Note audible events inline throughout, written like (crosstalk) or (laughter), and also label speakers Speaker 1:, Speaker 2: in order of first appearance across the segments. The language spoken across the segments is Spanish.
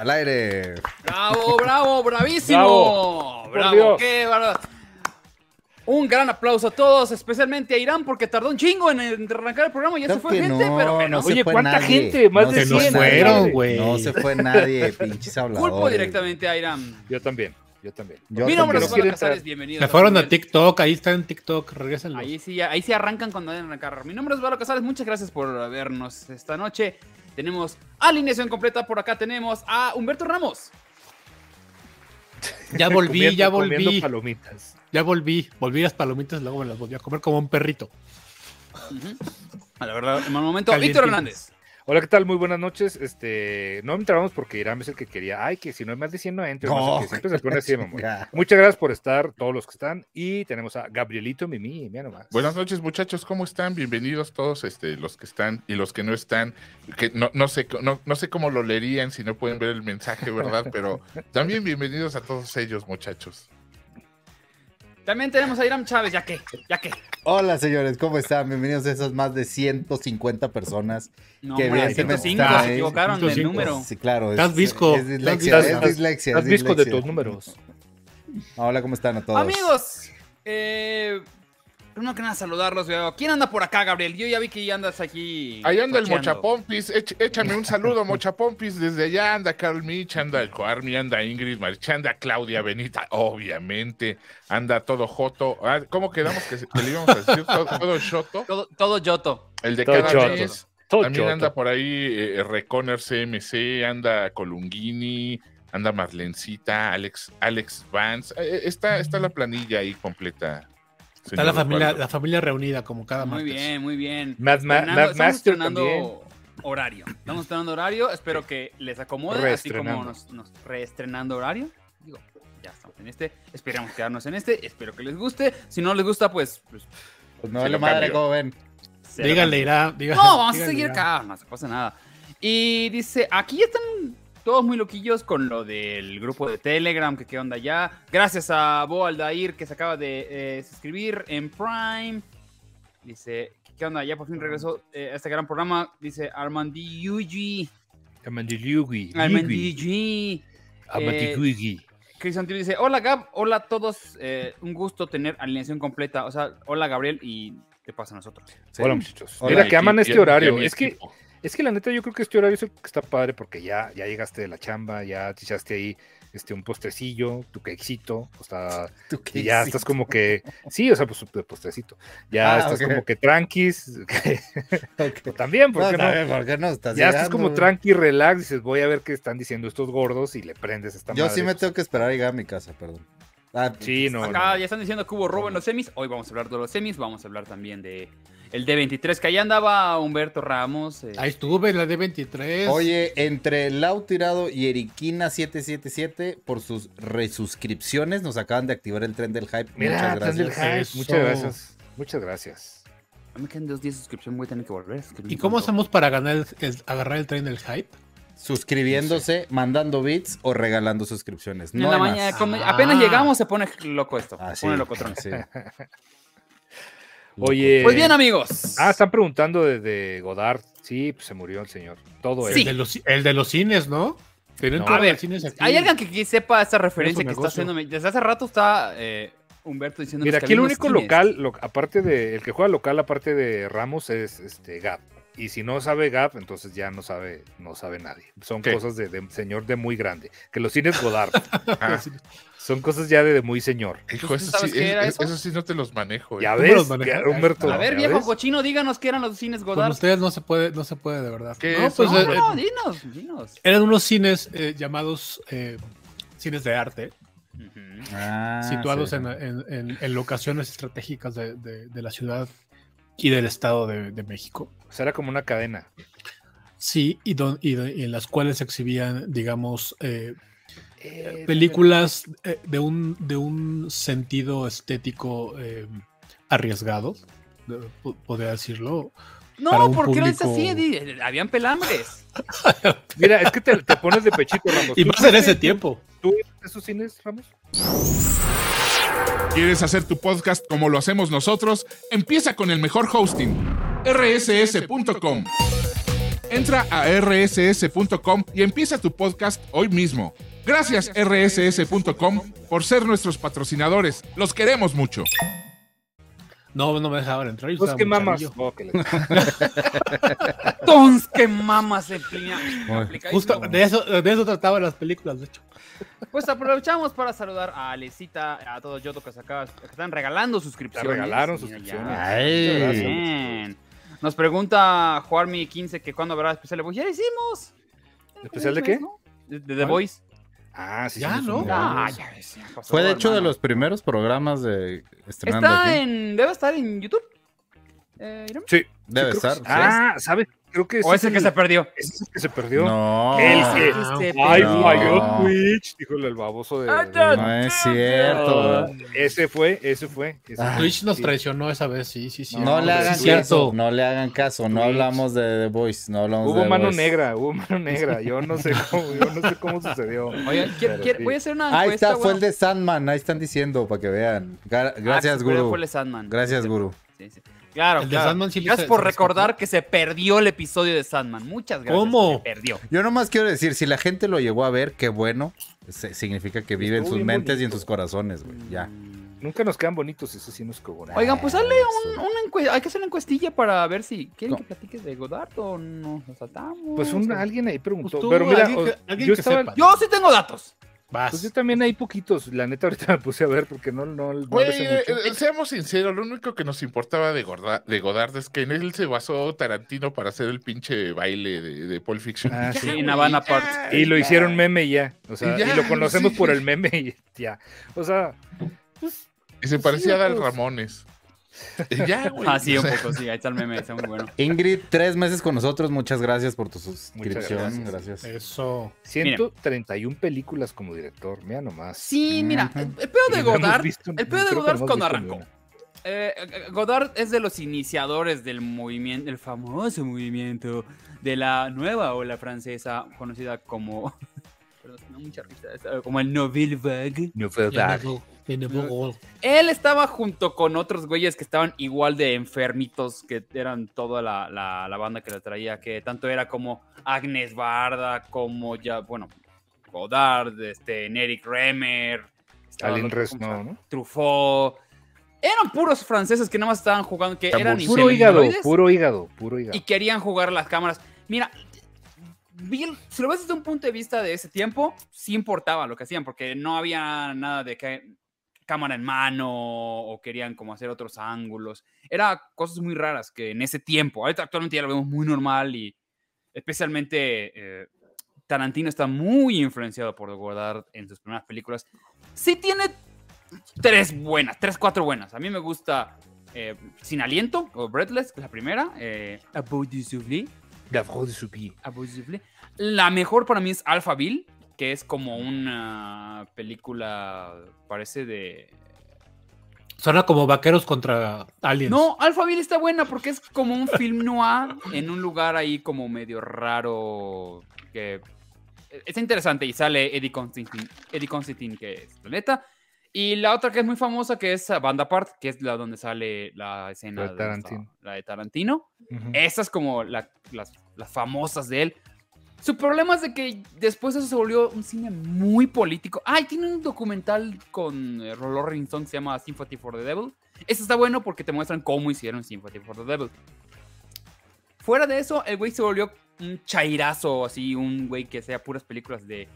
Speaker 1: al aire.
Speaker 2: Bravo, bravo, bravísimo.
Speaker 3: Bravo, por
Speaker 2: Bravo,
Speaker 3: Dios.
Speaker 2: qué bárbaro. Un gran aplauso a todos, especialmente a Irán, porque tardó un chingo en, en arrancar el programa. Ya
Speaker 1: Creo
Speaker 2: se fue
Speaker 1: que
Speaker 2: gente,
Speaker 1: no,
Speaker 2: pero bueno,
Speaker 1: no se
Speaker 3: Oye,
Speaker 1: fue
Speaker 3: ¿cuánta
Speaker 1: nadie.
Speaker 3: gente? Más
Speaker 1: No
Speaker 3: de
Speaker 1: se nos
Speaker 3: 100,
Speaker 1: fueron,
Speaker 3: madre.
Speaker 1: güey. No se fue nadie, (laughs) pinches habladores.
Speaker 2: culpo directamente a Irán.
Speaker 3: Yo también, yo también.
Speaker 1: Yo
Speaker 2: Mi nombre
Speaker 1: también.
Speaker 2: es
Speaker 3: Juan-
Speaker 2: Osvaldo
Speaker 3: quieren
Speaker 2: Casares,
Speaker 3: entrar.
Speaker 2: bienvenidos.
Speaker 4: Se fueron a
Speaker 2: Fútbol.
Speaker 4: TikTok, ahí está en TikTok, regrésenlos.
Speaker 2: Ahí sí, ahí sí arrancan cuando deben arrancar. Mi nombre es Valo Casares, muchas gracias por vernos esta noche. Tenemos alineación completa, por acá tenemos a Humberto Ramos.
Speaker 4: Ya volví,
Speaker 3: Comiendo-
Speaker 4: ya
Speaker 3: comiendo
Speaker 4: volví,
Speaker 3: palomitas.
Speaker 4: ya volví. Volví las palomitas, luego me las volví a comer como un perrito.
Speaker 2: A Ah, la verdad, en mal momento,
Speaker 4: Calientitas.
Speaker 2: Víctor Hernández.
Speaker 3: Hola, ¿qué tal? Muy buenas noches. Este, no entramos porque Irán es el que quería. Ay, que si no hay más de 100, no entro. No,
Speaker 1: No,
Speaker 3: sé qué. siempre se pone así,
Speaker 1: (laughs)
Speaker 3: mamón.
Speaker 1: Ya.
Speaker 3: Muchas gracias por estar, todos los que están. Y tenemos a Gabrielito Mimi, mira nomás.
Speaker 5: Buenas noches muchachos, ¿cómo están? Bienvenidos todos este, los que están y los que no están. Que no, no, sé, co- no, no sé cómo lo leerían si no pueden ver el mensaje, ¿verdad? Pero también bienvenidos a todos ellos muchachos.
Speaker 2: También tenemos a Irán Chávez, ya que, ya que.
Speaker 1: Hola, señores, ¿cómo están? Bienvenidos a esas más de 150 personas.
Speaker 2: No,
Speaker 1: Que
Speaker 2: hombre,
Speaker 1: evidentemente
Speaker 2: 105,
Speaker 1: está,
Speaker 2: se
Speaker 1: eh,
Speaker 2: equivocaron del
Speaker 4: 105.
Speaker 2: número.
Speaker 1: Sí, claro. es-
Speaker 4: Estás visco,
Speaker 1: Es dislexia,
Speaker 4: estás-
Speaker 1: es
Speaker 3: estás-
Speaker 1: dislexia. es
Speaker 3: Estás visco de
Speaker 1: dislexia.
Speaker 3: tus números.
Speaker 1: Hola, ¿cómo están a todos?
Speaker 2: Amigos, eh, primero que nada saludarlos. veo. ¿Quién anda por acá, Gabriel? Yo ya vi que ya andas aquí.
Speaker 5: Ahí anda el
Speaker 2: cocheando.
Speaker 5: Mochapompis, Ech- échame un saludo Mochapompis, desde allá anda Carl Mich, anda el Coarmi, anda Ingrid March, anda Claudia Benita, obviamente, anda todo Joto. Ah, ¿Cómo quedamos que se- que le íbamos a decir todo, todo Joto?
Speaker 2: Todo, todo Yoto.
Speaker 5: El de
Speaker 3: Todo
Speaker 5: cada
Speaker 3: choto.
Speaker 5: mes.
Speaker 3: Todo
Speaker 5: También
Speaker 3: choto.
Speaker 5: anda por ahí eh, Reconer CMC, anda Colunguini, anda Marlencita, Alex, Alex Vance. Eh, eh, está, está la planilla ahí completa.
Speaker 4: Está la familia, la familia reunida como cada
Speaker 2: Muy
Speaker 4: martes.
Speaker 2: bien, muy bien.
Speaker 3: Mad, Ma-
Speaker 2: Estrenando-
Speaker 3: Mad
Speaker 2: estamos
Speaker 3: Master
Speaker 2: estrenando
Speaker 3: también.
Speaker 2: horario. Estamos estrenando horario. Espero que les acomode, así como
Speaker 3: Reestrenando.
Speaker 2: nos, nos reestrenando horario. Digo, ya estamos en este. Esperamos quedarnos en este. Espero que les guste. Si no les gusta, pues. pues
Speaker 1: Pues me
Speaker 5: Se
Speaker 1: vale
Speaker 5: lo
Speaker 1: madre,
Speaker 5: cambio.
Speaker 1: como ven.
Speaker 2: se lo
Speaker 4: Díganle, irá. díganle-
Speaker 2: No, vamos a
Speaker 4: díganle,
Speaker 2: seguir
Speaker 4: irá.
Speaker 2: acá, no se pasa nada. Y dice, aquí ya están todos muy loquillos con lo del grupo de Telegram, que qué onda ya. Gracias a Bo Aldair que se acaba de eh, suscribir en Prime. Dice, qué onda, ya por fin regresó eh, a este gran programa. Dice Armandi Yuji.
Speaker 3: Amandiyugui,
Speaker 2: Armandi
Speaker 3: Yugui,
Speaker 2: Yuji. Eh,
Speaker 3: Amandiyugui.
Speaker 5: eh,
Speaker 2: Cristian Tibio dice, hola Gab, hola a todos. eh, un gusto tener alineación completa. O sea, hola Gabriel y qué pasa a nosotros.
Speaker 1: Sí.
Speaker 3: Hola, muchachos.
Speaker 1: Hola,
Speaker 3: Mira que aman este horario. Es
Speaker 5: Es
Speaker 3: que Es que la neta, yo creo que este horario es el que está padre porque ya, ya llegaste de la chamba, ya te echaste ahí este, un postrecillo, tu quexito, o sea,
Speaker 1: ¿Tú qué
Speaker 3: y ya
Speaker 1: hiciste?
Speaker 3: estás como que, sí, o sea, pues tu postrecito, ya
Speaker 1: Ah,
Speaker 3: estás
Speaker 1: ok.
Speaker 3: como que tranquis, (laughs) pues,
Speaker 1: Ok.
Speaker 3: también,
Speaker 1: No,
Speaker 3: porque no,
Speaker 1: sabe ¿Por qué no estás
Speaker 3: ya estás
Speaker 1: llegando,
Speaker 3: como
Speaker 1: güey.
Speaker 3: tranqui, relax, dices, voy a ver qué están diciendo estos gordos y le prendes esta
Speaker 1: Yo
Speaker 3: madre.
Speaker 1: sí me tengo que esperar a llegar a mi casa, perdón. Ah,
Speaker 3: Sí, no,
Speaker 2: Acá
Speaker 3: no.
Speaker 2: ya están diciendo que hubo robo en los semis. Hoy vamos a hablar de los semis. Vamos a hablar también de el D23, que allá andaba Humberto Ramos. eh,
Speaker 4: Ahí estuve en la D23.
Speaker 1: Oye, entre Lau Tirado y Eriquina777, por sus resuscripciones, nos acaban de activar el tren del hype.
Speaker 3: Mira,
Speaker 1: Muchas
Speaker 3: tras del
Speaker 1: gracias.
Speaker 3: hype,
Speaker 4: Eso.
Speaker 3: muchas gracias, muchas gracias.
Speaker 2: a mí me quedan dos días de suscripción. Voy a tener que volver. a suscribirme
Speaker 4: ¿Y cómo
Speaker 2: pronto.
Speaker 4: hacemos para ganar el- el- agarrar el tren del hype?
Speaker 1: Suscribiéndose, mandando bits o regalando suscripciones.
Speaker 2: En
Speaker 1: No
Speaker 2: la
Speaker 1: hay
Speaker 2: mañana,
Speaker 1: más.
Speaker 2: como-
Speaker 4: Ah.
Speaker 2: apenas llegamos, se pone loco esto.
Speaker 1: Ah,
Speaker 2: se
Speaker 1: sí,
Speaker 2: pone locotrón.
Speaker 1: (laughs) sí.
Speaker 3: Oye.
Speaker 2: Pues bien, amigos.
Speaker 3: Ah, están preguntando desde Godard, sí, pues se murió el señor, todo
Speaker 2: Sí.
Speaker 4: El, de los, el de los cines, ¿no? Tienen
Speaker 3: No.
Speaker 4: todos
Speaker 2: A ver,
Speaker 4: los cines aquí.
Speaker 2: Hay alguien que, que sepa esta referencia
Speaker 4: Es un
Speaker 2: que está
Speaker 4: negocio.
Speaker 2: haciéndome. Desde hace rato está eh, Humberto diciendo
Speaker 3: Mira, aquí el único local, lo- aparte de el que juega local, aparte de Ramos, es este Gap. Y si no sabe Gap, entonces ya no sabe, no sabe nadie. Son
Speaker 5: ¿Qué?
Speaker 3: cosas de, de señor de muy grande. Que los cines
Speaker 4: (laughs)
Speaker 3: Godard. Son cosas ya de, de muy señor.
Speaker 4: pues,
Speaker 5: Hijo,
Speaker 2: ¿Tú
Speaker 5: eso
Speaker 2: sabes
Speaker 5: sí,
Speaker 2: qué
Speaker 5: es-
Speaker 2: era
Speaker 5: es-
Speaker 2: eso?
Speaker 5: eso sí no te los manejo. eh.
Speaker 3: Ya
Speaker 4: ¿Cómo
Speaker 3: ves,
Speaker 4: los maneja?
Speaker 3: ya, Humberto.
Speaker 2: A ver,
Speaker 3: ¿ya
Speaker 2: viejo pues.
Speaker 3: ves?
Speaker 2: cochino, díganos qué eran los cines
Speaker 4: Con
Speaker 2: Godard.
Speaker 4: Pues ustedes no se puede, no se puede de verdad.
Speaker 5: ¿Qué
Speaker 4: No,
Speaker 5: es?
Speaker 4: pues,
Speaker 2: no,
Speaker 4: eh,
Speaker 2: no, dinos, dinos.
Speaker 4: eran unos cines eh, llamados eh, cines de arte,
Speaker 2: Ujú.
Speaker 1: Ah,
Speaker 4: situados
Speaker 1: sí.
Speaker 4: en, en- en- en locaciones estratégicas de, de- de la ciudad y del estado de, de México.
Speaker 3: O sea, era como una cadena.
Speaker 4: Sí, y, don- y de- y en las cuales se exhibían, digamos, eh,
Speaker 3: Eh,
Speaker 4: películas eh, de, un, de un sentido estético eh, arriesgado, de- po- podría decirlo. para
Speaker 2: No,
Speaker 4: un
Speaker 2: ¿por qué no es así?
Speaker 4: público-
Speaker 2: Eddie? eh, Habían pelambres.
Speaker 3: Mira, es que te, te pones de pechito, Ramos.
Speaker 4: Y
Speaker 3: ¿Tú
Speaker 4: más
Speaker 3: (laughs)
Speaker 4: en
Speaker 3: fuiste-
Speaker 4: ese tiempo. Pues,
Speaker 3: ¿Tú fuiste a esos cines, Ramos?
Speaker 5: ¿Quieres hacer tu podcast como lo hacemos nosotros? Empieza con el mejor hosting, rss.com. Entra a rss.com y empieza tu podcast hoy mismo. Gracias rss.com por ser nuestros patrocinadores. Los queremos mucho.
Speaker 4: No, no me dejaban entrar. yo
Speaker 3: Pues
Speaker 4: estaba
Speaker 3: qué
Speaker 4: muy
Speaker 3: mamas.
Speaker 4: chavillo.
Speaker 3: No, que le-
Speaker 2: Entonces, qué mamas de plina- aplicadísimo.
Speaker 4: Justo de eso, de eso trataban las películas, de hecho.
Speaker 2: Pues aprovechamos para saludar a Alecita, a todos Yoto que, se acaba- que están regalando suscripciones.
Speaker 3: regalaron
Speaker 2: Mira,
Speaker 3: suscripciones.
Speaker 2: ya.
Speaker 1: Ay.
Speaker 3: Muchas gracias.
Speaker 2: Bien. Nos pregunta Juarmi15 que cuándo habrá especial de Voice. ¡Ya lo hicimos!
Speaker 3: ¿Especial de qué?
Speaker 2: ¿No? De, de The Voice.
Speaker 3: Ah, sí.
Speaker 4: Ya,
Speaker 3: sí,
Speaker 4: ¿no?
Speaker 3: sí.
Speaker 2: Ah, ya ves, ya pasó,
Speaker 1: Fue de hecho de
Speaker 2: hermano.
Speaker 1: los primeros programas de estrenando
Speaker 2: Está
Speaker 1: aquí.
Speaker 2: en. Debe estar en YouTube. Eh, Irem.
Speaker 3: Sí.
Speaker 1: Debe
Speaker 3: Sí, creo
Speaker 1: estar. pues,
Speaker 3: que sí.
Speaker 1: sí.
Speaker 3: Ah, ¿sabes? Creo que
Speaker 2: o ese que se perdió.
Speaker 3: ese es el que se perdió.
Speaker 1: No.
Speaker 3: El Ah,
Speaker 4: que-
Speaker 2: Este
Speaker 3: Ay,
Speaker 1: No.
Speaker 3: falló Twitch, dijo el baboso de.
Speaker 2: Ah,
Speaker 3: de-
Speaker 2: ya.
Speaker 1: No es cierto.
Speaker 3: Ese fue, ese fue. ese
Speaker 1: Ah,
Speaker 3: fue.
Speaker 4: Twitch nos
Speaker 3: Sí.
Speaker 4: traicionó esa vez, sí, sí, sí.
Speaker 1: No le
Speaker 4: Sí,
Speaker 1: hagan
Speaker 4: es
Speaker 1: caso.
Speaker 4: cierto.
Speaker 1: No le hagan caso. No
Speaker 3: Twitch.
Speaker 1: hablamos de The Voice. No hablamos de
Speaker 3: Hubo
Speaker 1: The
Speaker 3: mano
Speaker 1: Voice.
Speaker 3: negra, hubo mano negra. Yo no sé cómo, yo no sé cómo sucedió.
Speaker 2: Oye, ¿quiere-
Speaker 3: Pero
Speaker 2: quiere-
Speaker 3: sí.
Speaker 2: voy a hacer una encuesta.
Speaker 1: Ahí está, fue
Speaker 2: Ah, bueno.
Speaker 1: el de Sandman. Ahí están diciendo para que vean. Gra-
Speaker 2: Ah,
Speaker 1: Gracias,
Speaker 2: sí,
Speaker 1: Guru.
Speaker 2: Fue el de Sandman.
Speaker 1: Gracias, Guru.
Speaker 2: Sí, sí. Claro,
Speaker 4: El de
Speaker 2: claro.
Speaker 4: Sandman sí le
Speaker 2: gracias
Speaker 4: se-
Speaker 2: por
Speaker 4: se
Speaker 2: recordar que se perdió el episodio de Sandman. Muchas gracias.
Speaker 4: ¿Cómo?
Speaker 2: Se perdió.
Speaker 1: Yo nomás quiero decir, si la gente lo llegó a ver, qué bueno. Se- significa que vive en
Speaker 3: Estuvo
Speaker 1: sus
Speaker 3: bien
Speaker 1: mentes y en
Speaker 3: bonito.
Speaker 1: sus corazones, güey. Ya.
Speaker 2: Mm.
Speaker 1: Ah,
Speaker 3: Nunca nos quedan bonitos, eso sí nos cobran.
Speaker 2: Oigan, pues dale un,
Speaker 1: eso.
Speaker 2: una encue- Hay que hacer una encuestilla para ver si quieren
Speaker 1: No.
Speaker 2: que platiques de Godard o nos nos saltamos.
Speaker 3: Pues un,
Speaker 2: o-
Speaker 3: alguien ahí preguntó.
Speaker 4: Pues tú,
Speaker 3: pero mira,
Speaker 4: alguien
Speaker 3: o-
Speaker 4: que- alguien
Speaker 3: yo
Speaker 4: que
Speaker 3: estaba.
Speaker 4: sepa.
Speaker 2: Yo sí tengo datos.
Speaker 4: Vas.
Speaker 3: Pues yo también hay poquitos. La neta, ahorita me puse a ver porque no, no, no
Speaker 5: Güey,
Speaker 3: le sé
Speaker 5: eh,
Speaker 3: mucho.
Speaker 5: eh, seamos sinceros, lo único que nos importaba de, Gorda- de Godard es que en él se basó Tarantino para hacer el pinche baile de, de Pulp Fiction.
Speaker 3: Ah,
Speaker 2: Sí,
Speaker 3: sí.
Speaker 5: (laughs)
Speaker 2: en Havana Park.
Speaker 4: eh,
Speaker 3: Y lo hicieron meme y ya. O sea,
Speaker 5: Y
Speaker 3: y,
Speaker 5: ya,
Speaker 3: lo conocemos
Speaker 5: sí.
Speaker 3: por el meme y (laughs) ya. O sea, pues,
Speaker 5: Y se
Speaker 3: Sí,
Speaker 5: parecía a Dal
Speaker 3: pues.
Speaker 5: Ramones. Y ya, güey.
Speaker 2: (laughs) Ah, sí,
Speaker 5: o
Speaker 2: un
Speaker 5: sea,
Speaker 2: poco, sí. Ahí está el meme, está muy bueno.
Speaker 1: Ingrid, tres meses con nosotros. Muchas gracias por tu suscripción.
Speaker 3: gracias.
Speaker 1: Gracias.
Speaker 4: Eso.
Speaker 3: 131 películas como director. Mira nomás.
Speaker 2: Sí, mira,
Speaker 1: Ujú.
Speaker 2: el el pedo
Speaker 3: Y
Speaker 2: de
Speaker 3: no hemos
Speaker 2: Godard.
Speaker 3: visto-
Speaker 2: el pedo de
Speaker 3: creo que
Speaker 2: Godard
Speaker 3: no hemos
Speaker 2: cuando
Speaker 3: visto ni
Speaker 2: arrancó.
Speaker 3: una.
Speaker 2: eh, eh, Godard es de los iniciadores del movimiento, el famoso movimiento de la nueva ola francesa, conocida como. (laughs) Perdón, me da mucha risa, es, eh, como el Nouvelle Vague.
Speaker 3: No fue Godard.
Speaker 2: Él estaba junto con otros güeyes que estaban igual de enfermitos, que eran toda la, la- la banda que la traía, que tanto era como Agnes Barda, como ya, bueno, Godard, este, Eric Remer, estaba el
Speaker 3: Alin
Speaker 2: otro, ¿cómo se
Speaker 3: Resno,
Speaker 2: llama?
Speaker 3: ¿no?
Speaker 2: Truffaut. Eran puros franceses que nada más estaban jugando, que eran
Speaker 5: Tamborcini.
Speaker 3: Puro hígado,
Speaker 2: insectoides
Speaker 3: puro hígado, puro hígado.
Speaker 2: y querían jugar las cámaras. Mira, Bill, si lo ves desde un punto de vista de ese tiempo, sí importaba lo que hacían, porque no había nada de que cámara en mano o querían como hacer otros ángulos. Era cosas muy raras que en ese tiempo, ahorita actualmente ya lo vemos muy normal y especialmente eh, Tarantino está muy influenciado por Godard en sus primeras películas. Sí tiene tres buenas, tres, cuatro buenas. A mí me gusta eh, Sin Aliento o Breathless, que es la primera. Eh, A Beau du Souffle,
Speaker 3: La voz de su pie.
Speaker 2: A Beau du Souffle. La mejor para mí es Alphaville, que es como una película, parece de...
Speaker 4: Suena como vaqueros contra aliens.
Speaker 2: No, Alphaville está buena porque es como un film noir en un lugar ahí como medio raro que... Está interesante y sale Eddie Constantine, Eddie Constantine que es la neta. Y la otra que es muy famosa, que es Banda Part, que es la donde sale la escena
Speaker 3: La de
Speaker 2: donde
Speaker 3: Tarantino.
Speaker 2: está- la de Tarantino.
Speaker 3: Eh,
Speaker 2: Esas como la- las, las famosas de él. Su problema es de que después eso se volvió un cine muy político. Ay, tiene un documental con eh, Rollo Rollinson que se llama Sympathy for the Devil. Ese está bueno porque te muestran cómo hicieron Sympathy for the Devil. Fuera de eso, el güey se volvió un chairazo, así, un güey que sea puras películas de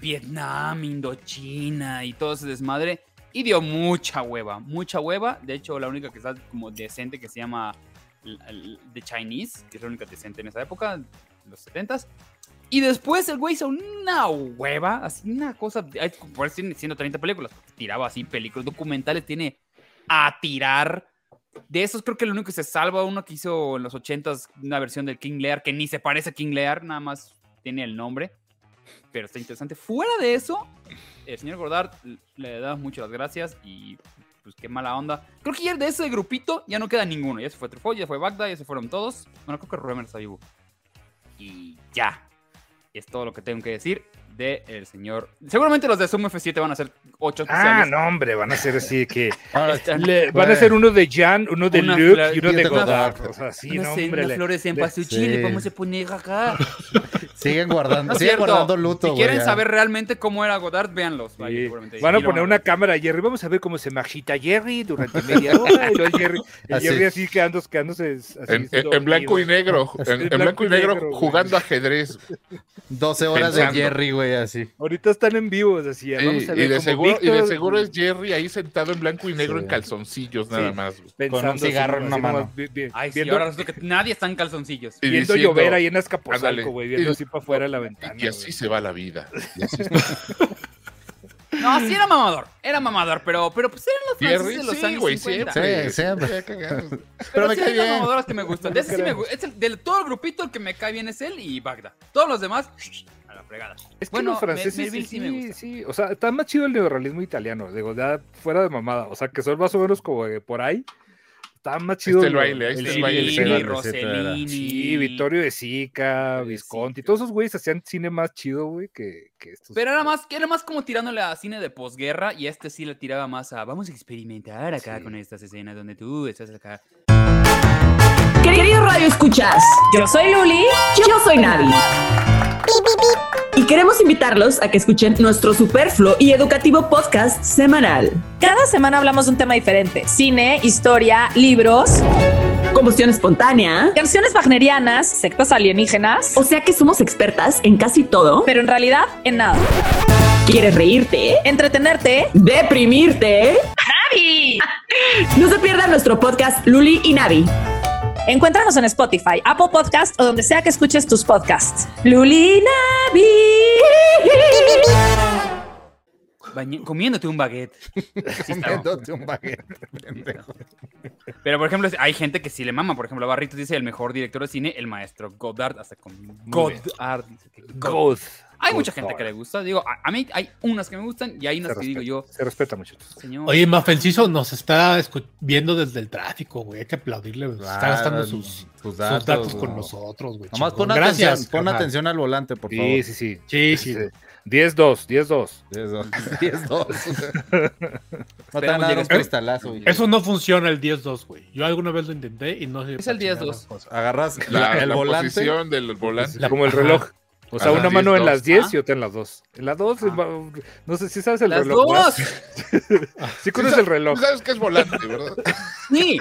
Speaker 2: Vietnam, Indochina y todo ese desmadre. Y dio mucha hueva, mucha hueva. De hecho, la única que está como decente que se llama l- l- The Chinese, que es la única decente en esa época, los 70s. Y después el güey hizo una hueva, así una cosa. ay, Por eso tiene 130 películas. porque Tiraba así películas documentales, tiene a tirar. De esos creo que el único que se salva, uno que hizo en los 80s una versión del King Lear, que ni se parece a King Lear, nada más tiene el nombre. Pero está interesante. Fuera de eso, el señor Gordard l- le damos muchas gracias y pues qué mala onda. Creo que ya de ese grupito ya no queda ninguno. Ya se fue Truffaut, ya fue Bagda, ya se fueron todos. Bueno, creo que Römer está vivo. Y ya. Es todo lo que tengo que decir. de el señor. Seguramente los de Sumo F7 van a ser 8
Speaker 3: Ah,
Speaker 2: especiales. Este,
Speaker 3: no, hombre, van a ser así que.
Speaker 1: Ahora,
Speaker 3: (laughs) le- van a ser uno de Jan, uno de
Speaker 2: Una
Speaker 3: Luke
Speaker 2: fla-
Speaker 3: y uno de
Speaker 1: una-
Speaker 3: Godard. O sea, sí,
Speaker 2: Unas-
Speaker 3: no, hombre.
Speaker 2: unas
Speaker 3: le-
Speaker 2: flores en
Speaker 3: le-
Speaker 2: pasuchil,
Speaker 1: sí.
Speaker 2: le vamos a poner
Speaker 3: (laughs)
Speaker 2: acá.
Speaker 1: siguen guardando,
Speaker 2: (laughs) No es
Speaker 1: siguen
Speaker 2: cierto.
Speaker 1: guardando luto,
Speaker 2: si
Speaker 1: güey,
Speaker 2: quieren
Speaker 1: ya.
Speaker 2: saber realmente cómo era Godard, véanlos. ahí
Speaker 3: Sí.
Speaker 2: seguramente.
Speaker 3: Van a
Speaker 2: Y lo
Speaker 3: poner una
Speaker 2: ver.
Speaker 3: cámara a Jerry. Vamos a ver cómo se marchita Jerry durante media hora. Y luego Jerry, el
Speaker 1: Así.
Speaker 3: Jerry así quedándose. quedándose así
Speaker 5: En, en-
Speaker 3: dormido.
Speaker 5: en blanco
Speaker 3: (laughs)
Speaker 5: y negro. En, en blanco y negro
Speaker 3: güey.
Speaker 5: jugando
Speaker 3: (laughs)
Speaker 5: ajedrez.
Speaker 1: 12 horas
Speaker 5: Pensando.
Speaker 1: de Jerry, güey, así.
Speaker 3: Ahorita están en vivo. Así,
Speaker 5: Sí,
Speaker 3: vamos a
Speaker 5: y,
Speaker 3: ver
Speaker 5: de
Speaker 3: cómo
Speaker 5: seguro, y de
Speaker 3: Víctor-
Speaker 5: seguro es Jerry ahí sentado en blanco y negro
Speaker 1: Sí.
Speaker 5: en calzoncillos
Speaker 3: Sí.
Speaker 5: nada más. güey.
Speaker 3: pensando
Speaker 1: Con un cigarro en
Speaker 3: así
Speaker 1: una
Speaker 3: nomás,
Speaker 1: mano.
Speaker 3: vi- vi-
Speaker 2: Ay, sí,
Speaker 3: viendo,
Speaker 2: ahora resulta que nadie está en calzoncillos.
Speaker 5: Y
Speaker 3: viendo
Speaker 5: diciendo,
Speaker 3: llover ahí en
Speaker 5: Ándale.
Speaker 3: Azcapotzalco, güey, viendo
Speaker 5: Y-
Speaker 3: así para afuera la ventana.
Speaker 5: Y así
Speaker 3: güey.
Speaker 5: se va
Speaker 3: (laughs)
Speaker 5: la vida. Y así
Speaker 2: No, sí era mamador. Era mamador, pero, pero pues eran los franceses
Speaker 5: Jerry,
Speaker 2: de los
Speaker 5: sí,
Speaker 2: años
Speaker 5: güey,
Speaker 2: 50.
Speaker 5: siempre.
Speaker 1: Sí, siempre.
Speaker 3: (laughs)
Speaker 5: Ya cagados.
Speaker 2: Pero,
Speaker 1: Pero me
Speaker 2: sí
Speaker 1: cae
Speaker 2: hay unos
Speaker 1: bien.
Speaker 2: mamadores que me gustan. De ese sí me
Speaker 3: Creo.
Speaker 2: gu- es el- de todo el grupito el que me cae bien es él y Bagda. Todos los demás, (sniffs) a la fregada.
Speaker 3: Es que
Speaker 2: Bueno,
Speaker 3: los franceses
Speaker 2: Mer- Melville
Speaker 3: sí,
Speaker 2: sí me gusta.
Speaker 3: sí, o sea, está más chido el neorrealismo italiano, digo, ya fuera de mamada, o sea, que son más o menos como de por ahí, está más chido
Speaker 5: Está el
Speaker 3: lo-
Speaker 5: baile, ahí está el
Speaker 3: cine
Speaker 5: baile,
Speaker 3: de-
Speaker 5: sí,
Speaker 2: Fellini,
Speaker 1: grande,
Speaker 2: Rossellini.
Speaker 3: Sí, Vittorio de Sica,
Speaker 2: De
Speaker 3: Visconti,
Speaker 2: Sica.
Speaker 3: todos esos güeyes hacían cine más chido, güey, que, que estos.
Speaker 2: Pero era más, era más como tirándole a cine de posguerra y este sí le tiraba más a vamos a experimentar acá
Speaker 3: Sí.
Speaker 2: con estas escenas donde tú estás acá.
Speaker 6: Queridos Radio Escuchas, yo soy Luli, yo soy Navi. Y queremos invitarlos a que escuchen nuestro superfluo y educativo podcast semanal.
Speaker 7: Cada semana hablamos de un tema diferente. Cine, historia, libros,
Speaker 6: Combustión espontánea.
Speaker 7: canciones wagnerianas, sectas alienígenas,
Speaker 6: O sea que somos expertas en casi todo.
Speaker 7: pero en realidad en nada.
Speaker 6: ¿Quieres reírte?
Speaker 7: Entretenerte.
Speaker 6: ¿Deprimirte? No se pierdan nuestro podcast Luli y Navi.
Speaker 2: Ah,
Speaker 7: Encuéntranos en Spotify, Apple Podcast o donde sea que escuches tus podcasts. Luli Navi.
Speaker 2: bañe- comiéndote un baguette. Sí está, ¿no?
Speaker 1: Comiéndote un baguette, pendejo.
Speaker 2: Pero por ejemplo, hay gente que sí le mama. Por ejemplo, Barritos dice el mejor director de cine, el maestro Godard, hasta con Godard. dice que Godard.
Speaker 3: God.
Speaker 2: Hay mucha gente que le gusta. Digo, a, a mí hay unas que me gustan y hay
Speaker 3: Se
Speaker 2: unas que digo
Speaker 3: respeta,
Speaker 2: yo,
Speaker 3: se respeta mucho.
Speaker 2: señor. (laughs)
Speaker 4: Oye, Mafenciso nos está escu- viendo desde el tráfico, güey. Hay que aplaudirle. güey. está gastando
Speaker 1: Ah,
Speaker 4: sus,
Speaker 1: sus
Speaker 4: sus datos, con
Speaker 1: güey.
Speaker 4: nosotros, güey.
Speaker 1: Nomás
Speaker 4: chingón.
Speaker 1: pon atención, pon
Speaker 4: carnal.
Speaker 1: atención al volante, por favor.
Speaker 3: Sí, sí, sí.
Speaker 4: Sí, sí.
Speaker 3: 10-2, 10-2.
Speaker 1: Eso. 10 2. No te
Speaker 2: Esperamos
Speaker 1: van a dar un
Speaker 2: llegar-
Speaker 1: cristalazo, güey.
Speaker 4: Eso no funciona el 10-2, güey. Yo alguna vez lo intenté y no sé.
Speaker 2: Es el 10-2.
Speaker 1: Agarras
Speaker 5: La,
Speaker 1: el
Speaker 5: la
Speaker 1: volante.
Speaker 5: posición del volante.
Speaker 4: La-
Speaker 3: Como el
Speaker 4: Ajá.
Speaker 3: reloj. O sea,
Speaker 5: Ajá.
Speaker 3: una mano en
Speaker 5: 10-2.
Speaker 3: las 10
Speaker 2: Ah.
Speaker 3: y otra en las 2. En las 2,
Speaker 2: Ah.
Speaker 3: no sé si sabes el
Speaker 2: Las
Speaker 3: reloj. ¿verdad?
Speaker 2: dos.
Speaker 3: Sí conoces el reloj.
Speaker 5: Tú sabes que es volante,
Speaker 3: (laughs)
Speaker 5: ¿verdad?
Speaker 2: Sí.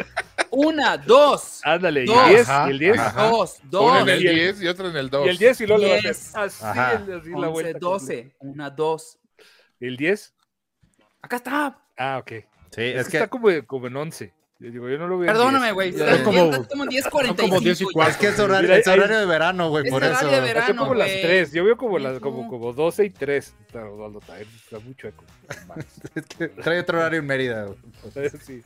Speaker 2: Una, dos.
Speaker 3: Ándale, y
Speaker 2: Dos.
Speaker 3: el 10,
Speaker 4: Ajá,
Speaker 3: y el 10.
Speaker 1: ajá.
Speaker 2: Dos,
Speaker 5: Uno
Speaker 2: dos.
Speaker 5: en el
Speaker 3: Y el-
Speaker 5: 10 y otro en el 2.
Speaker 3: Y el 10 y luego le
Speaker 2: Diez.
Speaker 3: vas a hacer así,
Speaker 1: Ajá.
Speaker 3: el- así la
Speaker 2: 11,
Speaker 3: vuelta.
Speaker 2: 12. Una, dos.
Speaker 3: ¿El 10?
Speaker 2: Acá está.
Speaker 3: Ah, ok.
Speaker 1: Sí, es
Speaker 3: está
Speaker 1: que
Speaker 3: como, como en 11. Yo digo, yo no lo veo. en
Speaker 2: Perdóname,
Speaker 3: 10.
Speaker 2: güey.
Speaker 4: Ya.
Speaker 2: Son
Speaker 4: Como-
Speaker 2: como
Speaker 4: son como 10 y
Speaker 2: 10 y
Speaker 4: cuarto.
Speaker 1: es que es horario,
Speaker 3: Mira,
Speaker 1: es
Speaker 3: ahí-
Speaker 1: horario de verano, güey,
Speaker 2: Es
Speaker 1: por
Speaker 2: horario
Speaker 1: eso.
Speaker 2: de
Speaker 3: Ah, Son
Speaker 2: verano,
Speaker 3: como las
Speaker 2: güey.
Speaker 3: 3. Yo veo como, las,
Speaker 2: Ujú.
Speaker 3: como, como 12 y 3. Está rodando, está, está muy chueco.
Speaker 1: Es que Trae otro horario en Mérida, güey.
Speaker 3: Sí.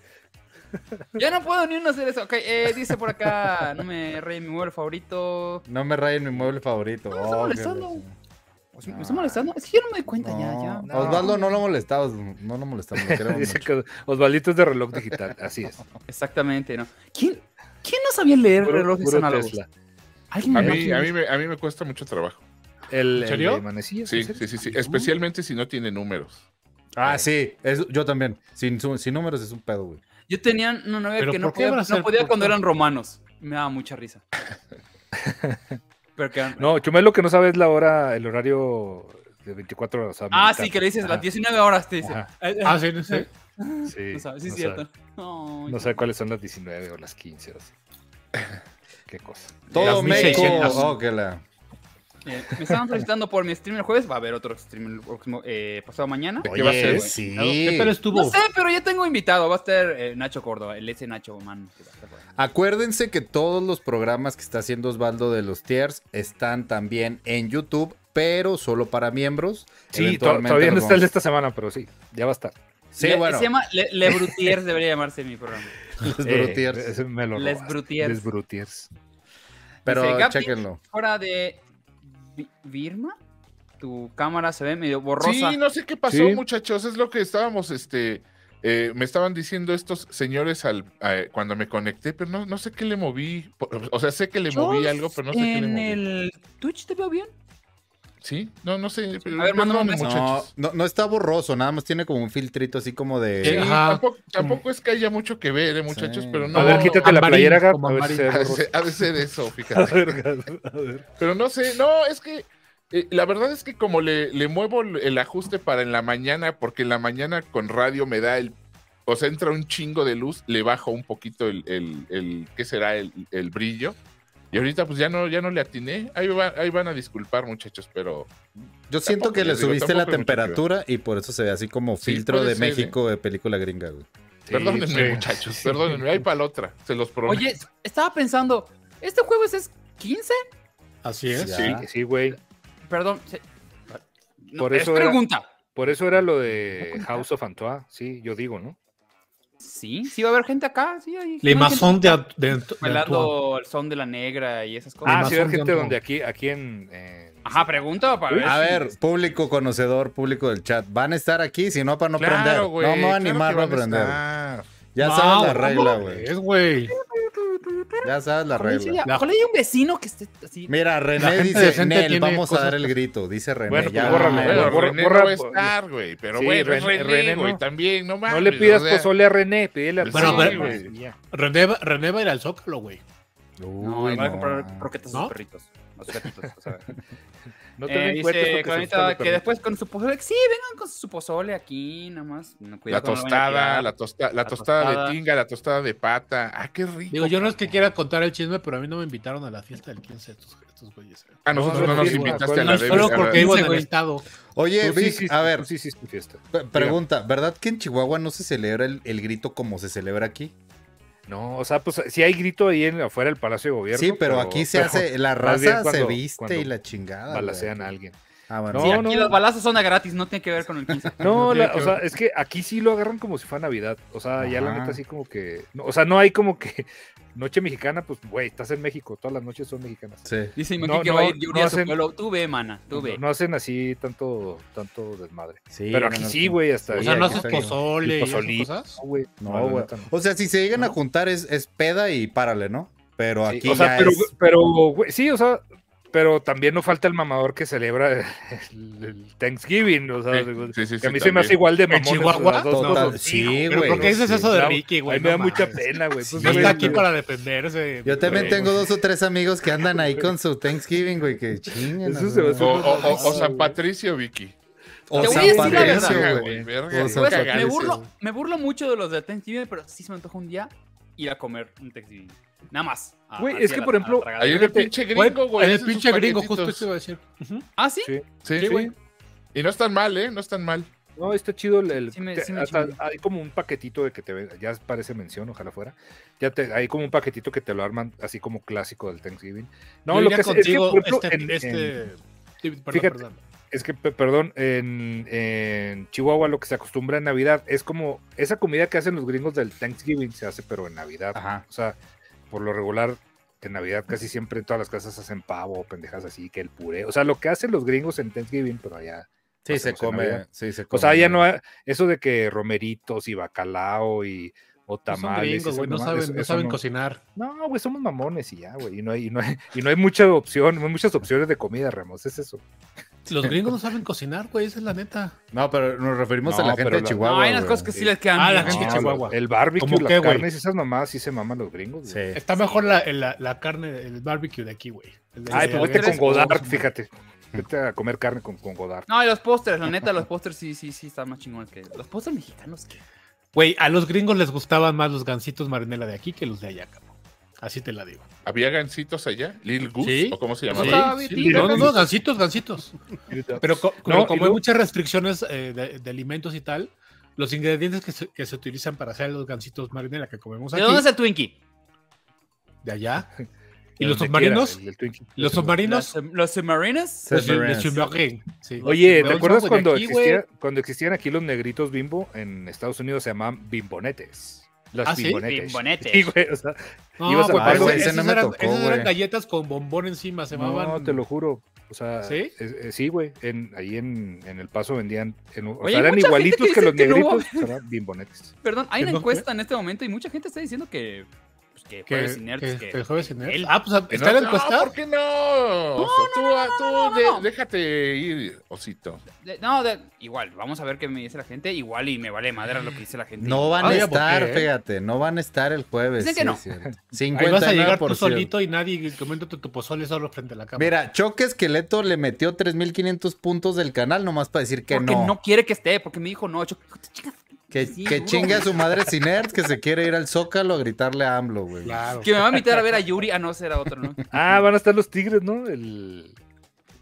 Speaker 2: Ya no puedo ni uno hacer eso. Ok, eh, dice por acá, no me rey mi mueble favorito.
Speaker 1: No me rayen mi mueble favorito.
Speaker 2: me está
Speaker 1: Oh,
Speaker 2: molestando.
Speaker 1: qué gracia.
Speaker 2: Pues, ¿Me está molestando? Es que yo no me doy cuenta ya, ya.
Speaker 1: No, Osvaldo, no lo molestamos, no lo molestamos, lo queremos
Speaker 3: Dice
Speaker 1: mucho.
Speaker 3: que Osvaldito es de reloj digital.
Speaker 2: (laughs)
Speaker 3: Así es.
Speaker 2: Exactamente, ¿no? ¿Quién, quién no sabía leer
Speaker 3: Puro-
Speaker 2: relojes
Speaker 3: puro
Speaker 2: análogos?
Speaker 3: Tesla.
Speaker 2: ¿Alguien
Speaker 5: A
Speaker 2: me
Speaker 5: mí,
Speaker 2: imagina?
Speaker 5: a, mí me, a mí me cuesta mucho trabajo.
Speaker 3: El,
Speaker 4: ¿En serio?
Speaker 3: el de manecillas,
Speaker 5: Sí,
Speaker 3: ¿en serio?
Speaker 5: sí, sí, sí. Especialmente si no tiene números.
Speaker 1: Ah, sí, es- yo también. Sin, su- sin números es un pedo, güey.
Speaker 2: Yo tenía una novia
Speaker 4: ¿Pero
Speaker 2: que no
Speaker 4: por qué
Speaker 2: podía,
Speaker 4: habrá
Speaker 2: no
Speaker 4: ser-
Speaker 2: podía
Speaker 4: por
Speaker 2: cuando
Speaker 4: qué?
Speaker 2: eran romanos. Me daba mucha risa. Pero que eran-
Speaker 3: No, Chumel lo que no sabe es la hora, el horario de 24 horas. o sea,
Speaker 2: Ah,
Speaker 3: militar.
Speaker 2: sí, que le dices
Speaker 3: Ajá.
Speaker 2: las 19 horas, te dice. (laughs)
Speaker 3: Ajá,
Speaker 2: Eh, eh,
Speaker 4: Ah, sí, no sé.
Speaker 3: sí,
Speaker 2: no sabes, sí, es
Speaker 3: no
Speaker 2: cierto.
Speaker 3: sabe.
Speaker 2: No,
Speaker 3: No sabe cuáles son las 19 o las 15 o así. (laughs) Qué cosa.
Speaker 1: Todo
Speaker 2: Las
Speaker 1: México.
Speaker 2: 1600.
Speaker 1: Oh, que la.
Speaker 2: Eh, me estaban solicitando por mi stream el jueves. Va a haber otro stream el próximo, eh, pasado mañana.
Speaker 5: ¿Qué va a ser,
Speaker 1: Oye,
Speaker 5: güey?
Speaker 4: ¿Qué tal
Speaker 1: sí.
Speaker 4: estuvo?
Speaker 2: No sé, pero ya tengo invitado. Va a estar eh, Nacho Córdoba, el ese Nacho Man. que va a estar por ahí.
Speaker 1: Acuérdense que todos los programas que está haciendo Osvaldo de los Tiers están también en YouTube, pero solo para miembros.
Speaker 3: Sí, to-
Speaker 1: Eventualmente
Speaker 3: todavía no
Speaker 1: los
Speaker 3: está el de
Speaker 1: vamos-
Speaker 3: esta semana, pero sí, ya va a estar.
Speaker 1: Sí,
Speaker 2: Le-
Speaker 1: bueno.
Speaker 2: Se llama Le, Le Brutiers, debería llamarse mi programa.
Speaker 1: los
Speaker 3: Eh,
Speaker 1: Brutiers.
Speaker 3: ese me lo
Speaker 2: Les
Speaker 3: robaste.
Speaker 2: Brutiers.
Speaker 3: Les Brutiers.
Speaker 1: pero
Speaker 2: Dice, Gaby,
Speaker 1: chéquenlo.
Speaker 2: Fuera de Vi- Birma, tu cámara se ve medio borrosa.
Speaker 5: Sí, no sé qué pasó,
Speaker 3: Sí.
Speaker 5: muchachos. Es lo que estábamos, este. eh, me estaban diciendo estos señores al, a- cuando me conecté, pero no, no sé qué le moví. Por- O sea, sé que le
Speaker 2: Yo
Speaker 5: moví algo, pero no sé qué le
Speaker 2: en
Speaker 5: moví.
Speaker 2: el Twitch te veo bien.
Speaker 5: ¿Sí? No, no sé.
Speaker 2: A ver, mándame un
Speaker 5: perdón,
Speaker 2: mensaje.
Speaker 5: muchachos.
Speaker 1: No, no, no está borroso, nada más tiene como un filtrito así como de.
Speaker 5: Sí,
Speaker 4: Ajá.
Speaker 5: tampoco, tampoco es que haya mucho que ver, eh, muchachos,
Speaker 1: Sí.
Speaker 5: pero
Speaker 1: A
Speaker 5: no.
Speaker 3: a ver, quítate la
Speaker 4: amarillo,
Speaker 3: playera, Gab.
Speaker 4: como
Speaker 3: A ver si se ve
Speaker 5: Ha de
Speaker 3: rosa.
Speaker 5: ser- ha de ser
Speaker 3: (laughs)
Speaker 5: eso,
Speaker 3: A
Speaker 5: fíjate.
Speaker 3: ver, Gab, a ver.
Speaker 5: Pero no sé, no, es que eh, la verdad es que como le, le muevo el el ajuste para en la mañana, porque en la mañana con radio me da el. O sea, entra un chingo de luz, le bajo un poquito el, el, el- ¿qué será? El, el brillo. Y ahorita pues ya no, ya no le atiné. Ahí, va- ahí van a disculpar, muchachos, pero
Speaker 1: Yo siento que
Speaker 5: tampoco
Speaker 1: le
Speaker 5: les digo,
Speaker 1: subiste la
Speaker 5: tampoco es mucho que ver.
Speaker 1: temperatura y por eso se ve así como
Speaker 5: Sí,
Speaker 1: filtro
Speaker 5: puede
Speaker 1: de
Speaker 5: ser, ¿eh?
Speaker 1: México de película gringa, güey.
Speaker 5: perdónenme,
Speaker 3: Sí, sí.
Speaker 5: muchachos, perdónenme, ahí para la otra, se los prometo.
Speaker 2: Oye, estaba pensando, ¿este jueves es 15?
Speaker 4: Así es.
Speaker 1: Ya.
Speaker 3: Ah, Sí, sí, güey.
Speaker 2: Perdón. se- No,
Speaker 3: Por
Speaker 2: es
Speaker 3: eso era-
Speaker 2: pregunta.
Speaker 3: Por eso era lo de House of Antoine. Sí, yo digo, ¿no?
Speaker 2: Sí, sí va a haber gente acá, sí. Hay,
Speaker 4: Le
Speaker 2: hay
Speaker 4: maçon
Speaker 2: gente
Speaker 4: de,
Speaker 2: acá
Speaker 4: Ant- de Ant- de Antoine.
Speaker 2: Bailando el son de la negra y esas cosas.
Speaker 3: Ah,
Speaker 4: Amazon
Speaker 3: sí, hay gente
Speaker 4: Antoine.
Speaker 3: donde aquí, aquí en. en-
Speaker 2: Ajá, pregunta para ver.
Speaker 1: A
Speaker 2: si-
Speaker 1: ver, público conocedor, público del chat, van a estar aquí, si no, para no aprender.
Speaker 5: Claro, güey.
Speaker 1: no, no
Speaker 5: claro
Speaker 1: animarlo a
Speaker 5: que van
Speaker 1: aprender.
Speaker 5: estar.
Speaker 1: Ya
Speaker 4: No,
Speaker 1: sabes la
Speaker 4: ¿cómo
Speaker 1: regla, güey.
Speaker 4: Es, güey.
Speaker 1: Ya sabes la
Speaker 2: Ojalá y sea-
Speaker 1: regla.
Speaker 4: La-
Speaker 2: ojalá y haya un vecino que esté así.
Speaker 1: Mira, René
Speaker 4: gente
Speaker 1: dice,
Speaker 4: decente
Speaker 1: Nel,
Speaker 4: tiene
Speaker 1: vamos a
Speaker 4: cosas
Speaker 1: dar el
Speaker 4: que-
Speaker 1: grito, dice René.
Speaker 3: Bueno, pues
Speaker 1: ya,
Speaker 3: bórralo,
Speaker 1: René,
Speaker 3: güey,
Speaker 5: Bueno,
Speaker 1: bórralo.
Speaker 3: borra-
Speaker 5: René
Speaker 3: borra-
Speaker 5: no va a estar, güey. Pero
Speaker 3: Sí,
Speaker 5: bueno, es
Speaker 3: René-
Speaker 5: René,
Speaker 3: René,
Speaker 5: güey,
Speaker 3: no.
Speaker 5: también, no mames.
Speaker 3: No le
Speaker 2: pues,
Speaker 3: pidas
Speaker 5: o sea,
Speaker 3: pozole a René, pídele al
Speaker 4: Bueno,
Speaker 3: pozole,
Speaker 4: pero-
Speaker 3: güey, y ya.
Speaker 4: René, va- René va a ir al Zócalo, güey.
Speaker 2: No,
Speaker 1: Uy,
Speaker 2: le van a
Speaker 1: no.
Speaker 2: comprar croquetas a
Speaker 4: ¿No?
Speaker 2: sus perritos. A sus gatitos, o sea.
Speaker 3: No
Speaker 2: Eh,
Speaker 3: te
Speaker 2: dice Clarita que,
Speaker 3: que
Speaker 2: después con su pozole. Sí, vengan con su pozole aquí, nada más. No,
Speaker 5: La
Speaker 2: cuidado que no lo vayan a
Speaker 5: tostada,
Speaker 2: tirar.
Speaker 5: la, tosta- la
Speaker 2: La
Speaker 5: tostada,
Speaker 2: tostada.
Speaker 5: de tinga, la tostada de pata. Ah, qué rico.
Speaker 4: Digo, yo no es que quiera contar el chisme, pero a mí no me invitaron a la fiesta del 15 estos, estos güeyes.
Speaker 5: A Ah, nosotros
Speaker 3: no,
Speaker 5: no,
Speaker 3: no,
Speaker 5: nos
Speaker 3: sí,
Speaker 5: invitaste
Speaker 3: bueno,
Speaker 5: a la
Speaker 4: No,
Speaker 5: de
Speaker 4: solo
Speaker 5: a la-
Speaker 4: porque vivo en el
Speaker 2: güey.
Speaker 4: estado.
Speaker 1: Oye,
Speaker 3: Tú sí
Speaker 1: Vic,
Speaker 3: hiciste-
Speaker 1: a
Speaker 3: tú
Speaker 1: ver,
Speaker 3: sí hiciste fiesta.
Speaker 1: pe- pregunta, ¿verdad que en Chihuahua no se celebra el, el grito como se celebra aquí?
Speaker 3: No, o sea, pues si hay grito ahí en, afuera del Palacio de Gobierno.
Speaker 1: Sí, pero aquí se
Speaker 3: pero (laughs)
Speaker 1: hace, la
Speaker 3: más bien
Speaker 1: raza se
Speaker 3: cuando-
Speaker 1: viste
Speaker 3: cuando
Speaker 1: y la chingada. güey.
Speaker 3: Balacean a alguien.
Speaker 1: Ah, bueno.
Speaker 3: No,
Speaker 2: Sí,
Speaker 1: sí.
Speaker 2: aquí los balazos son a gratis, no tiene que ver con el 15.
Speaker 3: No,
Speaker 5: tiene
Speaker 3: la-
Speaker 5: que
Speaker 3: o sea, es que aquí sí lo agarran como si fuera Navidad. O sea, ya la
Speaker 1: Ajá.
Speaker 3: neta así como que. no, o sea, no hay como que. (laughs) Noche mexicana, pues, güey, estás en México, todas las noches son mexicanas.
Speaker 1: Sí.
Speaker 2: (laughs) Dice
Speaker 3: No,
Speaker 2: Maki que
Speaker 3: no,
Speaker 2: va a ir Yuri
Speaker 3: no
Speaker 2: a su
Speaker 3: hacen-
Speaker 2: pueblo. Tú ve, mana, tú ve.
Speaker 3: No, no hacen así tanto, tanto desmadre.
Speaker 1: Sí,
Speaker 3: pero
Speaker 1: no,
Speaker 3: aquí
Speaker 1: no,
Speaker 3: sí, güey, hasta.
Speaker 4: O
Speaker 1: Sí,
Speaker 4: sea, no
Speaker 1: aquí
Speaker 4: haces
Speaker 1: está bien.
Speaker 4: pozole y esas
Speaker 3: solito.
Speaker 4: cosas.
Speaker 3: güey.
Speaker 1: No, güey.
Speaker 3: neta, no.
Speaker 1: O sea, si se llegan a juntar es, es peda y párale, ¿no? Pero
Speaker 3: Sí,
Speaker 1: aquí
Speaker 3: o sea,
Speaker 1: ya
Speaker 3: pero,
Speaker 1: es-
Speaker 3: pero, güey, sí, o sea, pero también no falta el mamador que celebra el, el Thanksgiving, o sea,
Speaker 5: Sí,
Speaker 3: digo,
Speaker 5: sí, sí,
Speaker 3: que a
Speaker 5: sí,
Speaker 3: mí se me hace
Speaker 5: también.
Speaker 3: igual de
Speaker 4: ¿En
Speaker 3: mamón.
Speaker 4: Chihuahua?
Speaker 1: Total, sí,
Speaker 4: Pero
Speaker 1: güey.
Speaker 4: ¿por qué dices eso de Ricky, güey?
Speaker 3: me da
Speaker 4: No
Speaker 3: mucha
Speaker 4: mames.
Speaker 3: pena, güey. pues,
Speaker 4: No
Speaker 3: güey,
Speaker 4: está aquí
Speaker 3: no-
Speaker 4: para defenderse.
Speaker 1: Yo también
Speaker 4: güey.
Speaker 1: tengo dos o tres amigos que andan
Speaker 3: (laughs)
Speaker 1: ahí con su Thanksgiving, güey, que chingan.
Speaker 3: Eso se me hace
Speaker 5: O,
Speaker 1: o,
Speaker 3: un-
Speaker 5: o- o- o San Patricio, Vicky.
Speaker 1: o
Speaker 2: Te voy a
Speaker 1: San
Speaker 2: decir la
Speaker 1: Patricio,
Speaker 2: verdad,
Speaker 1: güey.
Speaker 5: Verga,
Speaker 1: O sea,
Speaker 5: güey,
Speaker 2: Pues,
Speaker 1: Patricio.
Speaker 5: cagales.
Speaker 2: me, burlo, me burlo mucho de los de Thanksgiving, pero sí se me antoja un día ir a comer un Thanksgiving. Nada más. A-
Speaker 3: Güey,
Speaker 2: así
Speaker 3: es
Speaker 2: a
Speaker 3: que,
Speaker 2: la-
Speaker 3: por
Speaker 2: a la
Speaker 3: ejemplo,
Speaker 2: tragadera.
Speaker 5: Ahí en el pinche
Speaker 4: Güey,
Speaker 5: gringo, güey.
Speaker 4: El
Speaker 5: hacen sus
Speaker 4: pinche gringo, justo
Speaker 5: paquetitos.
Speaker 4: eso iba a decir. Ujú.
Speaker 2: Ah, sí.
Speaker 3: Sí. Sí,
Speaker 5: Sí, sí.
Speaker 3: güey.
Speaker 5: Y no están mal, ¿eh? No están mal.
Speaker 3: No, está chido el. el-
Speaker 2: Sí me-
Speaker 3: te-
Speaker 2: sí me
Speaker 3: hasta
Speaker 2: chingó.
Speaker 3: hay como un paquetito de que te ven- ya parece mención, ojalá fuera. Ya te, hay como un paquetito que te lo arman así como clásico del Thanksgiving. No,
Speaker 4: Yo
Speaker 3: lo
Speaker 4: iría
Speaker 3: que es, es que,
Speaker 4: contigo
Speaker 3: por ejemplo,
Speaker 4: este-
Speaker 3: en- en-
Speaker 4: este- Sí, perdón,
Speaker 3: Fíjate,
Speaker 4: perdón.
Speaker 3: Es que, pe- perdón, en, en Chihuahua lo que se acostumbra en Navidad es como esa comida que hacen los gringos del Thanksgiving se hace, pero en Navidad.
Speaker 1: Ajá.
Speaker 3: O sea, por lo regular, en Navidad casi siempre en todas las casas hacen pavo, pendejas así, que el puré. O sea, lo que hacen los gringos en Thanksgiving, pero allá.
Speaker 1: Sí,
Speaker 3: hacemos
Speaker 1: se
Speaker 3: en Navidad.
Speaker 1: come, sí, se come.
Speaker 3: O sea, allá no hay, eso de que romeritos y bacalao y o
Speaker 4: No son
Speaker 3: tamales.
Speaker 4: gringos,
Speaker 3: esas
Speaker 4: güey, no
Speaker 3: mamadas,
Speaker 4: saben,
Speaker 3: eso-
Speaker 4: no
Speaker 3: eso
Speaker 4: saben
Speaker 3: no-
Speaker 4: cocinar.
Speaker 3: No, güey, somos mamones y ya, güey. Y no hay, y no hay, y no hay mucha opción, no hay muchas opciones de comida, Ramos, es eso.
Speaker 4: Los gringos no saben cocinar, güey, esa es la neta.
Speaker 1: No, pero nos referimos a
Speaker 3: No,
Speaker 1: la gente
Speaker 3: pero
Speaker 1: de
Speaker 3: la-
Speaker 1: Chihuahua.
Speaker 2: No, hay unas
Speaker 1: güey.
Speaker 2: cosas que sí les quedan
Speaker 4: Ah, la
Speaker 2: bien.
Speaker 4: gente
Speaker 3: No,
Speaker 4: de Chihuahua.
Speaker 3: El barbecue,
Speaker 4: ¿Cómo
Speaker 3: las
Speaker 4: qué, güey?
Speaker 3: carnes, esas mamadas sí se maman los gringos. güey.
Speaker 1: Sí.
Speaker 4: Está mejor la, la- la carne, el barbecue de aquí, güey. El de-
Speaker 3: Ay,
Speaker 4: el
Speaker 3: pues
Speaker 4: de-
Speaker 3: vete con
Speaker 4: tres
Speaker 3: Godard,
Speaker 4: cosas,
Speaker 3: fíjate.
Speaker 4: Mm.
Speaker 3: Vete a comer carne con, con Godard.
Speaker 2: No, y los pósters, la neta, los pósters sí, sí, sí están más chingones que. Los pósters mexicanos que.
Speaker 4: Güey, a los gringos les gustaban más los gancitos marinela de aquí que los de allá, cabrón. Así te la digo.
Speaker 5: ¿Había gancitos allá? ¿Lil Gus?
Speaker 4: Sí.
Speaker 5: ¿O cómo se
Speaker 4: Sí,
Speaker 5: llamaba?
Speaker 4: sí, no, no, no, gancitos, gancitos. Pero, co- pero
Speaker 3: No, y
Speaker 4: como hay
Speaker 3: luego-
Speaker 4: muchas restricciones eh, de, de alimentos y tal, los ingredientes que se, que se utilizan para hacer los gansitos marinela que comemos
Speaker 2: ¿De
Speaker 4: aquí,
Speaker 2: dónde es el Twinkie?
Speaker 4: de allá, y
Speaker 3: De
Speaker 4: los
Speaker 3: donde
Speaker 4: submarinos,
Speaker 3: quiera, el Twinkie.
Speaker 4: los
Speaker 2: ¿Los,
Speaker 4: submarinos, pues,
Speaker 2: los submarinos?
Speaker 4: los
Speaker 1: Submarines.
Speaker 4: submarines, sí.
Speaker 3: Oye, ¿te
Speaker 4: Los
Speaker 3: acuerdas
Speaker 4: de
Speaker 3: cuando,
Speaker 4: aquí, güey?
Speaker 3: existía- cuando existían aquí los negritos bimbo? En Estados Unidos se llamaban bimbonetes. Las
Speaker 4: ¿Ah, sí?
Speaker 3: bimbonetes.
Speaker 2: Bimbonetes.
Speaker 3: Sí, güey, o sea,
Speaker 4: No,
Speaker 3: ibas a
Speaker 4: güey,
Speaker 3: la
Speaker 4: pero
Speaker 1: barra,
Speaker 4: esas
Speaker 1: ese no me
Speaker 4: eran-
Speaker 1: tocó,
Speaker 4: esas eran
Speaker 1: güey.
Speaker 4: galletas con bombón encima, se llamaban.
Speaker 3: No, te lo juro. O sea,
Speaker 4: ¿Sí?
Speaker 3: es- es- sí, güey. en- ahí en, en El Paso vendían. en- o
Speaker 2: Oye,
Speaker 3: sea,
Speaker 2: hay
Speaker 3: eran
Speaker 2: mucha gente
Speaker 3: igualitos
Speaker 2: que
Speaker 3: que los
Speaker 2: dice que no va a
Speaker 3: negritos. pero eran bimbonetes.
Speaker 2: Perdón, hay
Speaker 4: ¿Que
Speaker 2: una
Speaker 4: no qué?
Speaker 2: encuesta en este momento y mucha gente está diciendo que pues, que
Speaker 4: Que,
Speaker 2: jueves sin nerds,
Speaker 4: que-
Speaker 2: que-
Speaker 3: este
Speaker 4: que jueves sin nerds.
Speaker 2: él.
Speaker 4: Ah, pues está la encuesta.
Speaker 5: No, ¿por qué no? Oso, tú ah, tú
Speaker 2: no, no, no.
Speaker 5: de- déjate ir, osito.
Speaker 2: de- no, de- igual, vamos a ver qué me dice la gente. Igual y me vale madre lo que dice la gente. Ah,
Speaker 1: No van a
Speaker 4: Ay, ¿por
Speaker 1: estar,
Speaker 4: qué?
Speaker 1: fíjate, no van a estar el jueves.
Speaker 2: Dicen que
Speaker 1: sí,
Speaker 2: no.
Speaker 1: es cierto.
Speaker 4: Ahí vas a llegar
Speaker 1: 59%.
Speaker 4: tú solito y nadie coméntate tu pozole solo frente a la cámara.
Speaker 1: Mira, Choque Esqueleto le metió 3.500 puntos del canal nomás para decir que
Speaker 2: porque no.
Speaker 1: no.
Speaker 2: quiere que esté, porque me dijo no. yo- hijo de chinga,
Speaker 1: Que,
Speaker 2: Sí,
Speaker 1: que
Speaker 2: duro.
Speaker 1: chingue a su madre Sinert que se quiere ir al Zócalo a gritarle a AMLO, güey.
Speaker 4: Claro.
Speaker 2: que me va a invitar a ver a Yuri, a no ser a otro, ¿no? (laughs)
Speaker 3: Ah, van a estar los tigres, ¿no? El...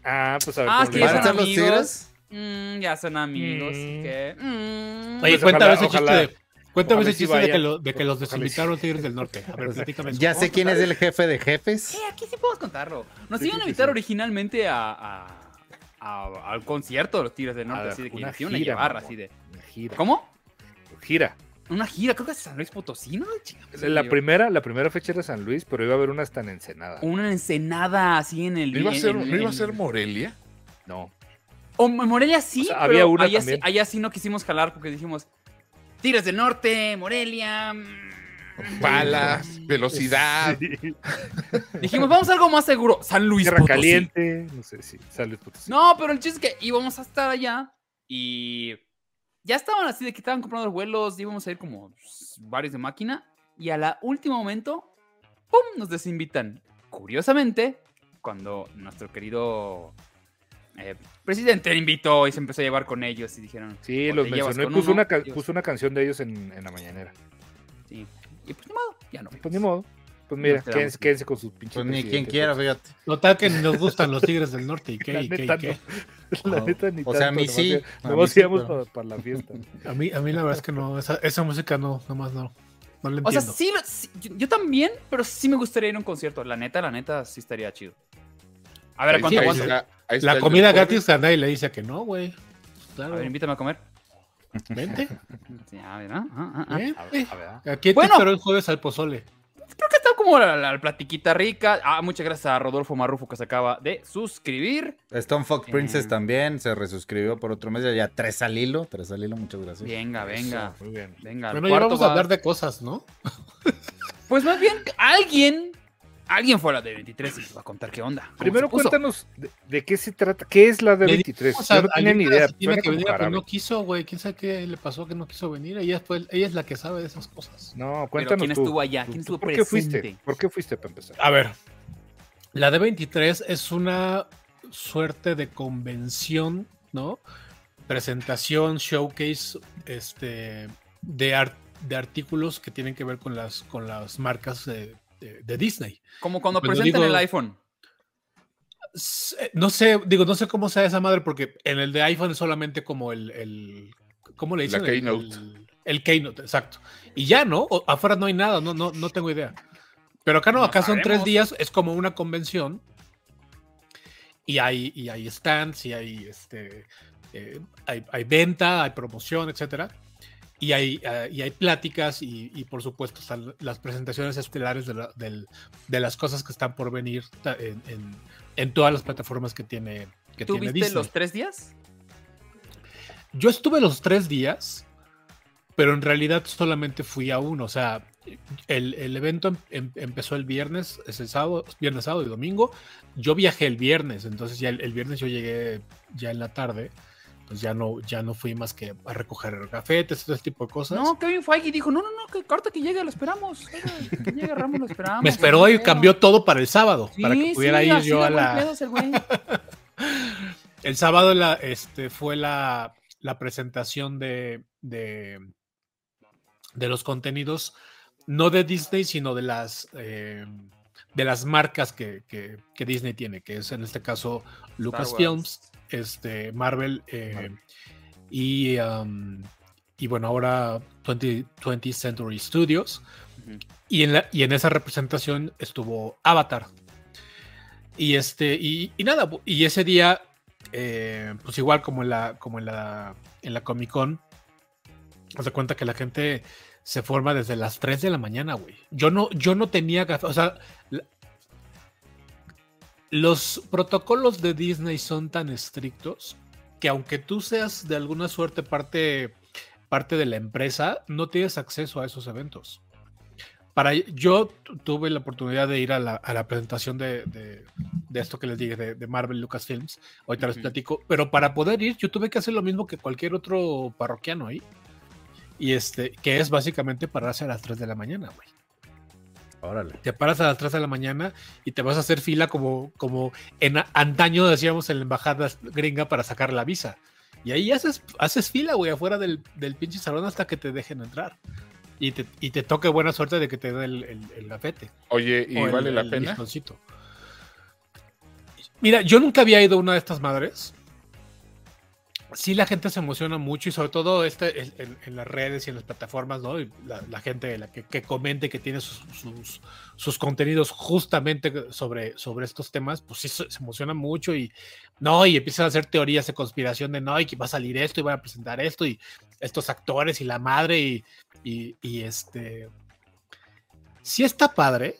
Speaker 3: Ah, pues a ver.
Speaker 2: Ah,
Speaker 3: cómo
Speaker 2: es que
Speaker 3: le
Speaker 1: ¿Van
Speaker 2: ya
Speaker 1: a
Speaker 3: va.
Speaker 2: son
Speaker 1: estar los
Speaker 2: amigos.
Speaker 1: tigres?
Speaker 2: Mm, ya son amigos,
Speaker 3: Mm.
Speaker 2: que. mm.
Speaker 4: Oye,
Speaker 3: Pues ojalá-
Speaker 4: cuéntame ese chiste
Speaker 3: ojalá-
Speaker 4: de. Cuéntame
Speaker 3: ojalá
Speaker 4: ese
Speaker 3: sí
Speaker 4: chiste de que,
Speaker 3: vayan.
Speaker 4: lo- de que los
Speaker 3: Ojalá sí.
Speaker 4: desinvitaron Tigres del Norte.
Speaker 3: (laughs)
Speaker 4: A ver, platícame. eso.
Speaker 1: Ya sé quién es el jefe de jefes.
Speaker 2: Eh, aquí sí podemos contarlo. Nos
Speaker 3: Sí,
Speaker 2: iban a
Speaker 3: sí, sí,
Speaker 2: invitar
Speaker 3: sí.
Speaker 2: originalmente a, a- a- al concierto de los Tigres del Norte,
Speaker 3: A
Speaker 2: así de que
Speaker 3: una
Speaker 2: nos iban a
Speaker 3: gira,
Speaker 2: llevar,
Speaker 3: mamón.
Speaker 2: así de.
Speaker 3: Una Gira.
Speaker 2: ¿Cómo?
Speaker 3: Gira.
Speaker 2: Una gira, creo que es San Luis Potosí, ¿no? Chinga, pues,
Speaker 3: La
Speaker 2: yo-
Speaker 3: primera, la primera fecha era San Luis, pero iba a haber unas tan encenadas. (laughs)
Speaker 2: Una ensenada así en el.
Speaker 5: ¿No iba a
Speaker 2: en-
Speaker 5: ser,
Speaker 2: en-
Speaker 5: no iba a
Speaker 2: en-
Speaker 5: ser Morelia?
Speaker 3: No.
Speaker 2: O en Morelia sí,
Speaker 3: O sea,
Speaker 2: había
Speaker 3: había
Speaker 2: pero
Speaker 3: una
Speaker 2: allá, sí,
Speaker 3: también.
Speaker 2: allá sí no quisimos jalar porque dijimos Tigres del Norte, Morelia. mm.
Speaker 5: Palas,
Speaker 2: ah,
Speaker 5: velocidad.
Speaker 3: Sí.
Speaker 2: (laughs) Dijimos, vamos a algo más seguro, San Luis
Speaker 3: Tierra
Speaker 2: Potosí.
Speaker 3: Caliente. No sé si. San Luis Potosí.
Speaker 2: No, pero el chiste es que íbamos a estar allá y ya estaban así de que estaban comprando los vuelos, íbamos a ir como varios de máquina y a la último momento, ¡pum!, nos desinvitan. Curiosamente, cuando nuestro querido eh, presidente invitó y se empezó a llevar con ellos y dijeron...
Speaker 3: Sí,
Speaker 2: "O
Speaker 3: los
Speaker 2: te llevas
Speaker 3: mencionó y
Speaker 2: con
Speaker 3: puso
Speaker 2: uno,
Speaker 3: una, ca-
Speaker 2: llevas-".
Speaker 3: puso una canción de ellos en, en la mañanera.
Speaker 2: Sí. Y pues ni modo, ya no.
Speaker 3: Pues ni modo. Pues
Speaker 2: Nos
Speaker 3: mira,
Speaker 2: quedamos
Speaker 3: quédense,
Speaker 2: sin-
Speaker 3: quédense con sus pinches.
Speaker 1: Pues ni quien
Speaker 3: presidentes.
Speaker 1: quiera, fíjate.
Speaker 4: Total que ni nos gustan los Tigres del Norte. ¿Y qué?
Speaker 3: La
Speaker 4: ¿Y qué?
Speaker 3: neta,
Speaker 4: ¿Y qué?
Speaker 1: (laughs)
Speaker 3: no. (laughs) La neta, ni
Speaker 1: O sea, a mí
Speaker 3: tanto,
Speaker 1: sí,
Speaker 3: nomás
Speaker 1: a
Speaker 3: ya-
Speaker 1: mí
Speaker 3: Nomás
Speaker 1: sí,
Speaker 3: íbamos
Speaker 1: pero-
Speaker 3: para, la fiesta.
Speaker 1: (laughs)
Speaker 4: A, mí, a mí la verdad es que no. Esa, esa música no, nomás no. No la
Speaker 2: O sea,
Speaker 4: entiendo.
Speaker 2: sí, lo- sí, yo, yo también, pero sí me gustaría ir a un concierto. La neta, la neta, sí estaría chido. A ver, ¿a
Speaker 5: Ahí
Speaker 2: cuánto
Speaker 5: está-
Speaker 2: aguanto?
Speaker 5: ahí está- ahí está el
Speaker 4: la
Speaker 5: del
Speaker 4: comida
Speaker 5: jueves.
Speaker 4: gratis a nadie le dice que no, güey. Pues,
Speaker 2: A
Speaker 4: Claro,
Speaker 2: ver, invítame a comer.
Speaker 4: vente.
Speaker 2: Sí, a ver, ah, ah, ah, ah.
Speaker 4: vente.
Speaker 3: A ver, a ver, ah.
Speaker 4: Aquí te
Speaker 2: Bueno.
Speaker 4: espero el jueves al pozole.
Speaker 2: Creo que está como la, la platiquita rica. Ah, muchas gracias a Rodolfo Marrufo que se acaba de suscribir.
Speaker 1: Stone Fox
Speaker 2: Eh.
Speaker 1: Princess también se resuscribió por otro mes. Ya- Ya tres al hilo, tres al hilo, muchas gracias.
Speaker 2: Venga,
Speaker 1: Ah,
Speaker 2: venga,
Speaker 3: Muy bien.
Speaker 2: venga. al
Speaker 4: Bueno, ya
Speaker 2: cuarto
Speaker 4: vamos a
Speaker 2: va-
Speaker 4: hablar de cosas, ¿no?
Speaker 2: Pues más bien, alguien, alguien fue a la de 23 y nos va a contar qué onda. cómo
Speaker 3: Primero
Speaker 2: se puso.
Speaker 3: cuéntanos de, de qué se trata, qué es la
Speaker 4: Le
Speaker 3: D23.
Speaker 4: O
Speaker 3: Pues, Yo
Speaker 4: sea,
Speaker 3: no tenía ni idea.
Speaker 4: Tiene
Speaker 3: suena
Speaker 4: que
Speaker 3: como
Speaker 4: venir, pero
Speaker 3: jarabe.
Speaker 4: no quiso, güey. ¿Quién sabe qué le pasó que no quiso venir? Ella, fue, ella es la que sabe de esas cosas.
Speaker 3: No,
Speaker 2: Pero
Speaker 3: cuéntanos
Speaker 2: ¿quién
Speaker 3: tú.
Speaker 2: estuvo allá?
Speaker 3: Tú-
Speaker 2: ¿Quién
Speaker 3: tú
Speaker 2: estuvo
Speaker 3: ¿Por
Speaker 2: presente?
Speaker 3: qué fuiste? ¿Por qué fuiste para empezar?
Speaker 4: A ver, la D23 es una suerte de convención, ¿no? Presentación, showcase, este, de, ar- de artículos que tienen que ver con las, con las marcas eh, de- de Disney.
Speaker 2: Como cuando
Speaker 4: Cuando
Speaker 2: presentan
Speaker 4: digo-
Speaker 2: el iPhone.
Speaker 4: Se- eh, No sé, digo, no sé cómo sea esa madre, porque en el de iPhone es solamente como el. el ¿Cómo le
Speaker 5: La
Speaker 4: dicen? El-
Speaker 5: keynote.
Speaker 4: El, el Keynote, exacto. Y ya, ¿no? O- afuera no hay nada, no, no, no tengo idea. Pero acá no,
Speaker 2: No
Speaker 4: acá son tres
Speaker 2: sabemos.
Speaker 4: días, es como una convención. Y hay, y hay stands, y hay, este, eh, hay, hay venta, hay promoción, etcétera. Y hay, eh, y hay pláticas y, y, por supuesto están las presentaciones estelares de, la- del- de las cosas que están por venir ta- en, en- en todas las plataformas que tiene, que
Speaker 2: ¿Tú
Speaker 4: tiene
Speaker 2: viste
Speaker 4: Disney.
Speaker 2: los tres días?
Speaker 4: Yo estuve los tres días, pero en realidad solamente fui a uno. O sea, el, el evento em- em- empezó el viernes, es el sábado, viernes, sábado y domingo. Yo viajé el viernes, entonces ya el, el viernes yo llegué ya en la tarde. Entonces ya no, ya no fui más que a recoger gafetes, todo ese tipo de cosas.
Speaker 2: No, Kevin Feige dijo, no, no, no, que corta que llegue, lo esperamos. Ahora, Que llegue Ramos,
Speaker 4: (laughs)
Speaker 2: lo esperamos.
Speaker 4: Me esperó y
Speaker 2: Pero-
Speaker 4: cambió todo para el sábado,
Speaker 2: Sí,
Speaker 4: para que pudiera
Speaker 2: sí,
Speaker 4: ir
Speaker 2: así
Speaker 4: yo
Speaker 2: de
Speaker 4: a
Speaker 2: buen
Speaker 4: la...
Speaker 2: pedo es el güey.
Speaker 4: El sábado la, este, fue la, la presentación de, de, de los contenidos, no de Disney, sino de las, eh, de las marcas que, que- que Disney tiene, que es en este caso Lucasfilms, este, Marvel, eh, Y, um, y bueno, ahora 20, 20th Century Studios.
Speaker 2: Ujú.
Speaker 4: Y en, la, y en esa representación estuvo Avatar. Y este, y, y nada, bu- y ese día, eh, pues igual como en la, como en la, en la Comic Con, haz de cuenta que la gente se forma desde las 3 de la mañana, güey. Yo no, yo no tenía gafas, o sea, la- los protocolos de Disney son tan estrictos que aunque tú seas de alguna suerte parte, parte de la empresa, no tienes acceso a esos eventos. Para, yo tu- tuve la oportunidad de ir a la, a la presentación de, de- de esto que les dije, de, de Marvel Lucasfilms. Ahorita les
Speaker 2: Ujú.
Speaker 4: platico. Pero para poder ir, yo tuve que hacer lo mismo que cualquier otro parroquiano ahí. Y este, que es básicamente pararse a las 3 de la mañana, güey.
Speaker 1: Órale.
Speaker 4: Te paras a las 3 de la mañana y te vas a hacer fila como, como en a- antaño decíamos en la embajada gringa para sacar la visa. Y ahí haces, haces fila, güey, afuera del, del pinche salón hasta que te dejen entrar. Y te, y te toque buena suerte de que te dé el, el, el gafete.
Speaker 5: Oye, ¿y
Speaker 4: o el-
Speaker 5: vale la
Speaker 4: el
Speaker 5: pena?
Speaker 4: listoncito. Mira, yo nunca había ido a una de estas madres. Sí, la gente se emociona mucho y sobre todo este, en, en- en las redes y en las plataformas, ¿no? Y la, la gente la que, que comente que tiene sus, sus, sus contenidos justamente sobre, sobre estos temas, pues sí se, se emociona mucho y no, y empiezan a hacer teorías de conspiración de no, y que va a salir esto y van a presentar esto y estos actores y la madre y, y, y este. Sí está padre,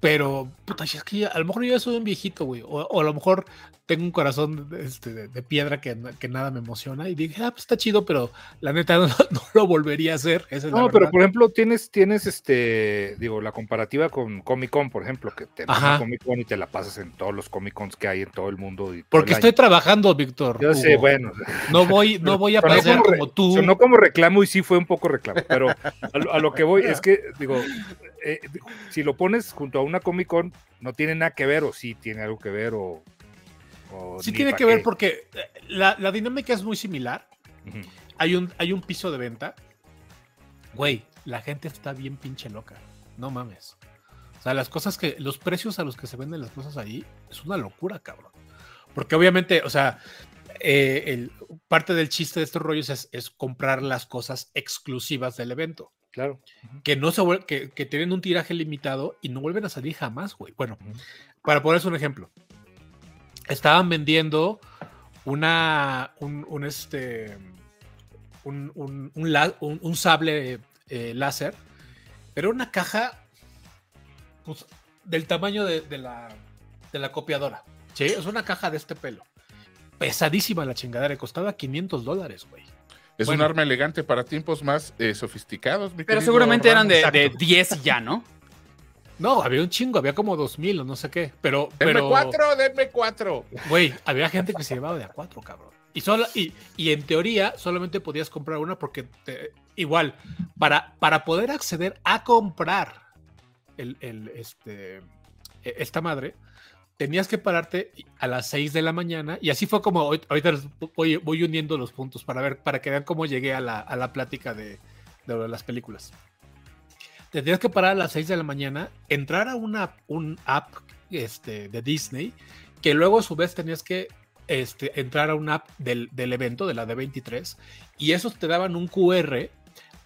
Speaker 4: pero, puta, si es que ya- a lo mejor yo ya soy un viejito, güey. O, o a lo mejor tengo un corazón este, de, de piedra que, na- que nada me emociona. Y dije, ah, pues está chido, pero la neta no, (laughs) no lo volvería a hacer. Esa es la
Speaker 3: No, pero
Speaker 4: verdad.
Speaker 3: por ejemplo, tienes, tienes este, digo, la comparativa con Comic Con, por ejemplo, que te vas a
Speaker 4: Ajá.
Speaker 3: Comic Con y te la pasas en todos los Comic Cons que hay en todo el mundo. Y todo
Speaker 4: Porque
Speaker 3: el
Speaker 4: estoy
Speaker 3: año.
Speaker 4: trabajando, Víctor.
Speaker 3: Yo sé,
Speaker 4: Hugo.
Speaker 3: bueno,
Speaker 4: No voy, no voy a
Speaker 3: Sonó
Speaker 4: pasar
Speaker 3: como
Speaker 4: como,
Speaker 3: re-
Speaker 4: tú.
Speaker 3: sonó como reclamo y sí fue un poco reclamo, pero a lo, a lo que voy es que, digo, eh, si lo pones junto a una Comic Con, no tiene nada que ver, o sí tiene algo que ver, o. o
Speaker 4: sí
Speaker 3: ni
Speaker 4: tiene
Speaker 3: pa'
Speaker 4: que ver
Speaker 3: qué.
Speaker 4: porque eh, la, la dinámica es muy similar.
Speaker 3: Ujú.
Speaker 4: Hay un, hay un piso de venta. Güey, la gente está bien pinche loca. No mames. O sea, las cosas que, los precios a los que se venden las cosas ahí es una locura, cabrón. Porque obviamente, o sea, eh, el, parte del chiste de estos rollos es, es comprar las cosas exclusivas del evento.
Speaker 3: Claro.
Speaker 4: que no se vuel- que, que tienen un tiraje limitado y no vuelven a salir jamás, güey. Bueno,
Speaker 3: Ujú.
Speaker 4: para ponerles un ejemplo, estaban vendiendo una un, un, este un, un- un la- un- un sable eh, láser, pero una caja pues, del tamaño de, de la, de la copiadora. ¿sí? Es una caja de este pelo. Pesadísima la chingadera, costaba 500 dólares, güey.
Speaker 5: Es
Speaker 4: Bueno.
Speaker 5: un arma elegante para tiempos más eh, sofisticados, mi
Speaker 2: Pero
Speaker 5: querido
Speaker 2: seguramente eran de,
Speaker 5: Ramos.
Speaker 2: de 10 y ya, ¿no?
Speaker 4: No, había un chingo, había como 2000 o no sé qué, pero...
Speaker 5: Denme
Speaker 4: pero
Speaker 5: cuatro, denme cuatro.
Speaker 4: Güey, había gente que se llevaba de a cuatro, cabrón. Y, solo, y, y en teoría solamente podías comprar una porque te- igual, para, para poder acceder a comprar el, el, este, e- esta madre, tenías que pararte a las 6 de la mañana y así fue como hoy- ahorita les voy, voy uniendo los puntos para ver, para que vean cómo llegué a la, a la plática de, de lo de las películas. Te tenías que parar a las 6 de la mañana, entrar a una un app este, de Disney, que luego a su vez tenías que este, entrar a una app del, del evento, de la D23, y esos te daban un QR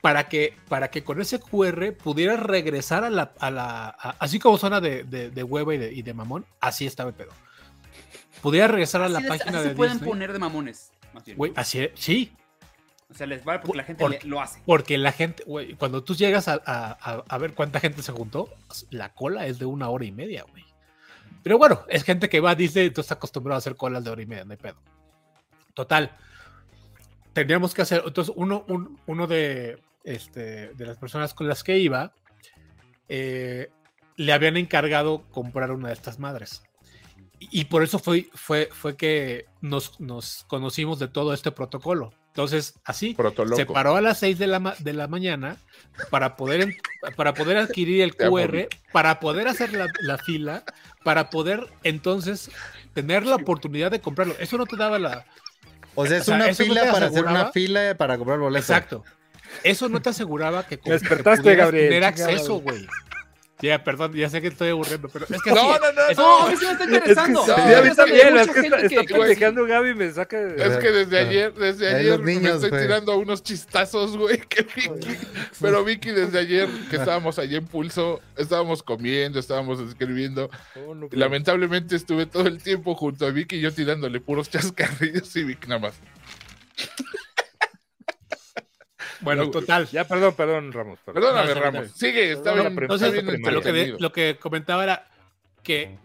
Speaker 4: para que, para que con ese QR pudieras regresar a la... a la- a- así como suena de, de, de hueva y de, y de mamón, así estaba el pedo. Pudieras regresar a la
Speaker 2: Así de-
Speaker 4: página
Speaker 2: así
Speaker 4: de
Speaker 2: se pueden
Speaker 4: Disney.
Speaker 2: poner de mamones, más bien.
Speaker 4: Güey, así es, sí,
Speaker 2: O sea, les vale porque la gente
Speaker 4: Por-
Speaker 2: le- lo hace.
Speaker 4: porque la gente, güey, cuando tú llegas a, a- a- a ver cuánta gente se juntó, la cola es de una hora y media, güey. Pero bueno, es gente que va a Disney y tú estás acostumbrado a hacer colas de hora y media, no hay pedo. Total. Teníamos que hacer, entonces uno, un- uno de, este, de las personas con las que iba, eh, le habían encargado comprar una de estas madres. Y, y por eso fue, fue, fue que nos, nos conocimos de todo este protocolo. Entonces, así, se
Speaker 5: Protoloco.
Speaker 4: paró a las 6 de la, ma- de la mañana para poder, en- para poder adquirir el
Speaker 5: Te amo,
Speaker 4: QR, para poder hacer la, la fila, para poder entonces tener la oportunidad de comprarlo. Eso no te daba la...
Speaker 1: O sea, es
Speaker 4: O sea,
Speaker 1: una
Speaker 4: ¿eso no
Speaker 1: fila
Speaker 4: te
Speaker 1: para hacer
Speaker 4: aseguraba?
Speaker 1: una fila para comprar boleto.
Speaker 4: Exacto. Eso no te aseguraba que, con-
Speaker 3: Me
Speaker 4: que
Speaker 3: despertaste,
Speaker 4: pudieras
Speaker 3: Gabriel,
Speaker 4: tener
Speaker 3: chingada,
Speaker 4: acceso, güey. Ya, perdón, ya sé que estoy aburriendo, pero es que así
Speaker 5: No,
Speaker 4: es.
Speaker 5: no, no,
Speaker 4: Eso-
Speaker 5: no.
Speaker 2: No, eso me está
Speaker 3: Es que,
Speaker 2: interesando.
Speaker 5: No,
Speaker 3: sí, a mí
Speaker 5: es que
Speaker 3: también,
Speaker 2: mucha
Speaker 3: es que está,
Speaker 2: gente que-
Speaker 3: está
Speaker 2: que-
Speaker 3: pendejando Gaby y me saca. de-
Speaker 5: Es que desde
Speaker 1: Ajá.
Speaker 5: ayer, desde
Speaker 1: Ahí
Speaker 5: ayer
Speaker 1: los
Speaker 5: me
Speaker 1: niños,
Speaker 5: estoy
Speaker 1: güey.
Speaker 5: tirando unos chistazos, güey. que Vicky- pero Vicky, desde ayer que estábamos allí en pulso, estábamos comiendo, estábamos escribiendo.
Speaker 3: Oh, no,
Speaker 5: Y Lamentablemente estuve todo el tiempo junto a Vicky y yo tirándole puros chascarrillos y Vicky nada más.
Speaker 4: Bueno,
Speaker 5: No,
Speaker 4: total.
Speaker 3: Ya, perdón, perdón, Ramos. perdón.
Speaker 5: Perdóname,
Speaker 4: No, está bien,
Speaker 5: Ramos. Sigue, está
Speaker 3: Perdón,
Speaker 5: bien.
Speaker 3: pero
Speaker 5: está
Speaker 4: Entonces, este,
Speaker 5: bien
Speaker 3: primero.
Speaker 4: lo que, de-
Speaker 5: entretenido.
Speaker 4: lo que comentaba era que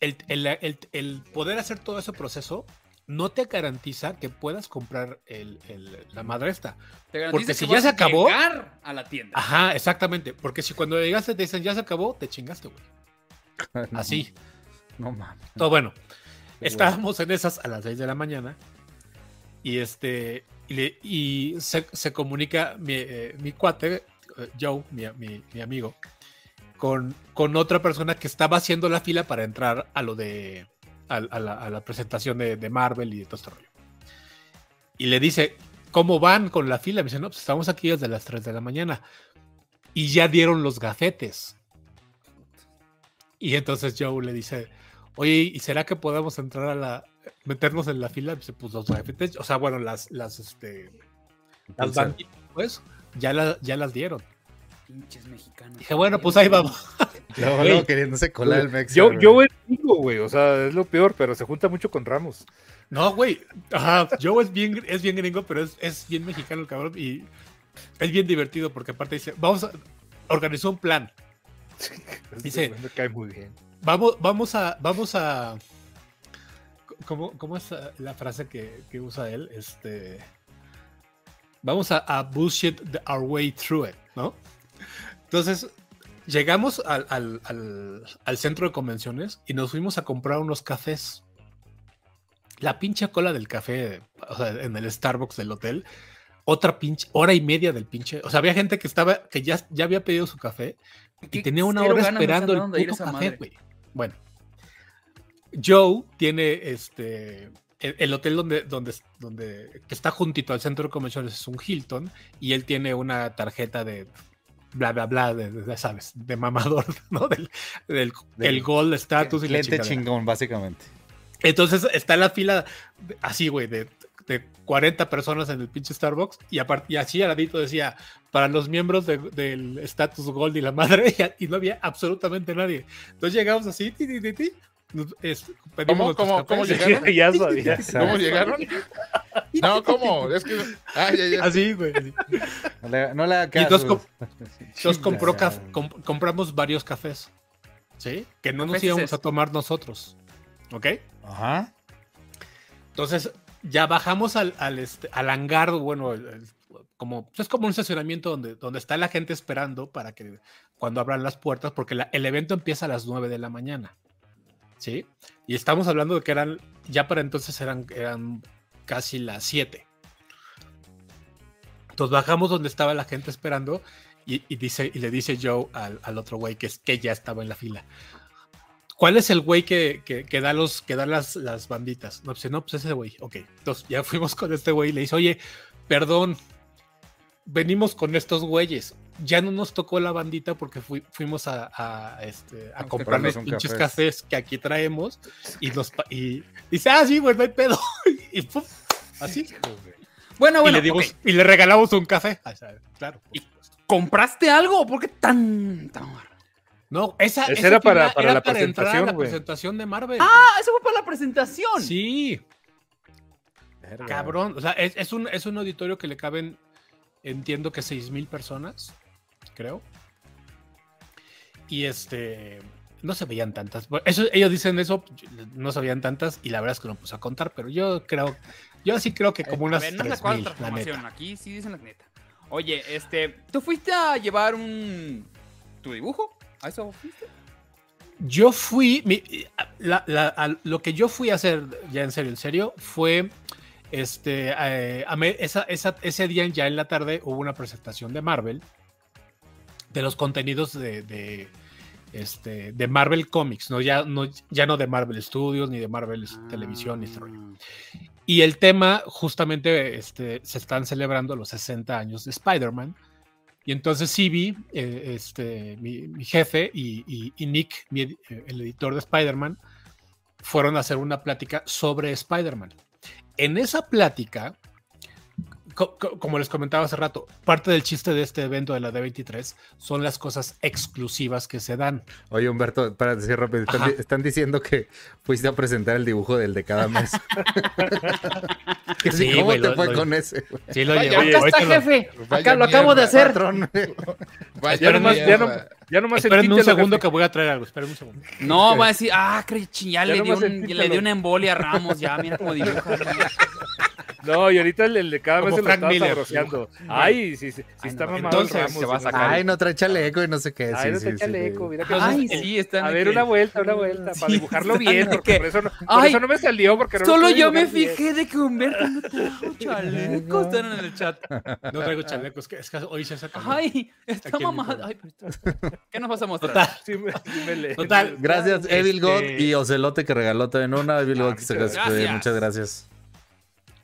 Speaker 4: el, el- el- el poder hacer todo ese proceso no te garantiza que puedas comprar el- el- la madre esta.
Speaker 2: Te garantizo
Speaker 4: Porque
Speaker 2: que
Speaker 4: si
Speaker 2: vas
Speaker 4: ya se
Speaker 2: a
Speaker 4: acabó- Ah.
Speaker 2: llegar a la tienda.
Speaker 4: Ajá, exactamente. Porque si cuando llegaste te dicen ya se acabó, te chingaste, güey.
Speaker 1: (laughs)
Speaker 4: Así.
Speaker 1: No mames.
Speaker 4: Todo bueno.
Speaker 1: Qué
Speaker 4: Estábamos en esas a las 6 de la mañana. Y este. Y, le- y se, se comunica mi, eh, mi cuate, eh, Joe, mi, mi- mi amigo, con, con otra persona que estaba haciendo la fila para entrar a lo de. a, a la, a la presentación de, de Marvel y de todo este rollo. Y le dice, ¿cómo van con la fila? Me dice, no, pues estamos aquí desde las 3 de la mañana. Y ya dieron los gafetes. Y entonces Joe le dice, Oye, ¿y será que podamos entrar a la. meternos en la fila? Dice, pues los gafetes, o sea, bueno, las, las, este. Las
Speaker 1: Entonces,
Speaker 4: banditas, pues, ya, la- ya las dieron.
Speaker 2: Pinches mexicanos.
Speaker 4: Dije, bueno, pues ahí vamos.
Speaker 1: Luego,
Speaker 3: Güey.
Speaker 1: luego queriéndose colar el Mexa.
Speaker 3: Yo,
Speaker 1: güey.
Speaker 3: yo es gringo, güey, o sea, es lo peor, pero se junta mucho con Ramos.
Speaker 4: No, güey. Ajá, Joe es bien, es bien gringo, pero es, es bien mexicano el cabrón y es bien divertido porque aparte dice, vamos a. organizó un plan. Dice-
Speaker 3: Me cae muy
Speaker 4: (laughs)
Speaker 3: bien.
Speaker 4: Vamos, vamos a. Vamos a. ¿Cómo, cómo es eh, la frase que, que usa él? Este. Vamos a, a bullshit the- our way through it, ¿no? Entonces, llegamos al, al- al- al centro de convenciones y nos fuimos a comprar unos cafés. La pinche cola del café, o sea, en el Starbucks del hotel, otra pinche hora y media del pinche. O sea, había gente que estaba, que ya, ya había pedido su café y tenía una hora esperando el puto café, güey. Bueno, Joe tiene este el, el hotel donde donde donde que está juntito al centro de convenciones es un Hilton y él tiene una tarjeta de bla bla bla de, de- ya sabes de mamador, (laughs) ¿no? Del, del-
Speaker 1: Del-
Speaker 4: el gold status y la
Speaker 1: Cliente
Speaker 4: chingadera.
Speaker 1: chingón, básicamente.
Speaker 4: Entonces está la fila de- así, güey, de, de 40 personas en el pinche Starbucks y, apar- y así al ladito decía, para los miembros de- del status gold y la madre, (laughs) y, a- y no había absolutamente nadie. Entonces llegamos así, ti, ti, ti, ti, nos- es- pedimos
Speaker 5: ¿Cómo,
Speaker 4: nuestros
Speaker 5: cómo, cómo
Speaker 4: cafés,
Speaker 3: (laughs)
Speaker 5: llegaron?
Speaker 3: ya
Speaker 4: (laughs)
Speaker 3: sabía.
Speaker 5: ¿Cómo llegaron? No, ¿cómo? Es que. Ah, ya, ya.
Speaker 4: Así, güey. así.
Speaker 1: No le, no le haga
Speaker 4: Y entonces
Speaker 1: caso.
Speaker 4: Entonces compró
Speaker 1: Chingada.
Speaker 4: caf- comp- compramos varios cafés, ¿sí? Que no nos
Speaker 2: Cafés
Speaker 4: íbamos
Speaker 2: es-
Speaker 4: a tomar nosotros, ¿ok?
Speaker 1: Ajá.
Speaker 4: Entonces ya bajamos al, al, este- al hangar, bueno, el- el- como, pues, es como un estacionamiento donde, donde está la gente esperando para que cuando abran las puertas, porque la- el evento empieza a las 9 de la mañana. ¿Sí? Y estamos hablando de que eran, ya para entonces eran, eran casi las 7. Entonces bajamos donde estaba la gente esperando y, y dice, y le dice Joe al, al otro güey que, es, que ya estaba en la fila. ¿Cuál es el güey que, que, que da, los, que da las, las banditas? No, pues, no, pues ese güey. Ok, entonces ya fuimos con este güey y le dice, oye, perdón, venimos con estos güeyes. Ya no nos tocó la bandita porque fui- fuimos a, a, este, a
Speaker 1: Vamos a
Speaker 4: comprar los
Speaker 1: comprarnos un
Speaker 4: pinches
Speaker 1: café.
Speaker 4: cafés que aquí traemos y, los, pa- y dice, ah, sí, güey, no hay pedo. (laughs) Y pum, así.
Speaker 2: Bueno, Ah, bueno,
Speaker 4: y, le dimos-
Speaker 2: ok.
Speaker 4: y le regalamos un café. O sea, Ah, claro. por
Speaker 2: Y-
Speaker 4: supuesto.
Speaker 2: ¿compraste algo? ¿Por qué tan, tan-
Speaker 4: No, esa,
Speaker 3: Esa
Speaker 4: esa
Speaker 3: era para-
Speaker 4: fila
Speaker 3: para la
Speaker 4: entrar a
Speaker 3: presentación,
Speaker 4: la
Speaker 3: güey.
Speaker 4: presentación de Marvel.
Speaker 2: Ah, eso fue para la presentación.
Speaker 4: sí,
Speaker 3: Ah.
Speaker 1: Verga.
Speaker 4: (laughs) cabrón. O sea, es, es un, es un auditorio que le caben, entiendo que seis mil personas, creo. Y este, no se veían tantas. Bueno, eso, ellos dicen eso, yo- no se veían tantas y la verdad es que no puse a contar, pero yo creo, yo sí creo que Eh,
Speaker 2: Eh,
Speaker 4: como
Speaker 2: A
Speaker 4: unas
Speaker 2: ver, no me
Speaker 4: tres
Speaker 2: acuerdo
Speaker 4: mil,
Speaker 2: la
Speaker 4: la neta.
Speaker 2: transformación. Aquí sí dicen la neta. Oye, este, ¿tú fuiste a llevar un. tu dibujo? ¿A eso fuiste?
Speaker 4: Yo fui, mi- la- la- a- lo que yo fui a hacer, ya en serio, en serio, fue, este, eh, a me- esa- esa- ese día ya en la tarde hubo una presentación de Marvel, de los contenidos de, de, este, de Marvel Comics, ¿no? Ya, no, ya no de Marvel Studios, ni de Marvel Televisión, ni este rollo. Y el tema, justamente, este, se están celebrando los 60 años de Spider-Man. Y entonces sí vi, eh, este, mi, mi jefe y, y- y Nick, mi ed- eh, el editor de Spider-Man, fueron a hacer una plática sobre Spider-Man. En esa plática co- co- como les comentaba hace rato, parte del chiste de este evento de la D23 son las cosas exclusivas que se dan.
Speaker 1: Oye, Humberto, para decir rápido, están,
Speaker 4: Ajá.
Speaker 1: di- están diciendo que fuiste a presentar el dibujo del de cada
Speaker 4: (laughs)
Speaker 1: mes. Que sí,
Speaker 4: (laughs) Sí,
Speaker 1: ¿Cómo
Speaker 4: güey,
Speaker 1: te
Speaker 4: lo-
Speaker 1: fue
Speaker 4: lo-
Speaker 1: con ese? güey?
Speaker 4: (laughs) Sí, lo
Speaker 5: Vaya,
Speaker 4: llevo.
Speaker 5: acá
Speaker 2: Acá está,
Speaker 4: ahorita lo-
Speaker 2: jefe.
Speaker 5: Vaya
Speaker 2: Acá lo acabo de
Speaker 5: mierda.
Speaker 2: hacer.
Speaker 1: Patrón.
Speaker 5: Vaya
Speaker 3: Ya nomás, ya,
Speaker 5: mierda.
Speaker 3: no, ya nomás el
Speaker 4: Esperen un
Speaker 3: título,
Speaker 4: segundo
Speaker 3: jefe.
Speaker 4: que voy a traer algo. Esperen un (laughs) segundo.
Speaker 2: No, va a decir, ah, cre- chin, ya
Speaker 3: Ya
Speaker 2: le, dio
Speaker 3: nomás
Speaker 2: un-
Speaker 3: el
Speaker 2: le dio
Speaker 3: título.
Speaker 2: una embolia a Ramos, ya, mira cómo dibuja.
Speaker 4: (laughs)
Speaker 3: No, y ahorita el, el de cada vez
Speaker 4: Como
Speaker 3: se lo
Speaker 4: Frank
Speaker 3: estaba
Speaker 4: Miller.
Speaker 3: sabroseando. Ay, sí, sí, sí
Speaker 2: Ay,
Speaker 3: está
Speaker 2: no,
Speaker 3: mamado el
Speaker 2: entonces
Speaker 3: Ramos,
Speaker 2: se va a
Speaker 3: sí,
Speaker 2: sacar.
Speaker 1: Ay, no trae chaleco y no sé qué.
Speaker 3: Ay,
Speaker 1: Sí,
Speaker 3: no
Speaker 1: sí,
Speaker 3: te
Speaker 1: sí,
Speaker 3: chaleco,
Speaker 1: sí.
Speaker 3: mira que
Speaker 2: Ay,
Speaker 3: no-
Speaker 2: sí, están
Speaker 3: A ver,
Speaker 2: aquí.
Speaker 3: una vuelta, una vuelta, para
Speaker 2: Sí,
Speaker 3: dibujarlo
Speaker 2: están
Speaker 3: bien,
Speaker 2: de
Speaker 3: porque
Speaker 2: que-
Speaker 3: por eso, no, por
Speaker 2: Ay,
Speaker 3: eso no me salió, porque no lo
Speaker 2: Solo
Speaker 3: pude
Speaker 2: yo me
Speaker 3: dibujar bien.
Speaker 2: fijé de que Humberto no trajo chaleco. Están en el chat.
Speaker 4: No traigo chalecos. Es que, es que hoy se saca.
Speaker 2: Ay, está
Speaker 4: Aquí el
Speaker 2: mamado.
Speaker 4: micrófono.
Speaker 2: Ay, pero está- ¿Qué nos vas a mostrar?
Speaker 4: Total,
Speaker 3: Sí, me- sí me le-
Speaker 4: total.
Speaker 1: Gracias, Evil God
Speaker 4: Este, Ah,
Speaker 1: y Ocelote que regaló también una. Evil God, que se
Speaker 3: muchas
Speaker 1: gracias.
Speaker 2: gracias.
Speaker 1: Muchas gracias.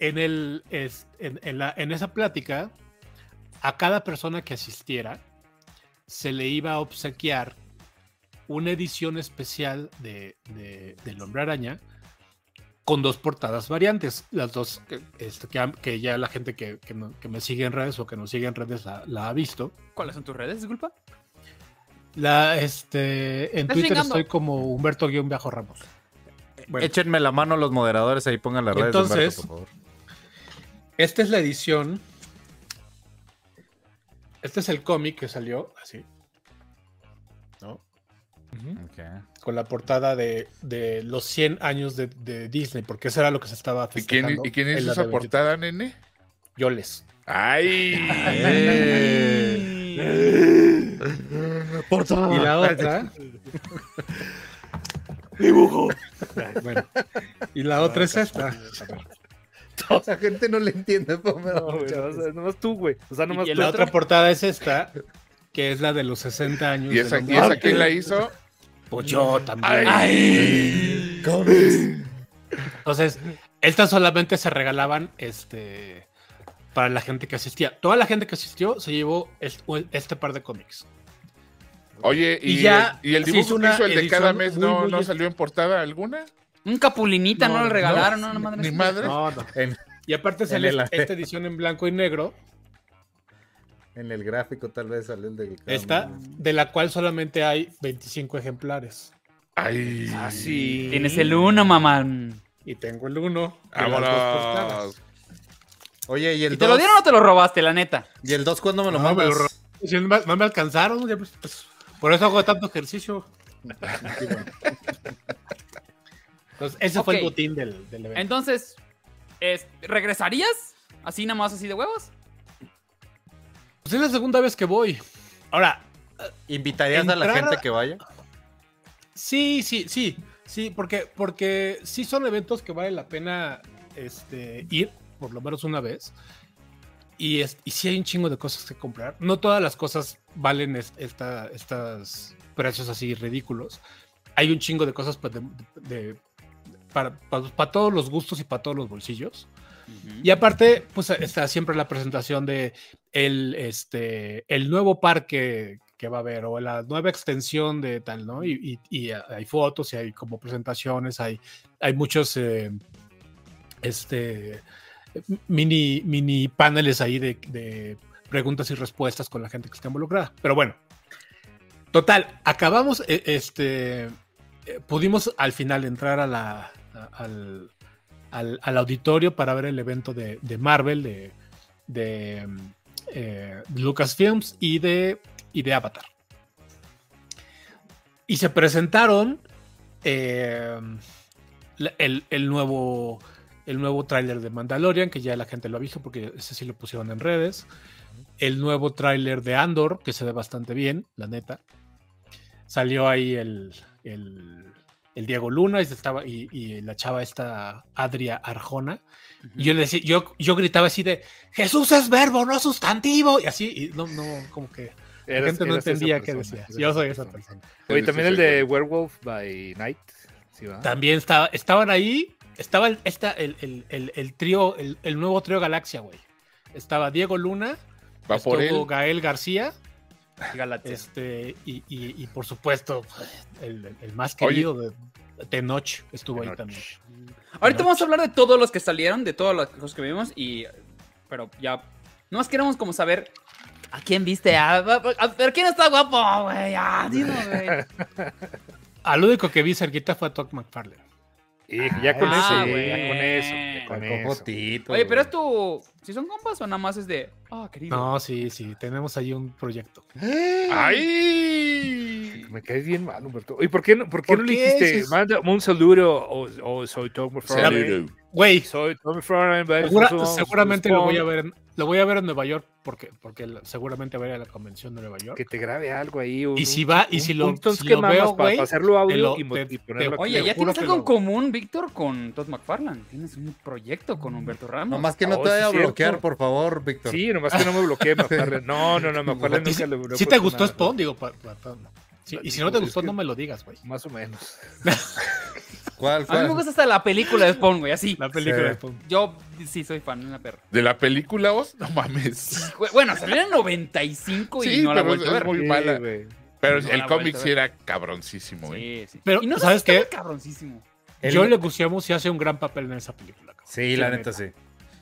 Speaker 4: en, el, es- en, en la- en esa plática, a cada persona que asistiera, se le iba a obsequiar una edición especial de, de, del Hombre Araña con dos portadas variantes. Las dos que, este, que, han- que ya la gente que, que no- que me sigue en redes o que nos sigue en redes la, la ha visto.
Speaker 2: ¿Cuáles son tus redes, disculpa?
Speaker 4: La, este, en
Speaker 2: Estás
Speaker 4: Twitter
Speaker 2: chingando.
Speaker 4: estoy como Humberto-Ramos. Bueno.
Speaker 1: Échenme la mano los moderadores ahí, pongan las redes.
Speaker 4: Entonces-
Speaker 1: Humberto, por favor.
Speaker 4: Esta es la edición. Este es el cómic que salió así. ¿No?
Speaker 1: Ok.
Speaker 4: Con la portada de, de los 100 años de, de Disney, porque eso era lo que se estaba
Speaker 5: ¿Y quién,
Speaker 4: festejando.
Speaker 5: ¿Y quién
Speaker 4: en
Speaker 5: hizo
Speaker 4: la
Speaker 5: esa
Speaker 4: de-
Speaker 5: portada, nene?
Speaker 4: Yo les. (laughs)
Speaker 5: ¡Ay!
Speaker 4: Eh. Y la otra. Dibujo. (laughs) Bueno, y la otra es esta.
Speaker 1: (laughs) La gente no le entiende, pero me da
Speaker 3: No, güey,
Speaker 1: mucha
Speaker 3: o
Speaker 1: risa.
Speaker 3: sea, nomás tú, güey. O sea, nomás
Speaker 4: Y
Speaker 3: tú.
Speaker 4: la otra portada es esta, que es la de los 60 años.
Speaker 5: ¿Y esa,
Speaker 4: del
Speaker 5: y
Speaker 4: hombre
Speaker 5: esa
Speaker 4: araña.
Speaker 5: quién la hizo?
Speaker 4: Pues yo también.
Speaker 5: ¡Ay!
Speaker 4: Entonces, estas solamente se regalaban este, para la gente que asistía. Toda la gente que asistió se llevó es- este par de cómics.
Speaker 5: Oye, ¿y,
Speaker 4: Y ya
Speaker 5: el, y el
Speaker 4: se
Speaker 5: dibujo
Speaker 4: hizo
Speaker 5: que
Speaker 4: una
Speaker 5: hizo el de cada
Speaker 4: edición
Speaker 5: mes
Speaker 4: muy,
Speaker 5: no,
Speaker 4: muy
Speaker 5: no
Speaker 4: es-
Speaker 5: salió en portada alguna?
Speaker 2: Un capulinita, no,
Speaker 4: No,
Speaker 2: lo
Speaker 4: no,
Speaker 2: regalaron, no, no, madre.
Speaker 5: Ni madre.
Speaker 4: No, no.
Speaker 1: En,
Speaker 4: Y aparte sale
Speaker 1: En el-
Speaker 4: esta edición en blanco y negro,
Speaker 1: en el gráfico tal vez salió el de...
Speaker 4: esta, de la cual solamente hay 25 ejemplares.
Speaker 5: ¡Ay!
Speaker 3: Así.
Speaker 2: Tienes el uno, mamá.
Speaker 4: Y tengo el uno. de las dos
Speaker 5: ¡Vámonos!
Speaker 4: portadas.
Speaker 1: Oye, ¿y
Speaker 2: ¿Y
Speaker 1: el
Speaker 2: te lo
Speaker 1: 2?
Speaker 2: dieron o te lo robaste, la neta?
Speaker 1: ¿Y el 2 cuándo me lo
Speaker 4: No, me
Speaker 1: mandas?
Speaker 4: lo ro- Si no, me- no me alcanzaron. ya, pues, pues, por eso hago tanto ejercicio. Entonces, ese fue el
Speaker 2: Ok.
Speaker 4: botín del, del evento.
Speaker 2: Entonces, es- ¿regresarías? ¿Así nada más así de huevos?
Speaker 4: Pues es la segunda vez que voy. Ahora,
Speaker 1: ¿Invitarías a la
Speaker 4: Entrar a-
Speaker 1: gente que vaya?
Speaker 4: sí, sí, sí, sí, porque, porque sí son eventos que vale la pena este, ir, por lo menos una vez. Y, es, y sí hay un chingo de cosas que comprar. No todas las cosas valen es- esta, estos precios así ridículos. Hay un chingo de cosas pues, de- de- para, para- para todos los gustos y para todos los bolsillos. Y aparte, pues está siempre la presentación de el, este, el nuevo parque que va a haber o la nueva extensión de tal, ¿no? Y, y- y hay fotos y hay como presentaciones, hay, hay muchos eh, este, mini, mini paneles ahí de, de preguntas y respuestas con la gente que está involucrada. Pero bueno, total, acabamos, eh, este, eh, pudimos al final entrar a la, a- al, al, al auditorio para ver el evento de, de Marvel, de, de mm, eh, Lucasfilms y de, y de Avatar. Y se presentaron eh, la- el, el nuevo, el nuevo tráiler de Mandalorian, que ya la gente lo ha visto porque ese sí lo pusieron en redes. El nuevo tráiler de Andor, que se ve bastante bien, la neta. Salió ahí el, el, el Diego Luna y, se estaba, y, y la chava esta Adria Arjona. Y yo le decía, yo, yo gritaba así de Jesús es verbo, no sustantivo. Y así, y no, no, como que la
Speaker 3: Eras-
Speaker 4: gente no
Speaker 3: eras esa
Speaker 4: entendía qué
Speaker 3: persona, eras
Speaker 4: decía. Yo soy esa persona.
Speaker 3: Oye,
Speaker 5: Sí,
Speaker 3: también
Speaker 5: sí,
Speaker 3: el
Speaker 5: sí,
Speaker 3: de
Speaker 5: sí.
Speaker 3: Werewolf by Night. Sí, va.
Speaker 4: También estaba, estaban ahí, estaba el, esta, el, el, el, el trío, el, el nuevo trío Galaxia, güey. Estaba Diego Luna,
Speaker 5: Va por
Speaker 4: estuvo
Speaker 5: él.
Speaker 4: Gael García,
Speaker 2: Galatea.
Speaker 4: este, y, y, y por supuesto, el, el- el más
Speaker 5: Oye.
Speaker 4: querido de Tenoch estuvo ahí
Speaker 3: Noche.
Speaker 4: también.
Speaker 2: Ahorita vamos a hablar de todos los que salieron, de todos los que vimos y pero ya. Nos queremos como saber a quién viste. A, a- a- pero quién está guapo, güey. Ah,
Speaker 4: (laughs)
Speaker 2: dinos, güey.
Speaker 4: Al único que vi cerquita fue a Todd McFarlane.
Speaker 3: Y ya con
Speaker 2: Ah,
Speaker 3: eso,
Speaker 2: güey.
Speaker 3: ya con eso, ya con
Speaker 1: Sacó
Speaker 3: eso.
Speaker 1: fotito,
Speaker 2: Oye, pero
Speaker 1: güey.
Speaker 2: es tu. Si son compas o nada más es de. Ah, querido.
Speaker 4: No, sí, sí, tenemos ahí un proyecto.
Speaker 5: ¡Ay!
Speaker 3: Me caes bien mal, Humberto. ¿Y por qué no, por qué
Speaker 4: ¿Por
Speaker 3: no
Speaker 4: qué?
Speaker 3: le dijiste,
Speaker 4: Si es-
Speaker 3: manda un saludo o, o soy Tom McFarlane?
Speaker 4: Güey,
Speaker 3: Soy Tom McFarlane. ¿verdad?
Speaker 4: segura-
Speaker 3: Somos-
Speaker 4: seguramente
Speaker 3: somos
Speaker 4: lo voy a ver en, lo voy a ver en Nueva York porque, porque la- seguramente va a ir a la convención de Nueva York.
Speaker 3: Que te grabe algo ahí. un-
Speaker 4: Y si va, y
Speaker 3: un-
Speaker 4: si
Speaker 3: un
Speaker 4: lo,
Speaker 3: tons
Speaker 4: si
Speaker 3: que
Speaker 4: lo
Speaker 3: mamas
Speaker 4: veo,
Speaker 3: para
Speaker 4: güey,
Speaker 3: pasarlo audio
Speaker 4: lo-
Speaker 3: y, mo-
Speaker 4: te-
Speaker 3: y ponerlo
Speaker 4: te-
Speaker 3: aquí.
Speaker 2: Oye,
Speaker 4: Te
Speaker 2: ya
Speaker 4: juro
Speaker 2: tienes
Speaker 4: que
Speaker 2: algo en
Speaker 4: lo-
Speaker 2: común, Víctor, con Todd McFarland. Tienes un proyecto
Speaker 4: Mm,
Speaker 2: con Humberto Ramos.
Speaker 1: Nomás que no
Speaker 3: Oh,
Speaker 1: te vaya
Speaker 3: sí,
Speaker 1: a
Speaker 3: cierto.
Speaker 1: bloquear, por favor, Víctor.
Speaker 3: Sí, nomás que no me bloquee McFarlane. No, no, no,
Speaker 4: (laughs)
Speaker 3: McFarlane
Speaker 4: Si
Speaker 3: nunca le le he
Speaker 4: si te
Speaker 3: puesto
Speaker 4: gustó
Speaker 3: nada.
Speaker 4: Spawn, digo, pa- pa- pa- sí, y si no te
Speaker 3: Es
Speaker 4: gustó,
Speaker 3: que-
Speaker 4: no me lo digas, güey.
Speaker 3: Más o menos.
Speaker 1: ¿Cuál,
Speaker 2: A mí me
Speaker 1: cuál?
Speaker 2: gusta hasta la película de Spawn, güey, así.
Speaker 4: La película
Speaker 1: Sí.
Speaker 4: de Spawn.
Speaker 2: Yo sí soy fan de una perra.
Speaker 5: ¿De la película Oz? No
Speaker 4: (laughs)
Speaker 5: mames.
Speaker 2: Güey, Bueno, salió en el 95 y
Speaker 5: Sí,
Speaker 2: no la he
Speaker 5: pero
Speaker 2: vuelto a
Speaker 5: es
Speaker 2: ver.
Speaker 5: muy
Speaker 3: Sí,
Speaker 5: mala.
Speaker 3: güey.
Speaker 5: Pero
Speaker 2: No la
Speaker 5: el cómic
Speaker 2: vuelta,
Speaker 5: sí era cabroncísimo, ¿eh?
Speaker 2: Sí, sí.
Speaker 4: Pero,
Speaker 2: y no sabes
Speaker 4: ¿sabes
Speaker 2: qué.
Speaker 4: qué?
Speaker 2: Cabroncísimo.
Speaker 1: El-
Speaker 4: Yo le Gusciamos sí hace un gran papel en esa película. cabrón.
Speaker 1: Sí, la neta, sí.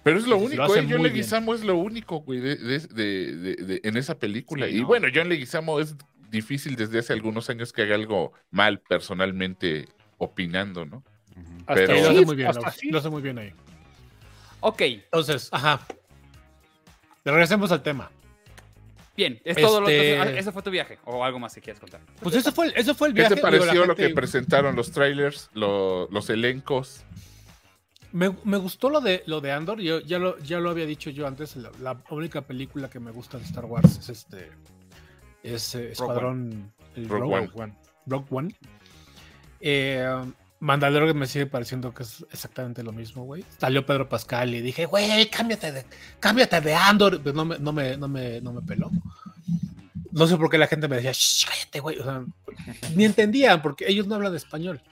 Speaker 5: Pero es
Speaker 4: Lo
Speaker 5: lo único,
Speaker 4: hace
Speaker 5: ¿eh? John
Speaker 4: muy bien.
Speaker 5: Leguizamo es lo único, güey, de, de- de- de- de- en esa película.
Speaker 2: Sí,
Speaker 5: y
Speaker 2: no.
Speaker 5: bueno, John Leguizamo es difícil desde hace algunos años que haga algo mal personalmente opinando, ¿no?
Speaker 3: Hasta
Speaker 5: Pero-
Speaker 4: Sí, lo
Speaker 3: ahí,
Speaker 4: hace muy bien,
Speaker 3: hasta
Speaker 4: lo,
Speaker 3: ahí.
Speaker 4: lo hace muy bien ahí.
Speaker 2: Ok,
Speaker 4: Entonces, ajá. Regresemos al tema.
Speaker 2: bien. Es todo lo
Speaker 4: Este-
Speaker 2: entonces, Ese fue tu viaje. O algo más que quieras contar.
Speaker 4: Pues eso fue, el- eso fue el
Speaker 5: ¿Qué
Speaker 4: viaje.
Speaker 5: te
Speaker 4: digo,
Speaker 5: pareció
Speaker 4: la
Speaker 5: lo que
Speaker 4: gente-
Speaker 5: presentaron los trailers, lo- los elencos?
Speaker 4: Me, me gustó lo de, lo de Andor. Yo, ya, lo, ya lo había dicho yo antes. La, la única película que me gusta de Star Wars es este. Es eh, Escuadrón. el
Speaker 5: Rogue
Speaker 4: Rogue
Speaker 5: One.
Speaker 4: One. Rogue One. Eh, Mandalorian me sigue pareciendo que es exactamente lo mismo, güey. Salió Pedro Pascal y dije, güey, cámbiate de, cámbiate de Andor. Pero no me, no, me, no, me, no me peló. No sé por qué la gente me decía, "Shh, cállate, güey. O sea, ni entendían porque ellos no hablan español.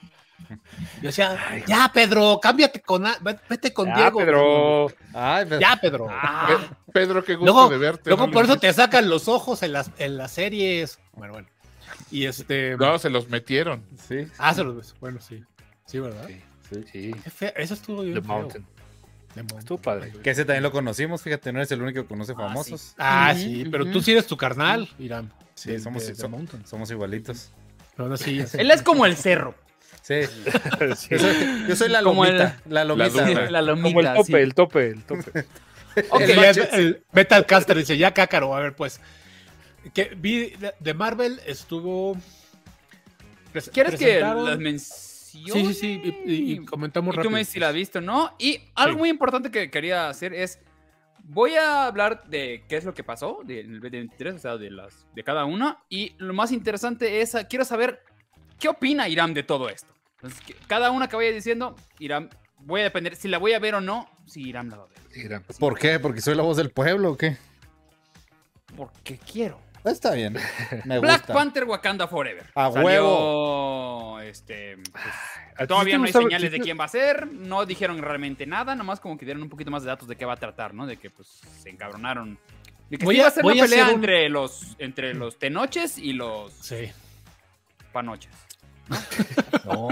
Speaker 4: Yo decía, ya, Pedro, cámbiate con, a- ve- vete con
Speaker 3: Ya,
Speaker 4: Diego.
Speaker 3: Ah, Pedro. Ah,
Speaker 1: Ay, pues, pero-
Speaker 4: Ya, Pedro.
Speaker 2: Ah.
Speaker 5: Pe- Pedro, qué gusto
Speaker 4: Luego-
Speaker 5: de verte.
Speaker 4: Luego
Speaker 5: ¿no?
Speaker 4: por
Speaker 5: Les
Speaker 4: eso te sacan los ojos en las, en las series. Bueno, bueno. Y este.
Speaker 5: No, se los metieron.
Speaker 1: Sí,
Speaker 4: Ah, se los beso. Bueno, sí. Sí, ¿verdad?
Speaker 3: Sí.
Speaker 1: sí.
Speaker 3: Sí,
Speaker 4: Qué fea- Eso estuvo bien.
Speaker 3: The
Speaker 4: feo.
Speaker 3: Mountain.
Speaker 4: The Mountain.
Speaker 3: Estuvo padre.
Speaker 1: Que ese también lo conocimos, fíjate, no eres el único que conoce famosos.
Speaker 4: Ah,
Speaker 5: Ujú,
Speaker 4: sí, pero
Speaker 5: ujú.
Speaker 4: tú sí eres tu carnal, Irán.
Speaker 1: Sí,
Speaker 4: de-
Speaker 1: somos,
Speaker 4: de The
Speaker 1: so-
Speaker 4: Mountain.
Speaker 1: somos igualitos.
Speaker 4: No,
Speaker 3: (laughs)
Speaker 4: no, sí, sí.
Speaker 2: Él es como el cerro.
Speaker 1: Sí,
Speaker 3: Sí.
Speaker 4: (laughs)
Speaker 1: yo soy, yo soy la
Speaker 2: Como el-
Speaker 1: lomita. La lomita.
Speaker 5: duna.
Speaker 1: güey.
Speaker 2: La lomita.
Speaker 3: Como el tope,
Speaker 2: sí.
Speaker 3: el tope, el tope.
Speaker 2: Ok,
Speaker 4: El- el- el Metal Caster dice, ya cácaro, a ver, pues. Que vi de- de Marvel estuvo. pres-
Speaker 2: ¿Quieres que
Speaker 4: presentaron-
Speaker 2: las mencione?
Speaker 4: Sí, sí, sí, y, y- y
Speaker 2: Y
Speaker 4: comentamos
Speaker 2: tú
Speaker 4: rápido.
Speaker 2: me dices si la has visto, ¿no? Y algo
Speaker 4: Sí.
Speaker 2: muy importante que quería hacer es. Voy a hablar de qué es lo que pasó de- en el 23, o sea, de, las, de cada una. Y lo más interesante es, ah, quiero saber qué opina Irán de todo esto. Entonces, que- cada una que vaya diciendo, Irán, voy a depender si la voy a ver o no, si Irán la va a ver.
Speaker 3: Mira,
Speaker 1: ¿Por qué? ¿Porque soy la voz del pueblo o qué?
Speaker 2: Porque quiero.
Speaker 1: Está bien. Me
Speaker 2: Black
Speaker 1: gusta.
Speaker 2: Panther Wakanda Forever.
Speaker 1: A
Speaker 2: Salió,
Speaker 1: huevo.
Speaker 2: Este, pues,
Speaker 4: Ah,
Speaker 3: ¿a ti
Speaker 2: todavía
Speaker 3: sí te
Speaker 2: no hay
Speaker 3: gustaba-
Speaker 2: señales
Speaker 3: sí
Speaker 2: de
Speaker 3: te-
Speaker 2: quién va a ser. No dijeron realmente nada. Nomás como que dieron un poquito más de datos de qué va a tratar, ¿no? De que pues se encabronaron. De que
Speaker 4: Voy
Speaker 2: sí va
Speaker 4: a-
Speaker 2: a ser una
Speaker 4: voy a
Speaker 2: pelea
Speaker 4: hacer un-
Speaker 2: entre, los, entre los tenoches y los
Speaker 4: Sí.
Speaker 2: panoches.
Speaker 1: No.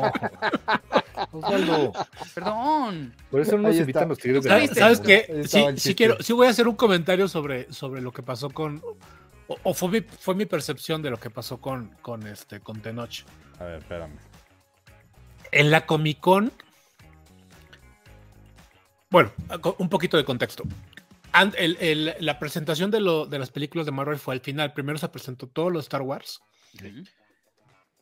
Speaker 3: Osvaldo,
Speaker 4: Ah.
Speaker 2: Perdón.
Speaker 3: Por eso no nos
Speaker 1: Ahí
Speaker 3: invitan
Speaker 1: está.
Speaker 3: los tigres de
Speaker 2: Ahí
Speaker 3: la
Speaker 4: ¿Sabes,
Speaker 2: está.
Speaker 4: sabes
Speaker 1: Ahí
Speaker 4: qué? Sí,
Speaker 1: estaba el
Speaker 4: sí
Speaker 1: chiste.
Speaker 4: quiero, sí voy a hacer un comentario sobre, sobre lo que pasó con. O, o fue, mi, fue mi percepción de lo que pasó con, con, este, con Tenoch.
Speaker 1: A ver, espérame.
Speaker 4: En la Comic Con. Bueno, co- un poquito de contexto. And- el- el- la presentación de, lo- de las películas de Marvel fue al final. Primero se presentó todo lo de Star Wars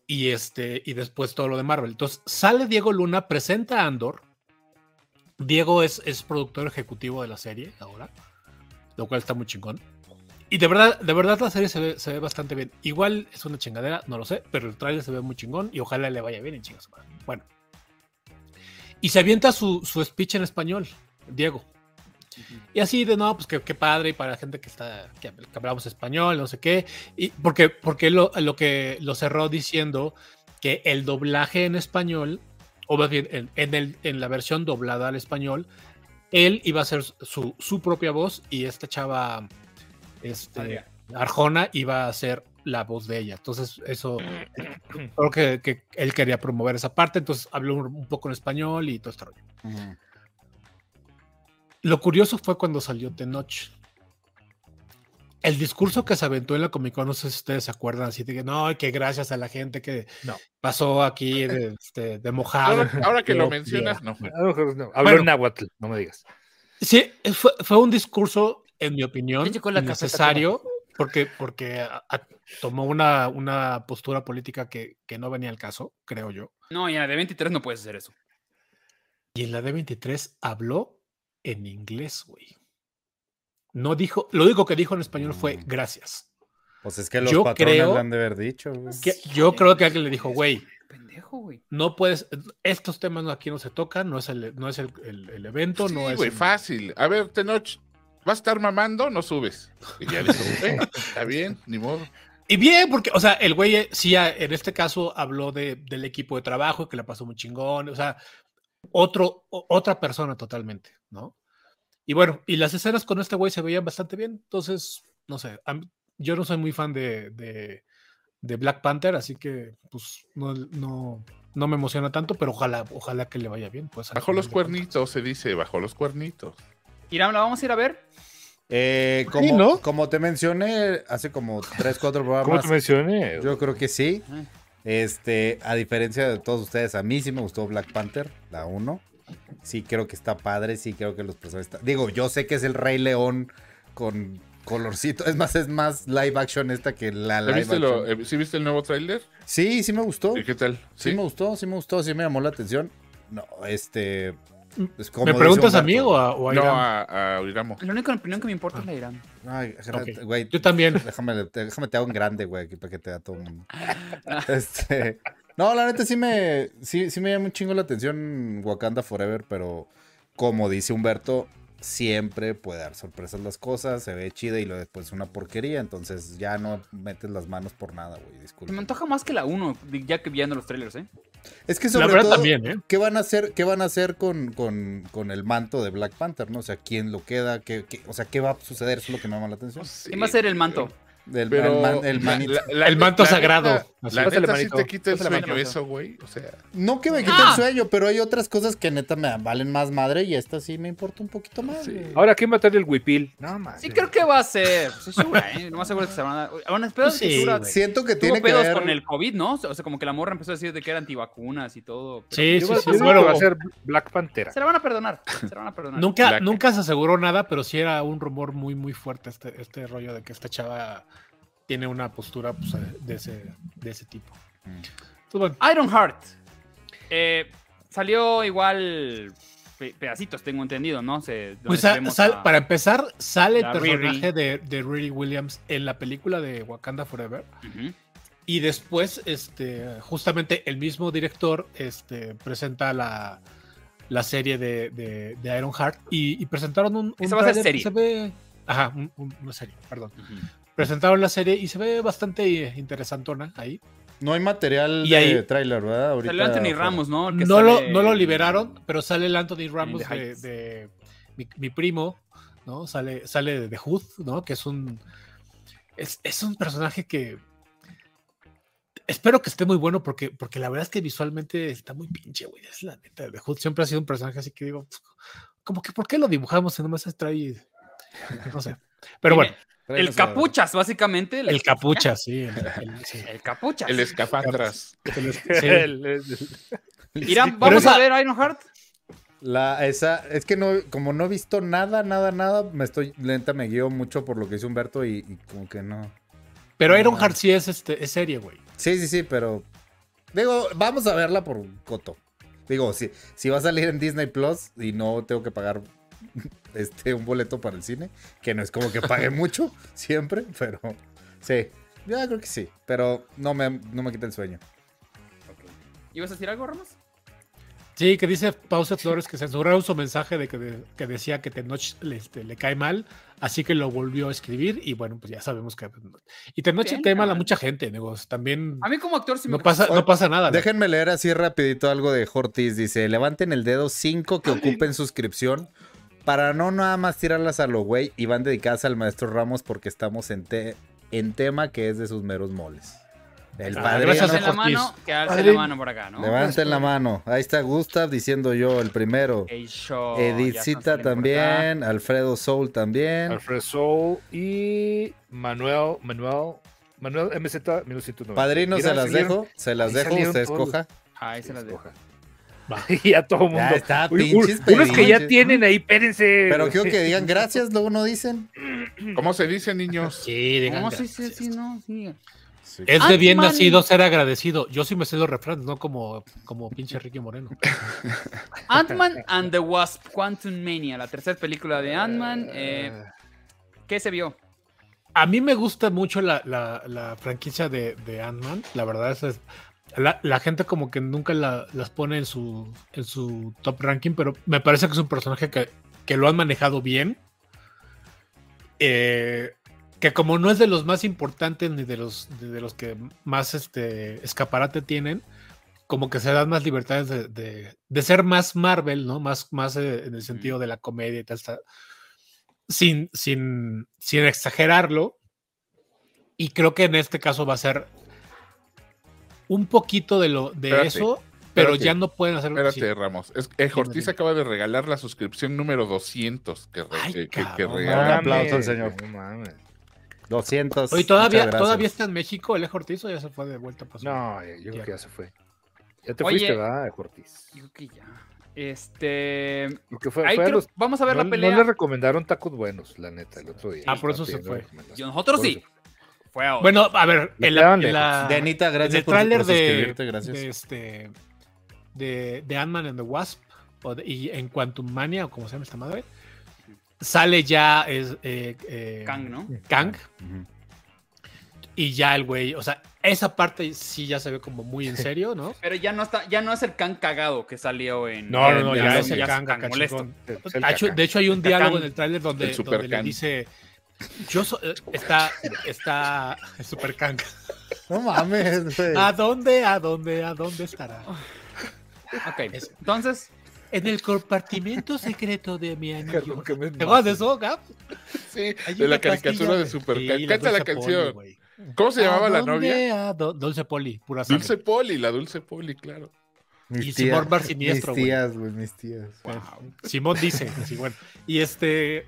Speaker 4: y, este, y después todo lo de Marvel. Entonces sale Diego Luna, presenta a Andor. Diego es, es productor ejecutivo de la serie ahora, lo cual está muy chingón. Y de verdad, de verdad la serie se ve, se ve bastante bien. Igual es una chingadera, no lo sé, pero el trailer se ve muy chingón y ojalá le vaya bien en chingas. Bueno. Y se avienta su, su speech en español, Diego. Y así de no, pues qué, qué padre, y para la gente que está, que, que hablamos español, no sé qué. Y porque, porque lo, lo que lo cerró diciendo que el doblaje en español, o más bien en, en el, en la versión doblada al español, él iba a hacer su, su propia voz y esta chava este,
Speaker 2: Adriana.
Speaker 4: Arjona iba a hacer la voz de ella. Entonces, eso creo que, que él quería promover esa parte. Entonces, habló un, un poco en español y todo este rollo. Lo curioso fue cuando salió Tenoch. El discurso que se aventó en la Comic Con, no sé si ustedes se acuerdan, así de que no, que gracias a la gente que
Speaker 3: No.
Speaker 4: pasó aquí de, este, de mojado.
Speaker 5: Ahora, ahora que lo
Speaker 4: Yo-
Speaker 5: mencionas, no.
Speaker 3: A lo mejor no. Habló
Speaker 4: Bueno.
Speaker 3: en náhuatl, no me digas.
Speaker 4: Sí, fue, fue un discurso, en mi opinión,
Speaker 2: Ya llegó la cafeta,
Speaker 4: necesario, porque, porque a- a- tomó una, una postura política que, que no venía al caso, creo yo.
Speaker 2: No, ya de 23 E no puedes hacer eso.
Speaker 4: Y en la D23 habló en inglés, güey. No dijo, lo único que dijo en español fue gracias.
Speaker 1: (laughs) Pues es que los
Speaker 4: Yo
Speaker 1: patrones
Speaker 4: creo
Speaker 1: lo han de haber dicho, güey.
Speaker 4: Que-
Speaker 2: Híjole,
Speaker 4: yo creo que
Speaker 2: güey.
Speaker 4: alguien le dijo, güey,
Speaker 2: Pendejo, güey.
Speaker 4: no puedes, estos temas no- aquí no se tocan, no es el, no es el, el- el evento, no
Speaker 5: Sí,
Speaker 4: es.
Speaker 5: güey,
Speaker 4: el-
Speaker 5: fácil. A ver, Tenoch, ¿vas a estar mamando? No subes. Y ya dijo,
Speaker 4: (laughs)
Speaker 5: "Eh, está bien, ni modo.
Speaker 4: Y bien, porque, o sea, el güey eh, sí, a- en este caso habló de, del equipo de trabajo que la pasó muy chingón, o sea, otro, o- otra persona totalmente, ¿no? Y bueno, y las escenas con este güey se veían bastante bien, entonces, no sé, a mí- yo no soy muy fan de, de, de Black Panther, así que, pues, no, no, no me emociona tanto, pero ojalá, ojalá que le vaya bien. Pues, al
Speaker 5: Bajo
Speaker 4: final
Speaker 5: los
Speaker 4: de cuentas.
Speaker 5: cuernitos, se dice, bajo los cuernitos.
Speaker 2: Irán, ¿la vamos a ir a ver?
Speaker 1: Eh, como,
Speaker 4: ¿no?
Speaker 1: como te mencioné hace como 3, 4
Speaker 3: ¿Cómo te
Speaker 1: programas,
Speaker 3: mencioné?
Speaker 1: yo creo que sí. Este, a diferencia de todos ustedes, a mí sí me gustó Black Panther, la 1. Sí creo que está padre, sí creo que los personajes están... Digo, yo sé que es el Rey León con colorcito. Es más, es más live action esta que la
Speaker 5: ¿Ya
Speaker 1: live
Speaker 5: viste
Speaker 1: action.
Speaker 5: lo- eh, ¿Sí viste el nuevo tráiler?
Speaker 1: Sí, sí me gustó.
Speaker 5: ¿Y qué tal?
Speaker 1: Sí, me gustó, sí me gustó, sí me llamó la atención. No, este... pues como
Speaker 4: ¿Me
Speaker 1: dice
Speaker 4: preguntas a mí
Speaker 1: Humberto.
Speaker 4: o a, o a
Speaker 5: No,
Speaker 4: Irán?
Speaker 5: a, a Oiramo.
Speaker 2: La única opinión que me importa es la de Irán.
Speaker 1: Ay, gra-
Speaker 4: Ok.
Speaker 1: güey,
Speaker 4: Yo también.
Speaker 1: Déjame, te- déjame te hago en grande, güey, aquí para que te da todo el
Speaker 4: (laughs)
Speaker 1: mundo. Este, no, la neta sí me, sí, sí me llama un chingo la atención Wakanda Forever, pero como dice Humberto, siempre puede dar sorpresas las cosas, se ve chida y luego después es una porquería, entonces ya no metes las manos por nada, güey, disculpa.
Speaker 2: Me antoja más que la 1, ya que viendo los trailers, ¿eh?
Speaker 1: Es que
Speaker 4: La
Speaker 1: sobre
Speaker 4: verdad
Speaker 1: todo,
Speaker 4: también, ¿eh?
Speaker 1: ¿qué van a hacer, qué van a hacer con, con, con el manto de Black Panther, no? O sea, ¿quién lo queda? ¿Qué, qué- o sea, ¿qué va a suceder? Eso es lo que me llama la atención.
Speaker 2: ¿Quién va a ser el manto?
Speaker 1: Del,
Speaker 5: Pero
Speaker 1: el man- el
Speaker 5: la-
Speaker 1: manito.
Speaker 5: la- la-
Speaker 4: El manto
Speaker 5: la
Speaker 4: sagrado.
Speaker 5: neta-
Speaker 4: Así.
Speaker 5: La
Speaker 3: Pásale,
Speaker 5: neta sí
Speaker 3: manito.
Speaker 5: te quita el
Speaker 2: Pásale,
Speaker 5: sueño
Speaker 2: manito.
Speaker 5: eso, güey. O sea,
Speaker 1: No que me quite
Speaker 2: ¡Ah!
Speaker 1: el sueño, pero hay otras cosas que neta me valen más madre y esta sí me importa un poquito más. güey.
Speaker 3: Ahora, ¿quién va a traer el huipil? No, man.
Speaker 2: Sí, creo que va a ser. Estoy segura, ¿eh? No más seguro que se van a. Bueno, espero
Speaker 4: Pues sí,
Speaker 2: que Shura
Speaker 4: güey.
Speaker 1: Siento que
Speaker 2: tuvo
Speaker 1: tiene que
Speaker 2: pedos
Speaker 1: ver.
Speaker 2: con el COVID, ¿no? O sea, como que la morra empezó a decir de que era antivacunas y todo. pero
Speaker 4: Sí, sí,
Speaker 3: Yo-
Speaker 4: sí.
Speaker 3: yo creo
Speaker 4: Bueno,
Speaker 3: que va a ser Black Pantera.
Speaker 2: Se la van a perdonar. Se la van a perdonar.
Speaker 4: Nunca,
Speaker 5: Black.
Speaker 4: nunca se aseguró nada, pero sí era un rumor muy, muy fuerte este, este rollo de que esta chava tiene una postura pues, eh, de, ese, de ese tipo.
Speaker 1: Mm.
Speaker 4: Entonces, bueno,
Speaker 2: Iron Heart. Eh, salió igual pe- pedacitos, tengo entendido, ¿no? Se, donde
Speaker 4: pues, sa-
Speaker 2: vemos
Speaker 4: sal-
Speaker 2: a-
Speaker 4: para empezar, sale el
Speaker 2: la
Speaker 4: personaje de, de Riri Williams en la película de Wakanda Forever.
Speaker 2: Ujú.
Speaker 4: Y después, este, justamente el mismo director este, presenta la, la serie de, de, de Iron Heart y, y presentaron un, un
Speaker 2: Esa va a ser
Speaker 4: tráiler
Speaker 2: serie.
Speaker 4: que se ve- Ajá, un- un- una serie, perdón. presentaron la serie y se ve bastante eh, interesantona ahí.
Speaker 1: No hay material
Speaker 4: Y
Speaker 1: de
Speaker 4: ahí-
Speaker 1: tráiler, ¿verdad? Ahorita
Speaker 2: Salió Anthony
Speaker 1: afuera.
Speaker 2: Ramos, ¿no? El que
Speaker 4: No lo,
Speaker 2: sale
Speaker 4: no lo
Speaker 2: en-
Speaker 4: liberaron, pero sale el Anthony Ramos
Speaker 2: The
Speaker 4: de,
Speaker 2: Heights.
Speaker 4: de mi, mi primo, ¿no? Sale, sale de The Hood, ¿no? Que es un. Es, es un personaje que. Espero que esté muy bueno porque, porque la verdad es que visualmente está muy pinche, güey. Es la neta. The Hood siempre ha sido un personaje así que digo, como que ¿por qué lo dibujamos si nomás trae. No sé. Pero bueno,
Speaker 1: Tráiler
Speaker 2: El
Speaker 1: se va a
Speaker 3: (laughs)
Speaker 1: ver.
Speaker 2: capuchas, básicamente.
Speaker 4: el capucha, sí. el- el- sí,
Speaker 2: El capuchas.
Speaker 5: el escafandras.
Speaker 2: (laughs)
Speaker 4: sí.
Speaker 3: El- el- el-
Speaker 2: Irán,
Speaker 4: Pero
Speaker 2: ¿vamos
Speaker 4: esa-
Speaker 2: a ver Iron Heart?
Speaker 1: La, esa, es que no, como no he visto nada, nada, nada, me estoy lenta, me guío mucho por lo que hizo Humberto y, y como que no.
Speaker 4: Pero Ironheart sí es, este, es serie, güey.
Speaker 1: Sí, sí, sí, pero. Digo, vamos a verla por coto. Digo, si, si va a salir en Disney Plus y no tengo que pagar (laughs) este un boleto para el cine, que no es como que pague mucho siempre, pero sí, ya creo que sí, pero no me, no me quita el sueño.
Speaker 2: ¿Ibas a decir algo, Ramos?
Speaker 4: Sí, que dice Pause Flores que censuraron su mensaje de que, de- que decía que Tenoch le, este, le cae mal, así que lo volvió a escribir y bueno, pues ya sabemos que... Y Tenoch
Speaker 2: Bien,
Speaker 4: le cae mal a
Speaker 2: cabrón.
Speaker 4: mucha gente, digo, también
Speaker 2: A mí como actor sí me
Speaker 4: no pasa, no pasa nada. ¿no?
Speaker 1: Déjenme leer así rapidito algo de Hortis. Dice, levanten el dedo 5 que ocupen suscripción para no nada más tirarlas a lo güey y van dedicadas al maestro Ramos porque estamos en, te- en tema que es de sus meros moles. El
Speaker 4: Ah,
Speaker 1: padrino.
Speaker 4: gracias
Speaker 2: Levanten
Speaker 4: a
Speaker 2: la mano, que alce la
Speaker 4: Padrino.
Speaker 2: mano por acá, ¿no?
Speaker 1: Levanten la mano. Ahí está Gustav diciendo yo el primero.
Speaker 2: Eso, Eh, oh, ya
Speaker 1: Edithcita
Speaker 2: están saliendo por acá.
Speaker 1: también. Alfredo Soul también.
Speaker 3: Alfred Soul y Manuel, Manuel, Manuel MZ 1990.
Speaker 1: Padrino,
Speaker 3: Mira,
Speaker 1: se las
Speaker 3: salieron-
Speaker 1: dejo. Se las
Speaker 3: ahí
Speaker 1: dejo.
Speaker 3: salieron
Speaker 1: Usted
Speaker 3: todos los-
Speaker 1: escoja.
Speaker 2: Ahí se las dejo.
Speaker 3: (laughs) Y a todo mundo.
Speaker 1: Ya está,
Speaker 3: Uy, un-
Speaker 1: pinches
Speaker 3: unos que ya
Speaker 1: pedinches.
Speaker 3: tienen ahí, espérense.
Speaker 1: Pero
Speaker 3: güey.
Speaker 1: quiero que digan gracias, luego no dicen.
Speaker 5: ¿Cómo se dice, niños?
Speaker 4: Sí, digan
Speaker 2: No, sí, sí,
Speaker 4: gracias.
Speaker 2: sí, no,
Speaker 1: (laughs)
Speaker 2: sí.
Speaker 4: Es de bien
Speaker 2: Ant-Man.
Speaker 4: nacido ser agradecido. Yo sí me sé los refranes, no como, como pinche Ricky Moreno.
Speaker 2: Ant-Man and the Wasp, Quantum Mania, la tercera película de Ant-Man. eh, ¿Qué se vio?
Speaker 4: A mí me gusta mucho la, la- la franquicia de, de Ant-Man. La verdad es, es- la, la gente como que nunca la- las pone en su, en su top ranking, pero me parece que es un personaje que, que lo han manejado bien. Eh, que como no es de los más importantes ni de los, ni de los que más este, escaparate tienen, como que se dan más libertades de, de- de ser más Marvel, ¿no? Más, más eh, en el sentido de la comedia y tal. está- sin, sin, sin exagerarlo. Y creo que en este caso va a ser un poquito de lo de
Speaker 5: Espérate,
Speaker 4: eso, pero
Speaker 5: espérate,
Speaker 4: ya no pueden hacer
Speaker 5: Espérate, Ramos. Es que Ortiz
Speaker 4: dime.
Speaker 5: acaba de regalar la suscripción número 200 que, re-
Speaker 4: Ay,
Speaker 5: que- que- que
Speaker 4: cabrón.
Speaker 1: Un
Speaker 5: regala.
Speaker 3: mames,
Speaker 1: aplauso al señor.
Speaker 3: No mames.
Speaker 1: 200.
Speaker 4: Hoy todavía,
Speaker 1: muchas gracias.
Speaker 4: todavía está en México el Eje Ortiz o ya se fue de vuelta para su-
Speaker 3: No, eh, yo creo que ya se fue. Ya te
Speaker 2: Oye.
Speaker 3: fuiste, ¿verdad, Cortiz?
Speaker 2: Digo que ya. Este.
Speaker 3: Lo que fue,
Speaker 2: ahí
Speaker 3: fue a
Speaker 2: creo-
Speaker 3: los-
Speaker 2: vamos a ver la
Speaker 3: no, no
Speaker 2: pelea.
Speaker 3: le recomendaron tacos buenos, la neta, el otro día.
Speaker 4: Ah, por eso
Speaker 3: Estaba
Speaker 4: se
Speaker 3: pidiendo
Speaker 4: fue.
Speaker 3: recomendaciones.
Speaker 2: Yo- nosotros sí. Fue a otro.
Speaker 4: Bueno, a ver,
Speaker 3: Le
Speaker 4: en la-
Speaker 3: quedaban
Speaker 4: en la-
Speaker 1: Dianita,
Speaker 4: en
Speaker 1: gracias
Speaker 4: el
Speaker 1: por, por
Speaker 4: tráiler de,
Speaker 1: suscribirte, gracias.
Speaker 4: de este de, de Ant-Man and the Wasp o de- y en Quantum Mania o como se llama esta madre sale ya es, eh, eh,
Speaker 2: Kang, ¿no?
Speaker 4: Kang
Speaker 1: Ujú.
Speaker 4: y ya el güey, o sea, esa parte sí ya se ve como muy en
Speaker 1: (laughs)
Speaker 4: serio, ¿no?
Speaker 2: Pero ya no está, ya no es el can cagado que salió en.
Speaker 3: No,
Speaker 5: Eh,
Speaker 3: no,
Speaker 2: en-
Speaker 3: no,
Speaker 2: en-
Speaker 3: ya
Speaker 2: en-
Speaker 3: es el
Speaker 2: Can
Speaker 4: Kang acá
Speaker 2: molesto.
Speaker 4: chingón.
Speaker 3: Es el
Speaker 4: Ha
Speaker 2: Ah,
Speaker 4: hecho-
Speaker 3: caca.
Speaker 4: de hecho, hay un
Speaker 2: El
Speaker 4: diálogo
Speaker 2: Kang.
Speaker 4: en el tráiler donde,
Speaker 5: El super
Speaker 4: donde le
Speaker 5: Kang.
Speaker 4: dice, yo so- eh, está,
Speaker 5: (laughs)
Speaker 4: está el super Kang.
Speaker 1: No mames, güey.
Speaker 4: (laughs) ¿A dónde, a dónde, a dónde estará?
Speaker 2: Ok, entonces.
Speaker 4: En el compartimento secreto de mi anillo.
Speaker 3: Perdón, que me
Speaker 4: ¿Te acuerdas de eso, Gap?
Speaker 5: Sí,
Speaker 4: Hay
Speaker 5: de
Speaker 4: una
Speaker 5: la caricatura
Speaker 4: pastilla-
Speaker 5: de Super
Speaker 4: Sí,
Speaker 5: Cat. Canta
Speaker 4: Dulce
Speaker 5: la
Speaker 4: Poli,
Speaker 5: canción.
Speaker 4: güey.
Speaker 5: ¿Cómo se
Speaker 4: ¿A
Speaker 5: llamaba la
Speaker 4: dónde,
Speaker 5: novia?
Speaker 4: a do- Dulce Poli, pura sangre.
Speaker 5: Dulce Poli, la Dulce Poli, claro.
Speaker 1: Mis
Speaker 4: y su
Speaker 1: tías-
Speaker 4: barbar siniestro,
Speaker 1: Mis
Speaker 4: güey.
Speaker 1: tías, güey, mis tías.
Speaker 4: Simón dice, (laughs) sí, bueno. Y este.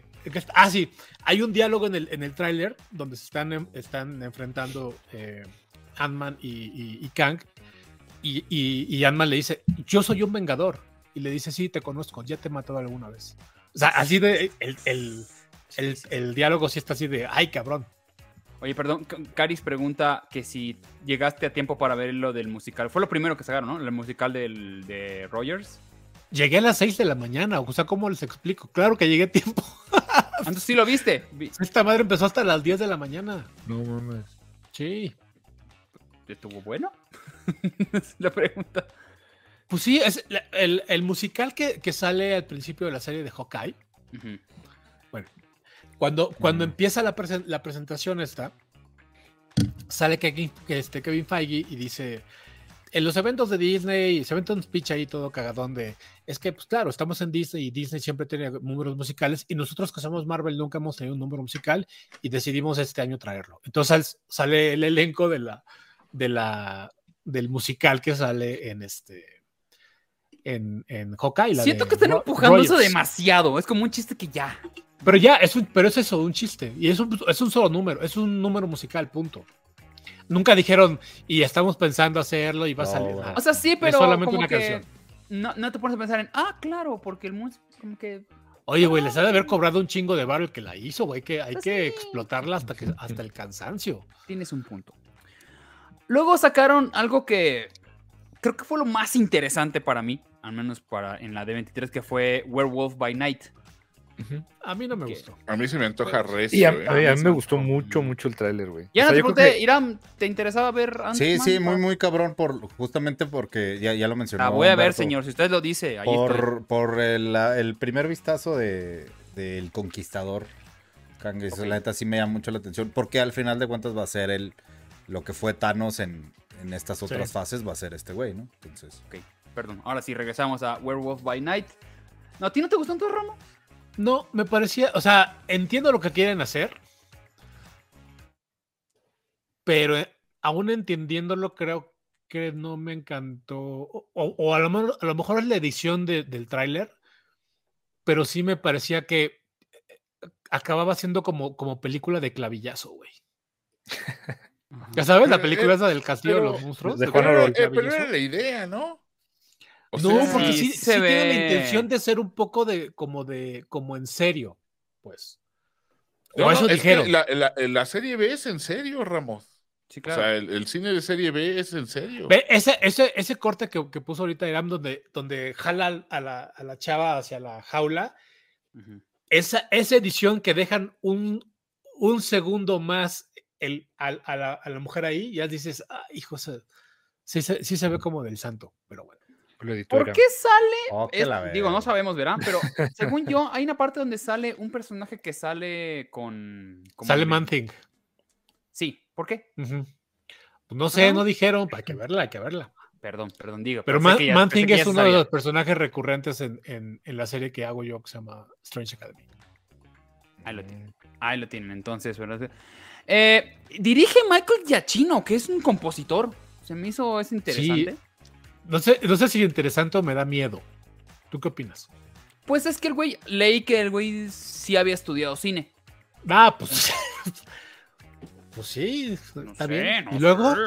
Speaker 4: Ah, sí. Hay un diálogo en el, en el tráiler donde se están, en- están enfrentando eh, Ant-Man y, y- y Kang. Y, y, y Ant-Man le dice: Yo soy un vengador. Y le dice: Sí, te conozco, ya te he matado alguna vez. O sea, así de. El, el, el- el diálogo sí está así de: Ay, cabrón.
Speaker 2: Oye, perdón, C- Caris pregunta que si llegaste a tiempo para ver lo del musical. Fue lo primero que sacaron, ¿no? El musical del, de Rogers.
Speaker 4: Llegué a las 6 de la mañana. O sea, ¿cómo les explico? Claro que llegué a tiempo. (laughs)
Speaker 2: Ah, Entonces sí lo viste. Vi-
Speaker 4: Esta madre empezó hasta las 10 de la mañana.
Speaker 3: No mames.
Speaker 4: Sí.
Speaker 2: ¿Estuvo bueno? (laughs) Es la pregunta.
Speaker 4: Pues sí, es la- el, el musical que, que sale al principio de la serie de Hawkeye.
Speaker 2: Ujú.
Speaker 4: Cuando, cuando
Speaker 1: Ujú.
Speaker 4: empieza la, presen- la presentación esta, sale Kevin, que este Kevin Feige y dice, en los eventos de Disney, se aventa un speech ahí todo cagadón de, es que, pues claro, estamos en Disney y Disney siempre tiene números musicales y nosotros que somos Marvel nunca hemos tenido un número musical y decidimos este año traerlo. Entonces sale el elenco de la, de la, del musical que sale en este... En, en Hawkeye. la
Speaker 2: Siento
Speaker 4: de
Speaker 2: que están
Speaker 4: Ro-
Speaker 2: empujando eso
Speaker 4: Rogers.
Speaker 2: demasiado. Es como un chiste que ya.
Speaker 4: Pero ya, es un, pero es eso, un chiste. Y es un, es un solo número, es un número musical, punto. Nunca dijeron, y estamos pensando hacerlo y va a
Speaker 1: No,
Speaker 4: salir.
Speaker 1: bueno.
Speaker 4: Ah,
Speaker 2: O sea, sí, pero.
Speaker 4: solamente
Speaker 2: como
Speaker 4: una
Speaker 2: que
Speaker 4: canción.
Speaker 2: No, no te pones a pensar en, ah, claro, porque el músico, como que.
Speaker 4: Oye, güey, les ha de haber cobrado un chingo de barro el que la hizo, güey. Que hay
Speaker 2: Pues
Speaker 4: que
Speaker 2: sí.
Speaker 4: explotarla hasta, que, hasta el cansancio.
Speaker 2: Tienes un punto. Luego sacaron algo que creo que fue lo más interesante para mí, al menos para en la D23, que fue Werewolf by Night.
Speaker 4: A mí no me
Speaker 2: ¿Qué?
Speaker 4: gustó.
Speaker 5: A mí se me antoja recio.
Speaker 3: Y a,
Speaker 5: ¿eh?
Speaker 3: a mí, a mí me
Speaker 2: Amazon.
Speaker 3: gustó mucho, mucho el tráiler, güey.
Speaker 2: Ya
Speaker 3: O
Speaker 2: no te
Speaker 3: sea, yo creo
Speaker 2: pregunté,
Speaker 3: que-
Speaker 2: Irán, ¿te interesaba ver Ant-Man?
Speaker 1: Sí, sí, muy, muy cabrón, por, justamente porque ya, ya lo mencionó.
Speaker 2: La voy a ver,
Speaker 1: Humberto.
Speaker 2: señor, si usted lo dice. Ahí estoy.
Speaker 1: por, por el, la- el primer vistazo de del conquistador Kang, eso, la neta sí me llama mucho la atención porque al final de cuentas va a ser el lo que fue Thanos en, en estas otras
Speaker 4: Sí.
Speaker 1: fases va a ser este güey, ¿no? Entonces,
Speaker 2: Ok, perdón. Ahora sí, regresamos a Werewolf by Night. ¿No, ¿A ti no te gustó entonces, Ramo?
Speaker 4: No, me parecía, o sea, entiendo lo que quieren hacer. Pero eh, aún entendiéndolo, creo que no me encantó. O, o a, lo, mejor- a lo mejor es la edición de- del tráiler, pero sí me parecía que eh, acababa siendo como, como película de
Speaker 3: (laughs)
Speaker 4: clavillazo, güey. Ya sabes, la
Speaker 5: Pero,
Speaker 4: película
Speaker 5: eh,
Speaker 4: esa del castillo de
Speaker 5: pero-
Speaker 4: los monstruos.
Speaker 3: de
Speaker 4: del
Speaker 3: Juan
Speaker 5: Pero,
Speaker 3: Orol.
Speaker 5: eh,
Speaker 4: clavillazo.
Speaker 5: pero era la idea, ¿no? O
Speaker 4: No,
Speaker 5: sea,
Speaker 4: porque sí,
Speaker 2: sí
Speaker 4: se
Speaker 2: se
Speaker 4: tiene la
Speaker 2: ve.
Speaker 4: intención de ser un poco de, como de, como en serio, pues. O
Speaker 5: no, no,
Speaker 4: eso
Speaker 5: es que
Speaker 4: dijeron.
Speaker 5: La, la- la serie B es en serio, Ramos.
Speaker 2: Sí,
Speaker 5: O
Speaker 2: claro.
Speaker 5: sea, el, el cine de serie B es en serio.
Speaker 4: Ve, ese, ese, ese corte que, que puso ahorita Iram, donde, donde jala al- a la, a la chava hacia la jaula,
Speaker 2: Ujú.
Speaker 4: esa, esa edición que dejan un, un segundo más el, al- a, la, a la mujer ahí, ya dices, ah, hijo, se- sí, se- sí se ve como del santo, pero bueno.
Speaker 3: Lo editó
Speaker 2: ¿Por
Speaker 3: Irán.
Speaker 2: qué sale?
Speaker 1: Oh, que
Speaker 2: Es-
Speaker 1: la
Speaker 2: digo, no
Speaker 1: verga.
Speaker 2: sabemos, verán, pero según yo, hay una parte donde sale un personaje que sale con. como
Speaker 4: Sale
Speaker 2: de-
Speaker 4: Manthing.
Speaker 2: Sí, ¿por qué?
Speaker 4: Ujú. Pues no sé,
Speaker 2: Ajá.
Speaker 4: no dijeron, hay que verla, hay que verla.
Speaker 2: Perdón, perdón, digo.
Speaker 4: Pero
Speaker 2: pensé
Speaker 4: Man,
Speaker 2: que ya-
Speaker 4: Man
Speaker 2: pensé
Speaker 4: Thing
Speaker 2: que ya
Speaker 4: es
Speaker 2: se
Speaker 4: uno de
Speaker 2: sabía.
Speaker 4: los personajes recurrentes en, en- en la serie que hago yo que se llama Strange Academy.
Speaker 2: Ahí lo tienen. Ahí lo tienen, entonces, ¿verdad? Eh, dirige Michael Giacchino, que es un compositor. Se me hizo, es interesante.
Speaker 4: No sé, no sé si interesante o me da miedo. ¿Tú qué opinas?
Speaker 2: Pues es que el güey, leí que el güey sí había estudiado cine.
Speaker 4: Ah, pues. (laughs) pues sí,
Speaker 2: No
Speaker 4: está
Speaker 2: sé,
Speaker 4: bien.
Speaker 2: no
Speaker 4: y luego,
Speaker 2: sé.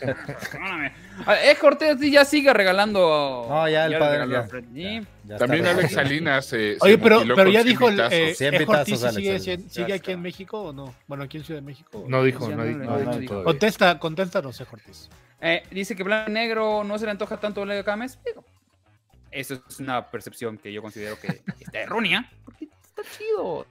Speaker 2: Perdóname. A ver, Eh, Cortés sí, ya sigue regalando.
Speaker 1: No, ya el
Speaker 2: le
Speaker 1: padre,
Speaker 2: regaló
Speaker 1: ya.
Speaker 2: a Fred G.
Speaker 1: Ya, ya está
Speaker 5: También Alex
Speaker 1: resuelto.
Speaker 5: Salinas. eh, se
Speaker 4: oye, pero,
Speaker 5: mutiló
Speaker 4: pero
Speaker 5: con
Speaker 4: ya
Speaker 5: cien
Speaker 4: dijo el.
Speaker 5: vitazos.
Speaker 4: Eh,
Speaker 1: Cien
Speaker 4: F.
Speaker 1: vitazos,
Speaker 4: Ortiz,
Speaker 1: Alex,
Speaker 4: ¿sigue,
Speaker 1: el-
Speaker 4: sigue- sigue
Speaker 2: Ya
Speaker 4: aquí en
Speaker 2: está.
Speaker 4: México o no? Bueno, aquí en Ciudad de México.
Speaker 3: No dijo,
Speaker 2: Ya
Speaker 3: no,
Speaker 2: no
Speaker 3: dijo,
Speaker 2: le-
Speaker 3: no
Speaker 1: no
Speaker 3: dijo
Speaker 1: dijo.
Speaker 3: todavía.
Speaker 4: Contesta, contéstanos, eh, Ortiz.
Speaker 2: Eh, dice que blanco y negro no se le antoja tanto a Leo Gámez. Digo, eso es una percepción que yo considero que está errónea. Porque está chido.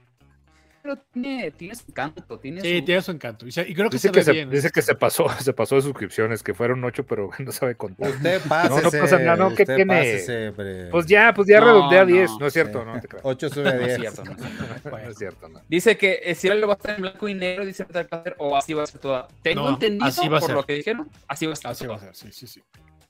Speaker 2: Pero tiene, tiene su canto, tiene
Speaker 4: Sí,
Speaker 2: su-
Speaker 4: tiene su encanto. Y, se- y creo que
Speaker 3: Dice
Speaker 4: se
Speaker 3: que,
Speaker 4: ve
Speaker 3: se,
Speaker 4: bien. ¿eh?
Speaker 3: dice que se pasó, (laughs) se pasó de suscripciones, que fueron ocho, pero (laughs) no sabe contar.
Speaker 1: Usted pásese.
Speaker 3: (laughs) No, no pasa nada, no, ¿qué
Speaker 1: usted
Speaker 3: tiene?
Speaker 1: pásese, hombre.
Speaker 3: Pues ya, pues ya
Speaker 2: No,
Speaker 3: redondea
Speaker 2: no.
Speaker 3: 10, no, es cierto,
Speaker 1: Sí.
Speaker 3: (laughs) no te creas.
Speaker 1: 8 sube a
Speaker 2: No es
Speaker 1: 10.
Speaker 2: Ah, cierto, no es cierto.
Speaker 4: (laughs)
Speaker 3: (laughs) No es cierto, no.
Speaker 2: Dice que eh, si lo va a estar en blanco y negro, dice que va a ser, o así va a ser toda. Tengo
Speaker 4: No,
Speaker 2: entendido
Speaker 4: así va a
Speaker 2: por
Speaker 4: ser.
Speaker 2: lo que dijeron, así va a estar
Speaker 4: Así va
Speaker 2: toda.
Speaker 4: a ser, sí, sí, sí.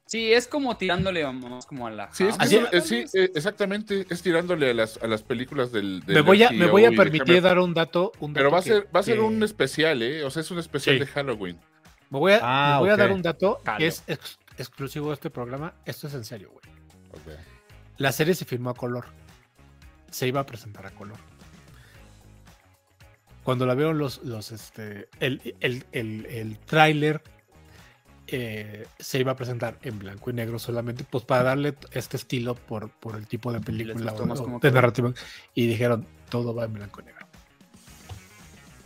Speaker 2: Sí, es como tirándole más como a la.
Speaker 5: Sí, es
Speaker 2: java.
Speaker 5: que
Speaker 4: Así-
Speaker 5: no- eh, sí, eh, exactamente. Es tirándole a las, a las películas del. del
Speaker 4: Me voy a, me
Speaker 5: FGO
Speaker 4: voy a
Speaker 5: y
Speaker 4: permitir
Speaker 5: déjame-
Speaker 4: dar un dato. Un dato
Speaker 5: Pero va a
Speaker 4: que-
Speaker 5: ser, va a ser
Speaker 4: que-
Speaker 5: un especial, ¿eh? O sea, es un especial
Speaker 4: Sí.
Speaker 5: de Halloween.
Speaker 4: Me voy a,
Speaker 1: Ah,
Speaker 4: les voy a dar
Speaker 1: ok.
Speaker 4: un dato
Speaker 2: Jalo.
Speaker 4: que es ex- exclusivo de este programa. Esto es en serio, güey.
Speaker 1: Ok.
Speaker 4: La serie se filmó a color. Se iba a presentar a color. Cuando la vieron los, los este, el, el, el, el tráiler eh, se iba a presentar en blanco y negro solamente, pues para darle t- este estilo por, por el tipo de película
Speaker 2: gustó
Speaker 4: o-
Speaker 2: más
Speaker 4: o
Speaker 2: como
Speaker 4: de
Speaker 2: color.
Speaker 4: narrativa. Y dijeron, todo va en blanco y negro.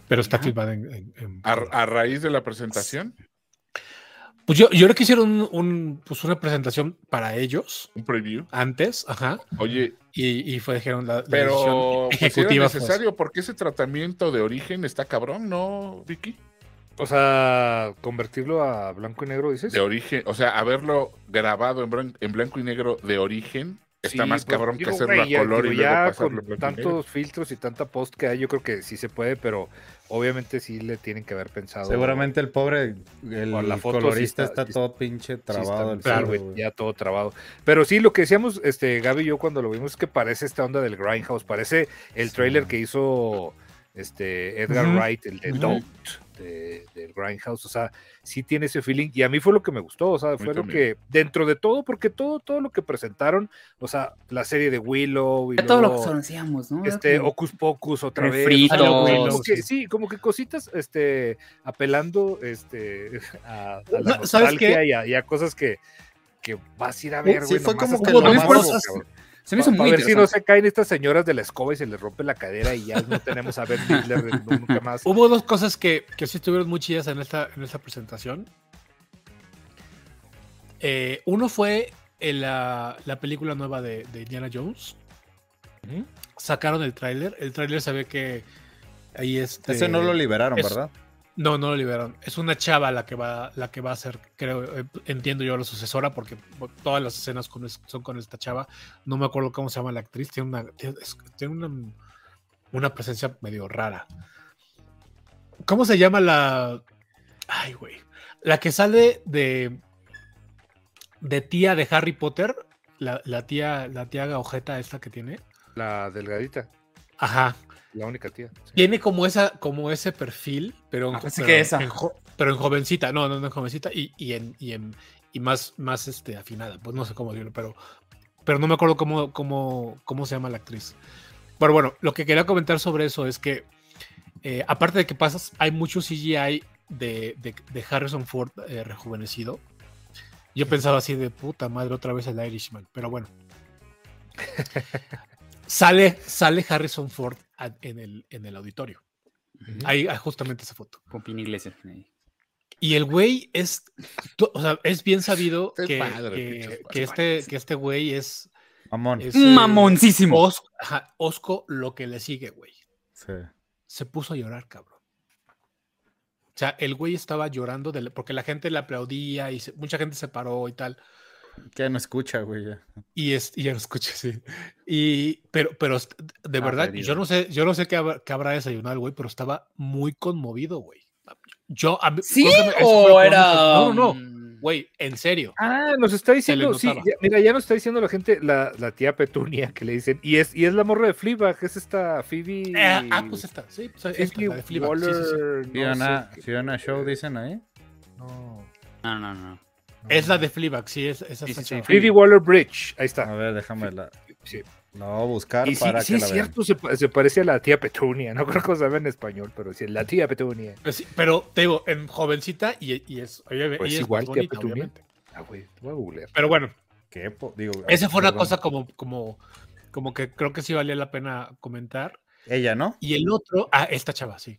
Speaker 4: Pero está
Speaker 2: Ajá.
Speaker 4: filmada en, en- en
Speaker 5: A,
Speaker 4: color.
Speaker 5: a raíz de la presentación,
Speaker 4: Pues yo, yo creo que hicieron un, un- pues una presentación para ellos
Speaker 5: un preview.
Speaker 4: antes, ajá,
Speaker 5: Oye,
Speaker 4: y, y fue dijeron la, la
Speaker 5: pero
Speaker 4: decisión
Speaker 5: pues,
Speaker 4: ejecutiva.
Speaker 5: era
Speaker 4: fue
Speaker 5: necesario porque ese tratamiento de origen está cabrón, ¿no, Vicky?
Speaker 3: O sea, convertirlo a blanco y negro, dices.
Speaker 5: De origen, o sea, haberlo grabado en, blan- en blanco y negro de origen está
Speaker 3: Sí,
Speaker 5: más
Speaker 3: pues,
Speaker 5: cabrón
Speaker 3: digo,
Speaker 5: que hacerlo
Speaker 3: güey,
Speaker 5: a
Speaker 3: ya-
Speaker 5: color
Speaker 3: digo,
Speaker 5: y luego
Speaker 3: ya
Speaker 5: pasarlo a
Speaker 3: con
Speaker 5: blanco y negro.
Speaker 3: (laughs) tantos filtros y tanta post que hay, yo creo que sí se puede, pero obviamente sí le tienen que haber pensado.
Speaker 1: Seguramente el pobre, el
Speaker 3: Por la foto
Speaker 1: colorista
Speaker 3: sí está-
Speaker 1: está,
Speaker 3: sí
Speaker 1: todo pinche
Speaker 3: Sí, está
Speaker 1: trabado. el
Speaker 3: claro,
Speaker 1: pobre,
Speaker 3: güey,
Speaker 1: güey.
Speaker 3: ya todo trabado. Pero sí, lo que decíamos, este, Gaby y yo cuando lo vimos es que parece esta onda del Grindhouse, parece el
Speaker 1: Sí.
Speaker 3: tráiler que hizo este Edgar
Speaker 4: Ujú.
Speaker 3: Wright, el de
Speaker 4: Ujú.
Speaker 3: Don't, de- del Grindhouse, o sea, sí tiene ese feeling y a mí fue lo que me gustó, o sea, fue lo
Speaker 5: también.
Speaker 3: que dentro de todo, porque todo, todo lo que presentaron, o sea, la serie de Willow y
Speaker 2: Ya todo lo
Speaker 3: luego,
Speaker 2: que anunciamos, ¿no?
Speaker 3: este
Speaker 2: Era como-
Speaker 3: Ocus Pocus otra vez.
Speaker 2: Refritos.
Speaker 3: o sea, como que-
Speaker 4: Sí.
Speaker 3: sí, como que cositas, este, apelando, este, a, a la
Speaker 4: No, ¿sabes qué?
Speaker 3: nostalgia y a, y a cosas que, que vas a ir a ver,
Speaker 1: sí,
Speaker 3: güey,
Speaker 1: fue
Speaker 3: nomás
Speaker 1: como
Speaker 3: hasta
Speaker 1: que
Speaker 3: lo
Speaker 4: lo
Speaker 3: más
Speaker 4: más-
Speaker 3: nuevo,
Speaker 4: cosas-
Speaker 3: cabrón.
Speaker 2: Se me hizo
Speaker 3: Pa- pa'
Speaker 2: muy
Speaker 3: ver si
Speaker 2: interesante.
Speaker 3: no se caen estas señoras de la escoba y se les rompe la cadera y ya no tenemos a ver Hitler nunca (laughs) más.
Speaker 4: Hubo dos cosas que, que sí estuvieron muy chidas en esta, en esta presentación. Eh, uno fue en la, la película nueva de, de Indiana Jones.
Speaker 3: Ujú.
Speaker 4: Sacaron el tráiler. El tráiler se ve que ahí este,
Speaker 1: Ese no lo liberaron,
Speaker 4: es-
Speaker 1: ¿verdad?
Speaker 4: No, no lo liberaron. Es una chava la que va, la que va a ser, creo, eh, entiendo yo, la sucesora, porque todas las escenas con es- son con esta chava. No me acuerdo cómo se llama la actriz. Tiene una, tiene- es- tiene una, una presencia medio rara. ¿Cómo se llama la. Ay, güey. La que sale de. De tía de Harry Potter. La, la tía, la tía Gaujeta esta que tiene.
Speaker 3: La delgadita.
Speaker 4: Ajá.
Speaker 3: la única tía. sí.
Speaker 4: Tiene como, esa, como ese perfil, pero en,
Speaker 2: Ah, pensé
Speaker 4: pero,
Speaker 2: que esa.
Speaker 4: en jo- pero en jovencita, no, no, no en jovencita y, y en, y en- y más, más este, afinada, pues no sé cómo decirlo, pero, pero no me acuerdo cómo, cómo, cómo se llama la actriz. Pero bueno, lo que quería comentar sobre eso es que, eh, aparte de que pasas, hay mucho CGI de, de- de Harrison Ford eh, rejuvenecido. Yo pensaba así de puta madre, otra vez el Irishman, pero bueno. sale, sale Harrison Ford a- en el, en el auditorio. Ahí hay justamente esa foto.
Speaker 2: Pompín Iglesias. ahí.
Speaker 4: Y el güey es, to- o sea, es bien sabido
Speaker 5: Está
Speaker 4: que,
Speaker 5: padre,
Speaker 4: que-
Speaker 5: pinche
Speaker 4: que
Speaker 5: padre.
Speaker 4: este, que este güey es,
Speaker 1: Mamón.
Speaker 4: es, eh,
Speaker 2: Mamoncísimo.
Speaker 4: os- ajá, Osco lo que le sigue, güey.
Speaker 1: Sí.
Speaker 4: Se puso a llorar, cabrón. O sea, el güey estaba llorando de la- porque la gente le aplaudía y se- mucha gente se paró y tal.
Speaker 1: Que no escucha, güey. ya.
Speaker 4: Y, es, y ya lo escuché, (laughs) sí. Y, pero, pero est- de
Speaker 2: Ah,
Speaker 4: verdad,
Speaker 2: perdido.
Speaker 4: yo no sé, yo no sé qué habrá, qué habrá desayunado el güey, pero estaba muy conmovido, güey. Yo, a mí-
Speaker 2: ¿Sí?
Speaker 4: creo que eso fue lo
Speaker 2: ¿O
Speaker 4: que
Speaker 2: era.?
Speaker 4: más me- No, no, no.
Speaker 2: mm,
Speaker 4: Güey, en serio.
Speaker 3: Ah, nos está diciendo,
Speaker 4: le
Speaker 3: sí,
Speaker 4: notaba.
Speaker 3: ya- mira, ya nos está diciendo la gente, la, la tía Petunia que le dicen, y es, y es la morra de Fleabag, es esta Phoebe.
Speaker 4: Eh, ah, pues esta, sí, pues esta,
Speaker 3: Phoebe
Speaker 4: la de Fleabag, sí,
Speaker 3: Waller,
Speaker 4: sí, sí.
Speaker 3: no
Speaker 1: Fiona,
Speaker 3: sé qué-
Speaker 1: Fiona Show, dicen ahí.
Speaker 3: no,
Speaker 2: No, no, no.
Speaker 4: Es la de Fleabag, sí, es, es
Speaker 2: Sí,
Speaker 4: esa
Speaker 2: sí, sí,
Speaker 4: chava.
Speaker 3: Phoebe Waller Bridge, ahí
Speaker 1: A
Speaker 3: está.
Speaker 1: ver, déjame la.
Speaker 3: Sí.
Speaker 1: La voy a buscar
Speaker 3: Y sí,
Speaker 1: para
Speaker 3: sí
Speaker 1: que
Speaker 3: es
Speaker 1: la vean.
Speaker 3: cierto, se, pa- se parece a la tía Petunia, no (laughs) creo que lo sabe en español, pero sí, la tía Petunia.
Speaker 4: Pues sí, Pero te digo, en jovencita y, y es, oye,
Speaker 3: Pues
Speaker 4: ella es
Speaker 3: igual
Speaker 4: más
Speaker 3: que
Speaker 4: bonita,
Speaker 3: Petunia.
Speaker 4: obviamente.
Speaker 3: Ah, güey, te voy a googlear.
Speaker 4: Pero bueno,
Speaker 1: ¿Qué po- Digo,
Speaker 4: esa fue una
Speaker 1: perdón.
Speaker 4: cosa como, como, como que creo que sí valía la pena comentar.
Speaker 1: Ella, ¿no?
Speaker 4: Y el otro, ah, esta chava, sí.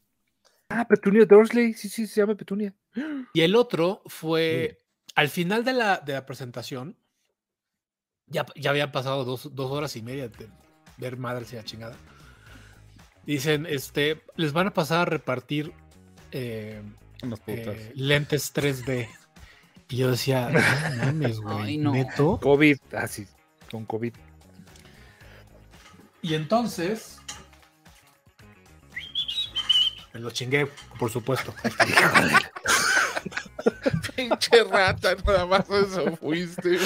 Speaker 3: Ah, Petunia Dursley, sí, sí, se llama Petunia.
Speaker 4: Y el otro fue al final de la, de la presentación. Ya, ya habían pasado dos, dos horas y media de ver madres y la chingada. Dicen, este, les van a pasar a repartir eh,
Speaker 1: Unas putas.
Speaker 4: eh, lentes 3D. Y yo decía, no mames, güey,
Speaker 2: (laughs) Ay, no.
Speaker 4: neto.
Speaker 3: COVID, ah, sí, con COVID.
Speaker 4: Y entonces. Me lo chingué, por supuesto.
Speaker 5: Pinche rata, nada más eso (laughs) fuiste. güey.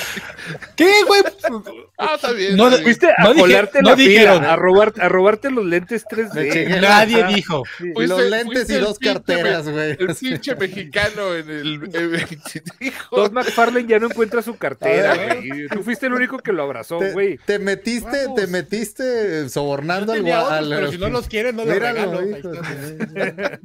Speaker 4: ¿Qué,
Speaker 2: (laughs)
Speaker 4: güey?
Speaker 5: Ah, está bien.
Speaker 4: No,
Speaker 5: está bien.
Speaker 3: Fuiste a
Speaker 4: No dije-
Speaker 3: colarte
Speaker 4: no
Speaker 3: la fila,
Speaker 4: dijeron.
Speaker 3: a, robar, a robarte los lentes 3D.
Speaker 1: Me chingué la-
Speaker 4: Nadie
Speaker 1: ajá.
Speaker 4: dijo.
Speaker 1: Y los
Speaker 5: fuiste-
Speaker 1: lentes
Speaker 5: fuiste
Speaker 1: y
Speaker 5: el
Speaker 1: dos
Speaker 5: pinche
Speaker 1: carteras, güey.
Speaker 5: El
Speaker 1: Así.
Speaker 5: pinche mexicano en el. (laughs) eh, Hijo
Speaker 3: Todd McFarlane ya no encuentra su cartera,
Speaker 1: Ah,
Speaker 3: güey. Tú fuiste el único que lo abrazó,
Speaker 1: Te,
Speaker 3: güey.
Speaker 1: te metiste, te
Speaker 5: Vamos.
Speaker 1: metiste
Speaker 4: Yo
Speaker 1: sobornando al
Speaker 4: tenía
Speaker 1: gua-
Speaker 4: otros,
Speaker 1: al
Speaker 4: pero si
Speaker 1: (laughs)
Speaker 4: no los quieren, no los
Speaker 1: Míralo,
Speaker 4: regalo. Ahí
Speaker 1: hijo
Speaker 4: está.
Speaker 1: de-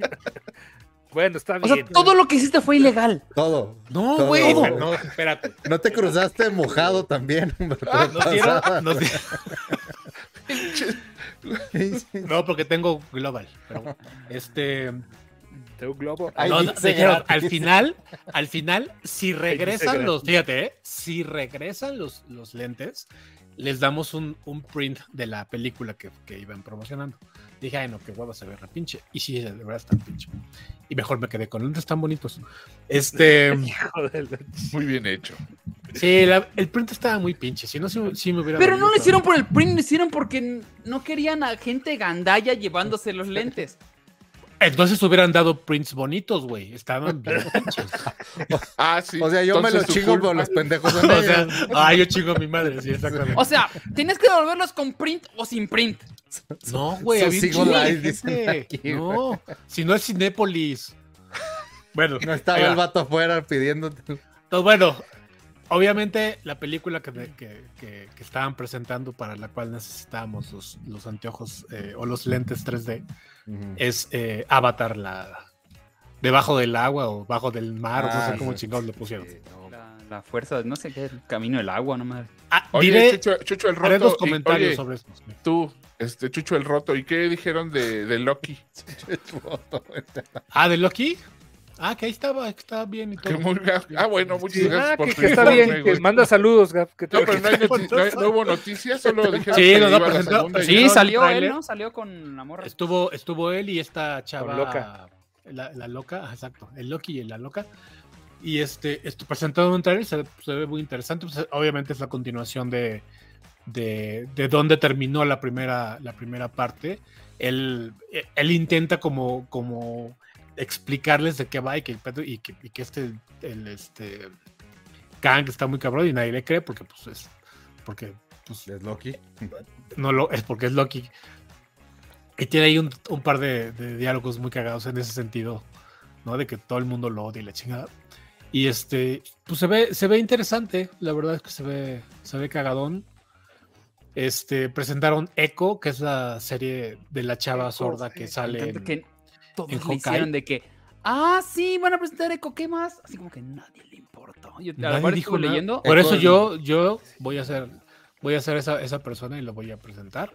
Speaker 3: Bueno, está
Speaker 2: O
Speaker 3: bien.
Speaker 2: sea, todo lo que hiciste fue ilegal.
Speaker 1: Todo.
Speaker 4: No,
Speaker 1: Todo.
Speaker 4: güey. No, (laughs) espérate.
Speaker 1: No te cruzaste mojado también, (laughs) Humberto.
Speaker 4: Nos dieron-
Speaker 1: Pasaba.
Speaker 4: nos di-
Speaker 5: pinche.
Speaker 4: no, porque tengo global. pero, este.
Speaker 3: Te un globo.
Speaker 1: Ahí
Speaker 4: no,
Speaker 1: dice
Speaker 4: dijeron, al
Speaker 1: gratis.
Speaker 4: final, al final, si regresan
Speaker 3: gratis.
Speaker 4: los, fíjate, eh, si regresan los, los lentes, les damos un, un print de la película que, que iban promocionando. Dije, ay no, qué hueva se ve la pinche. Y sí, de verdad está pinche. Y mejor me quedé con lentes tan bonitos. (laughs) Este.
Speaker 3: Hijo de la-
Speaker 5: Muy bien hecho.
Speaker 4: Sí, la- el print estaba muy pinche. Si no, sí, sí me hubiera.
Speaker 2: Pero
Speaker 4: valido,
Speaker 2: no lo hicieron por el print, lo hicieron porque n- no querían a gente gandalla llevándose los lentes.
Speaker 4: Entonces hubieran dado prints bonitos, güey. Estaban bien pinches.
Speaker 5: Ah, sí.
Speaker 1: O sea, yo me los
Speaker 5: entonces tu
Speaker 1: chingo
Speaker 5: culpa.
Speaker 1: por los pendejos. son
Speaker 4: (laughs) o sea,
Speaker 1: ellos.
Speaker 4: ay, yo chingo a mi madre. Sí, exactamente.
Speaker 2: O sea, tienes que devolverlos con print o sin print.
Speaker 4: No, güey.
Speaker 1: so
Speaker 4: había un
Speaker 1: single
Speaker 4: chingo de
Speaker 1: lies, dicen
Speaker 4: gente.
Speaker 1: aquí,
Speaker 4: no, si no es Cinépolis. Bueno,
Speaker 1: no estaba
Speaker 4: ahí va.
Speaker 1: el vato afuera pidiéndote.
Speaker 4: Entonces, bueno, obviamente la película que, que- que- que estaban presentando para la cual necesitábamos los, los anteojos eh, o los lentes 3D es eh, Avatar, la debajo del agua o bajo del mar, pues, o no
Speaker 1: Ah,
Speaker 4: sé cómo
Speaker 1: sí.
Speaker 4: chingados le pusieron.
Speaker 2: La, la fuerza, no sé qué, el camino del agua, no madre.
Speaker 4: Ah,
Speaker 5: Oye,
Speaker 4: diré,
Speaker 5: Chucho, Chucho el
Speaker 4: haré
Speaker 5: Roto.
Speaker 4: dos
Speaker 5: y-
Speaker 4: comentarios
Speaker 5: oye,
Speaker 4: sobre esto.
Speaker 5: tú, este, Chucho el Roto, ¿y qué dijeron de, de Loki?
Speaker 4: Ah, de Loki. Ah, que ahí estaba, que estaba
Speaker 5: (laughs)
Speaker 4: bien y
Speaker 5: Que
Speaker 4: todo.
Speaker 5: muy ga- Ah, bueno, muchas gracias
Speaker 3: Ah,
Speaker 5: por
Speaker 3: que,
Speaker 5: tu
Speaker 3: que está
Speaker 5: informe,
Speaker 3: bien,
Speaker 5: güey.
Speaker 3: que manda saludos, Gaf. Que te-
Speaker 5: No, pero no, hay
Speaker 4: (laughs)
Speaker 5: noti- no hay- no hubo noticias, solo dijeron
Speaker 4: Sí,
Speaker 5: que
Speaker 4: nos la
Speaker 5: iba la
Speaker 4: presentó-
Speaker 5: segunda y
Speaker 4: sí,
Speaker 5: ya.
Speaker 4: el
Speaker 2: salió él,
Speaker 4: tráiler.
Speaker 2: ¿no? Salió con la morra.
Speaker 4: Estuvo, estuvo él y esta chava.
Speaker 3: loca.
Speaker 4: La, la loca, ajá, exacto. El Loki y la loca. Y este, esto presentado en un trailer se, se ve muy interesante. pues, obviamente es la continuación de, de, de donde terminó la primera, la primera parte. Él, él intenta como, como explicarles de qué va y que, y que, y que este, el, este Kang está muy cabrón y nadie le cree porque pues es porque pues,
Speaker 1: Es Loki.
Speaker 4: no lo es porque es Loki. Y tiene ahí un, un par de, de diálogos muy cagados en ese sentido, ¿no? De que todo el mundo lo odia y la chingada. Y este, pues se ve, se ve interesante, la verdad es que se ve, se ve cagadón. Este, presentaron Echo, que es la serie de la chava sorda que sale
Speaker 2: Tanto
Speaker 4: en,
Speaker 2: que todos
Speaker 4: en
Speaker 2: le
Speaker 4: Hawkeye.
Speaker 2: hicieron de que, ah, sí, van a presentar Echo, ¿qué más? Así como que nadie le importó. Yo a la
Speaker 4: Nadie
Speaker 2: cual
Speaker 4: dijo
Speaker 2: estuve
Speaker 4: nada. Eh.
Speaker 2: leyendo.
Speaker 4: Por eso
Speaker 2: Echo-
Speaker 4: yo, yo voy a ser, voy a ser esa, esa persona y lo voy a presentar.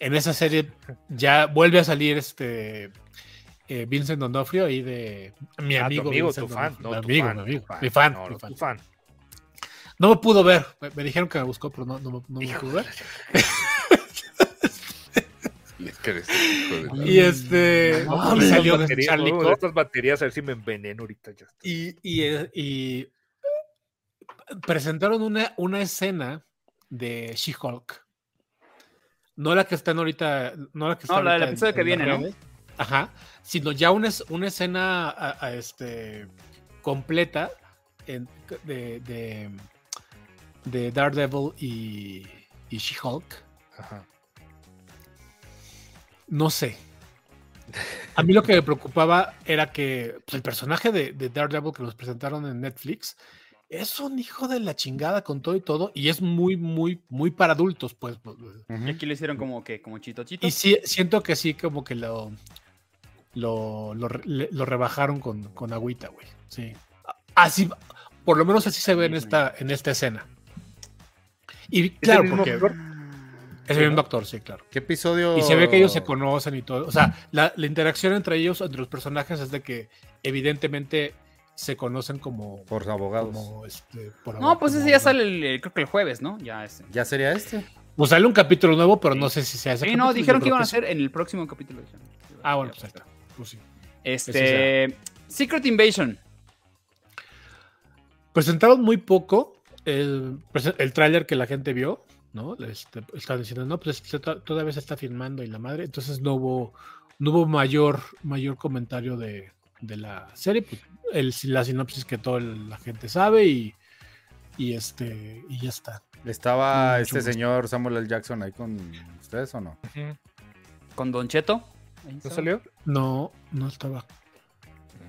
Speaker 4: En esa serie ya vuelve a salir este eh, Vincent D'Onofrio ahí de mi
Speaker 3: Ah,
Speaker 4: amigo,
Speaker 3: tu amigo,
Speaker 4: Vincent
Speaker 3: tu fan.
Speaker 4: D'Onofrio.
Speaker 3: No,
Speaker 4: Mi
Speaker 3: tu
Speaker 4: amigo,
Speaker 3: fan,
Speaker 4: mi
Speaker 3: tu fan.
Speaker 4: amigo, mi fan,
Speaker 3: No,
Speaker 4: mi
Speaker 3: no,
Speaker 4: fan.
Speaker 3: tu fan.
Speaker 4: No me pudo ver. Me, me dijeron que me buscó, pero no, no me- no me pudo ver.
Speaker 5: Y es que eres hijo de la-
Speaker 4: Y este
Speaker 3: No,
Speaker 4: y
Speaker 3: hombre,
Speaker 4: salió
Speaker 3: estas baterías,
Speaker 4: Charlie
Speaker 3: ¿no?
Speaker 4: Cox.
Speaker 3: Estas baterías, a ver si me enveneno ahorita ya.
Speaker 4: Y, y, eh, y presentaron una, una escena de She-Hulk. No la que están ahorita. No la que está
Speaker 2: No, la del
Speaker 4: ahorita en-
Speaker 2: episodio
Speaker 4: en
Speaker 2: que viene,
Speaker 4: las
Speaker 2: ¿no?
Speaker 4: redes. Ajá. Sino ya una, es- una escena a- a este, completa en- de, de, de Daredevil y, y She-Hulk.
Speaker 3: Ajá.
Speaker 4: No sé. A mí lo que me preocupaba era que pues, el personaje de, de Daredevil que nos presentaron en Netflix es un hijo de la chingada con todo y todo y es muy, muy, muy para adultos, pues.
Speaker 2: Y aquí lo hicieron como que, como chito chito.
Speaker 4: Y sí, siento que sí, como que lo, lo, lo, re- le- lo rebajaron con, con agüita, güey. Sí. Así, por lo menos así se ve en esta, en esta escena. Y claro,
Speaker 3: mismo
Speaker 4: porque
Speaker 3: actor?
Speaker 4: es el mismo actor, sí, claro.
Speaker 1: ¿Qué episodio?
Speaker 4: Y se ve que ellos se
Speaker 1: Oh.
Speaker 4: conocen y todo. O sea, la, la interacción entre ellos, entre los personajes, es de que evidentemente se conocen como.
Speaker 1: Por abogados.
Speaker 4: como, este, por
Speaker 2: No,
Speaker 4: ahora,
Speaker 2: pues
Speaker 4: como-
Speaker 2: ese ya sale, el- el- creo que el jueves, ¿no? Ya ese.
Speaker 1: ¿Ya sería este?
Speaker 4: Pues sale un capítulo nuevo, pero no sé si se hace.
Speaker 2: Sí, no, dijeron que iban a hacer en el próximo capítulo. dijeron.
Speaker 4: Ah, bueno, pues ahí está. Pues sí.
Speaker 2: Este. Secret Invasion.
Speaker 4: Presentaron muy poco el, prese- el tráiler que la gente vio, ¿no? Este, están diciendo, no, pues se to- todavía se está filmando y la madre. Entonces no hubo, no hubo mayor, mayor comentario de, de la serie. Pues, el, la sinopsis que toda la gente sabe y, y, este, y ya está.
Speaker 1: ¿Estaba
Speaker 4: Mm,
Speaker 1: este
Speaker 4: mucho gusto.
Speaker 1: señor Samuel L. Jackson ahí con ustedes o no?
Speaker 2: Con Don Cheto. Ahí
Speaker 3: ¿No
Speaker 2: está.
Speaker 3: salió?
Speaker 4: No, no estaba.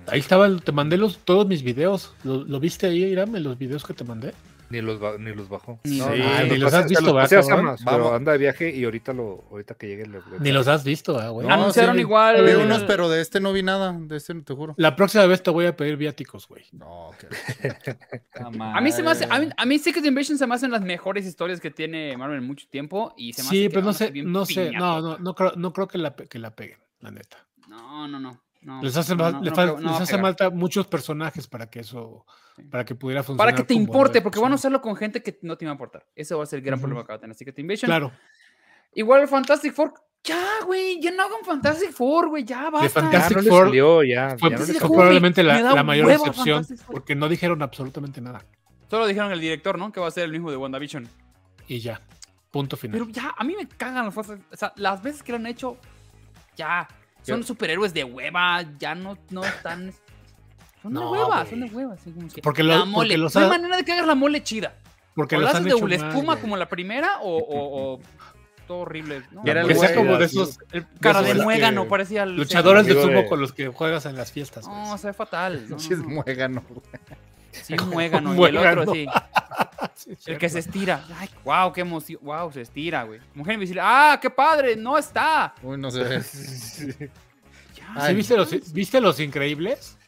Speaker 4: Ahí estaba, el- te mandé los, todos mis videos. ¿Lo, lo viste ahí, Iram, en los videos que te mandé?
Speaker 3: Ni los, ba- ni los bajó.
Speaker 2: Ni-
Speaker 1: No,
Speaker 2: Sí.
Speaker 1: no,
Speaker 4: Ay,
Speaker 1: no.
Speaker 4: ni los has
Speaker 3: Pasé-
Speaker 4: visto,
Speaker 3: los
Speaker 4: ¿verdad,
Speaker 3: pasé a
Speaker 4: cabrón?
Speaker 3: Samas,
Speaker 1: Vamos.
Speaker 3: pero anda de viaje y ahorita lo ahorita que llegue le- le-
Speaker 4: Ni los has visto, ah, güey.
Speaker 1: No,
Speaker 2: Anunciaron
Speaker 1: sí,
Speaker 2: igual.
Speaker 1: Vi
Speaker 2: el-
Speaker 1: unos, pero de este no vi nada. De este, te juro.
Speaker 4: La próxima vez te voy a pedir viáticos, güey.
Speaker 1: No, (laughs) que...
Speaker 2: A mí se me hace. A mí, a mí Secret Invasion se me hacen las mejores historias que tiene Marvel en mucho tiempo. Y se me hace
Speaker 4: Sí,
Speaker 2: que
Speaker 4: pero
Speaker 2: van
Speaker 4: no
Speaker 2: a ser
Speaker 4: sé,
Speaker 2: bien
Speaker 4: no sé, no,
Speaker 2: piñatas.
Speaker 4: no, no creo, no creo que la, pe- que la peguen, la neta.
Speaker 2: No, no, no. no,
Speaker 4: Les hace,
Speaker 2: no,
Speaker 4: mal-
Speaker 2: no,
Speaker 4: le
Speaker 2: no
Speaker 4: fal-
Speaker 2: creo- no va
Speaker 4: les
Speaker 2: a
Speaker 4: hace
Speaker 2: pegar.
Speaker 4: falta muchos personajes para que eso, para que pudiera funcionar.
Speaker 2: Para que te
Speaker 4: como
Speaker 2: importe,
Speaker 4: debe
Speaker 2: porque van a
Speaker 4: funcionar.
Speaker 2: usarlo con gente que no te va a importar. Ese va a ser el gran
Speaker 4: Ujú.
Speaker 2: problema que va a tener Secret Invasion.
Speaker 4: Claro,
Speaker 2: Igual Fantastic Four. Ya, güey, ya no hagan Fantastic Four, güey, ya basta.
Speaker 4: Fantastic
Speaker 3: Ya Ah, no le
Speaker 4: Four-
Speaker 3: salió, ya.
Speaker 4: fue,
Speaker 3: ya no le
Speaker 2: Ese juego
Speaker 3: salió.
Speaker 4: fue
Speaker 2: me-
Speaker 4: probablemente
Speaker 2: me
Speaker 4: la,
Speaker 2: da
Speaker 4: la mayor
Speaker 2: hueva
Speaker 4: excepción,
Speaker 2: Fantastic Four.
Speaker 4: porque no dijeron absolutamente nada.
Speaker 2: Solo dijeron el director, ¿no? Que va a ser el mismo de WandaVision.
Speaker 4: Y ya, punto final.
Speaker 2: Pero ya, a mí me cagan los Fast O sea, las veces que lo han hecho, ya. Son superhéroes de hueva, ya no, no están. Son de
Speaker 4: No,
Speaker 2: hueva,
Speaker 4: güey.
Speaker 2: son de hueva. así como que-
Speaker 4: Porque lo-
Speaker 2: la
Speaker 4: porque
Speaker 2: mole.
Speaker 4: los
Speaker 2: no hay
Speaker 4: ha-
Speaker 2: manera de que hagas la mole chida.
Speaker 4: porque
Speaker 2: o
Speaker 4: los
Speaker 2: la
Speaker 4: han
Speaker 2: haces de
Speaker 4: hecho
Speaker 2: hule
Speaker 4: mal,
Speaker 2: espuma
Speaker 4: güey.
Speaker 2: como la primera o, o- o todo horrible. No,
Speaker 1: Era el
Speaker 4: Que sea
Speaker 1: güey,
Speaker 4: como de
Speaker 3: así,
Speaker 4: esos
Speaker 2: cara de
Speaker 4: esos
Speaker 2: muégano,
Speaker 4: que-
Speaker 2: parecía el
Speaker 4: luchadores de
Speaker 3: Amigo
Speaker 4: sumo
Speaker 3: de-
Speaker 4: con los que juegas en las fiestas. güey.
Speaker 2: No, se ve fatal. No,
Speaker 1: Pinches
Speaker 2: no, no.
Speaker 1: muégano, güey.
Speaker 2: Sí, un muégano. Y el otro
Speaker 4: Muégano.
Speaker 2: así.
Speaker 4: Sí, es
Speaker 2: El que se
Speaker 4: cierto.
Speaker 2: estira. Ay, wow, qué emoción. Wow, se estira, güey. Mujer invisible. ¡Ah, qué padre! ¡No está!
Speaker 1: Uy, no se ve.
Speaker 2: Ya,
Speaker 4: ¿Sí
Speaker 1: Ay,
Speaker 4: viste, los, ¿Viste los increíbles?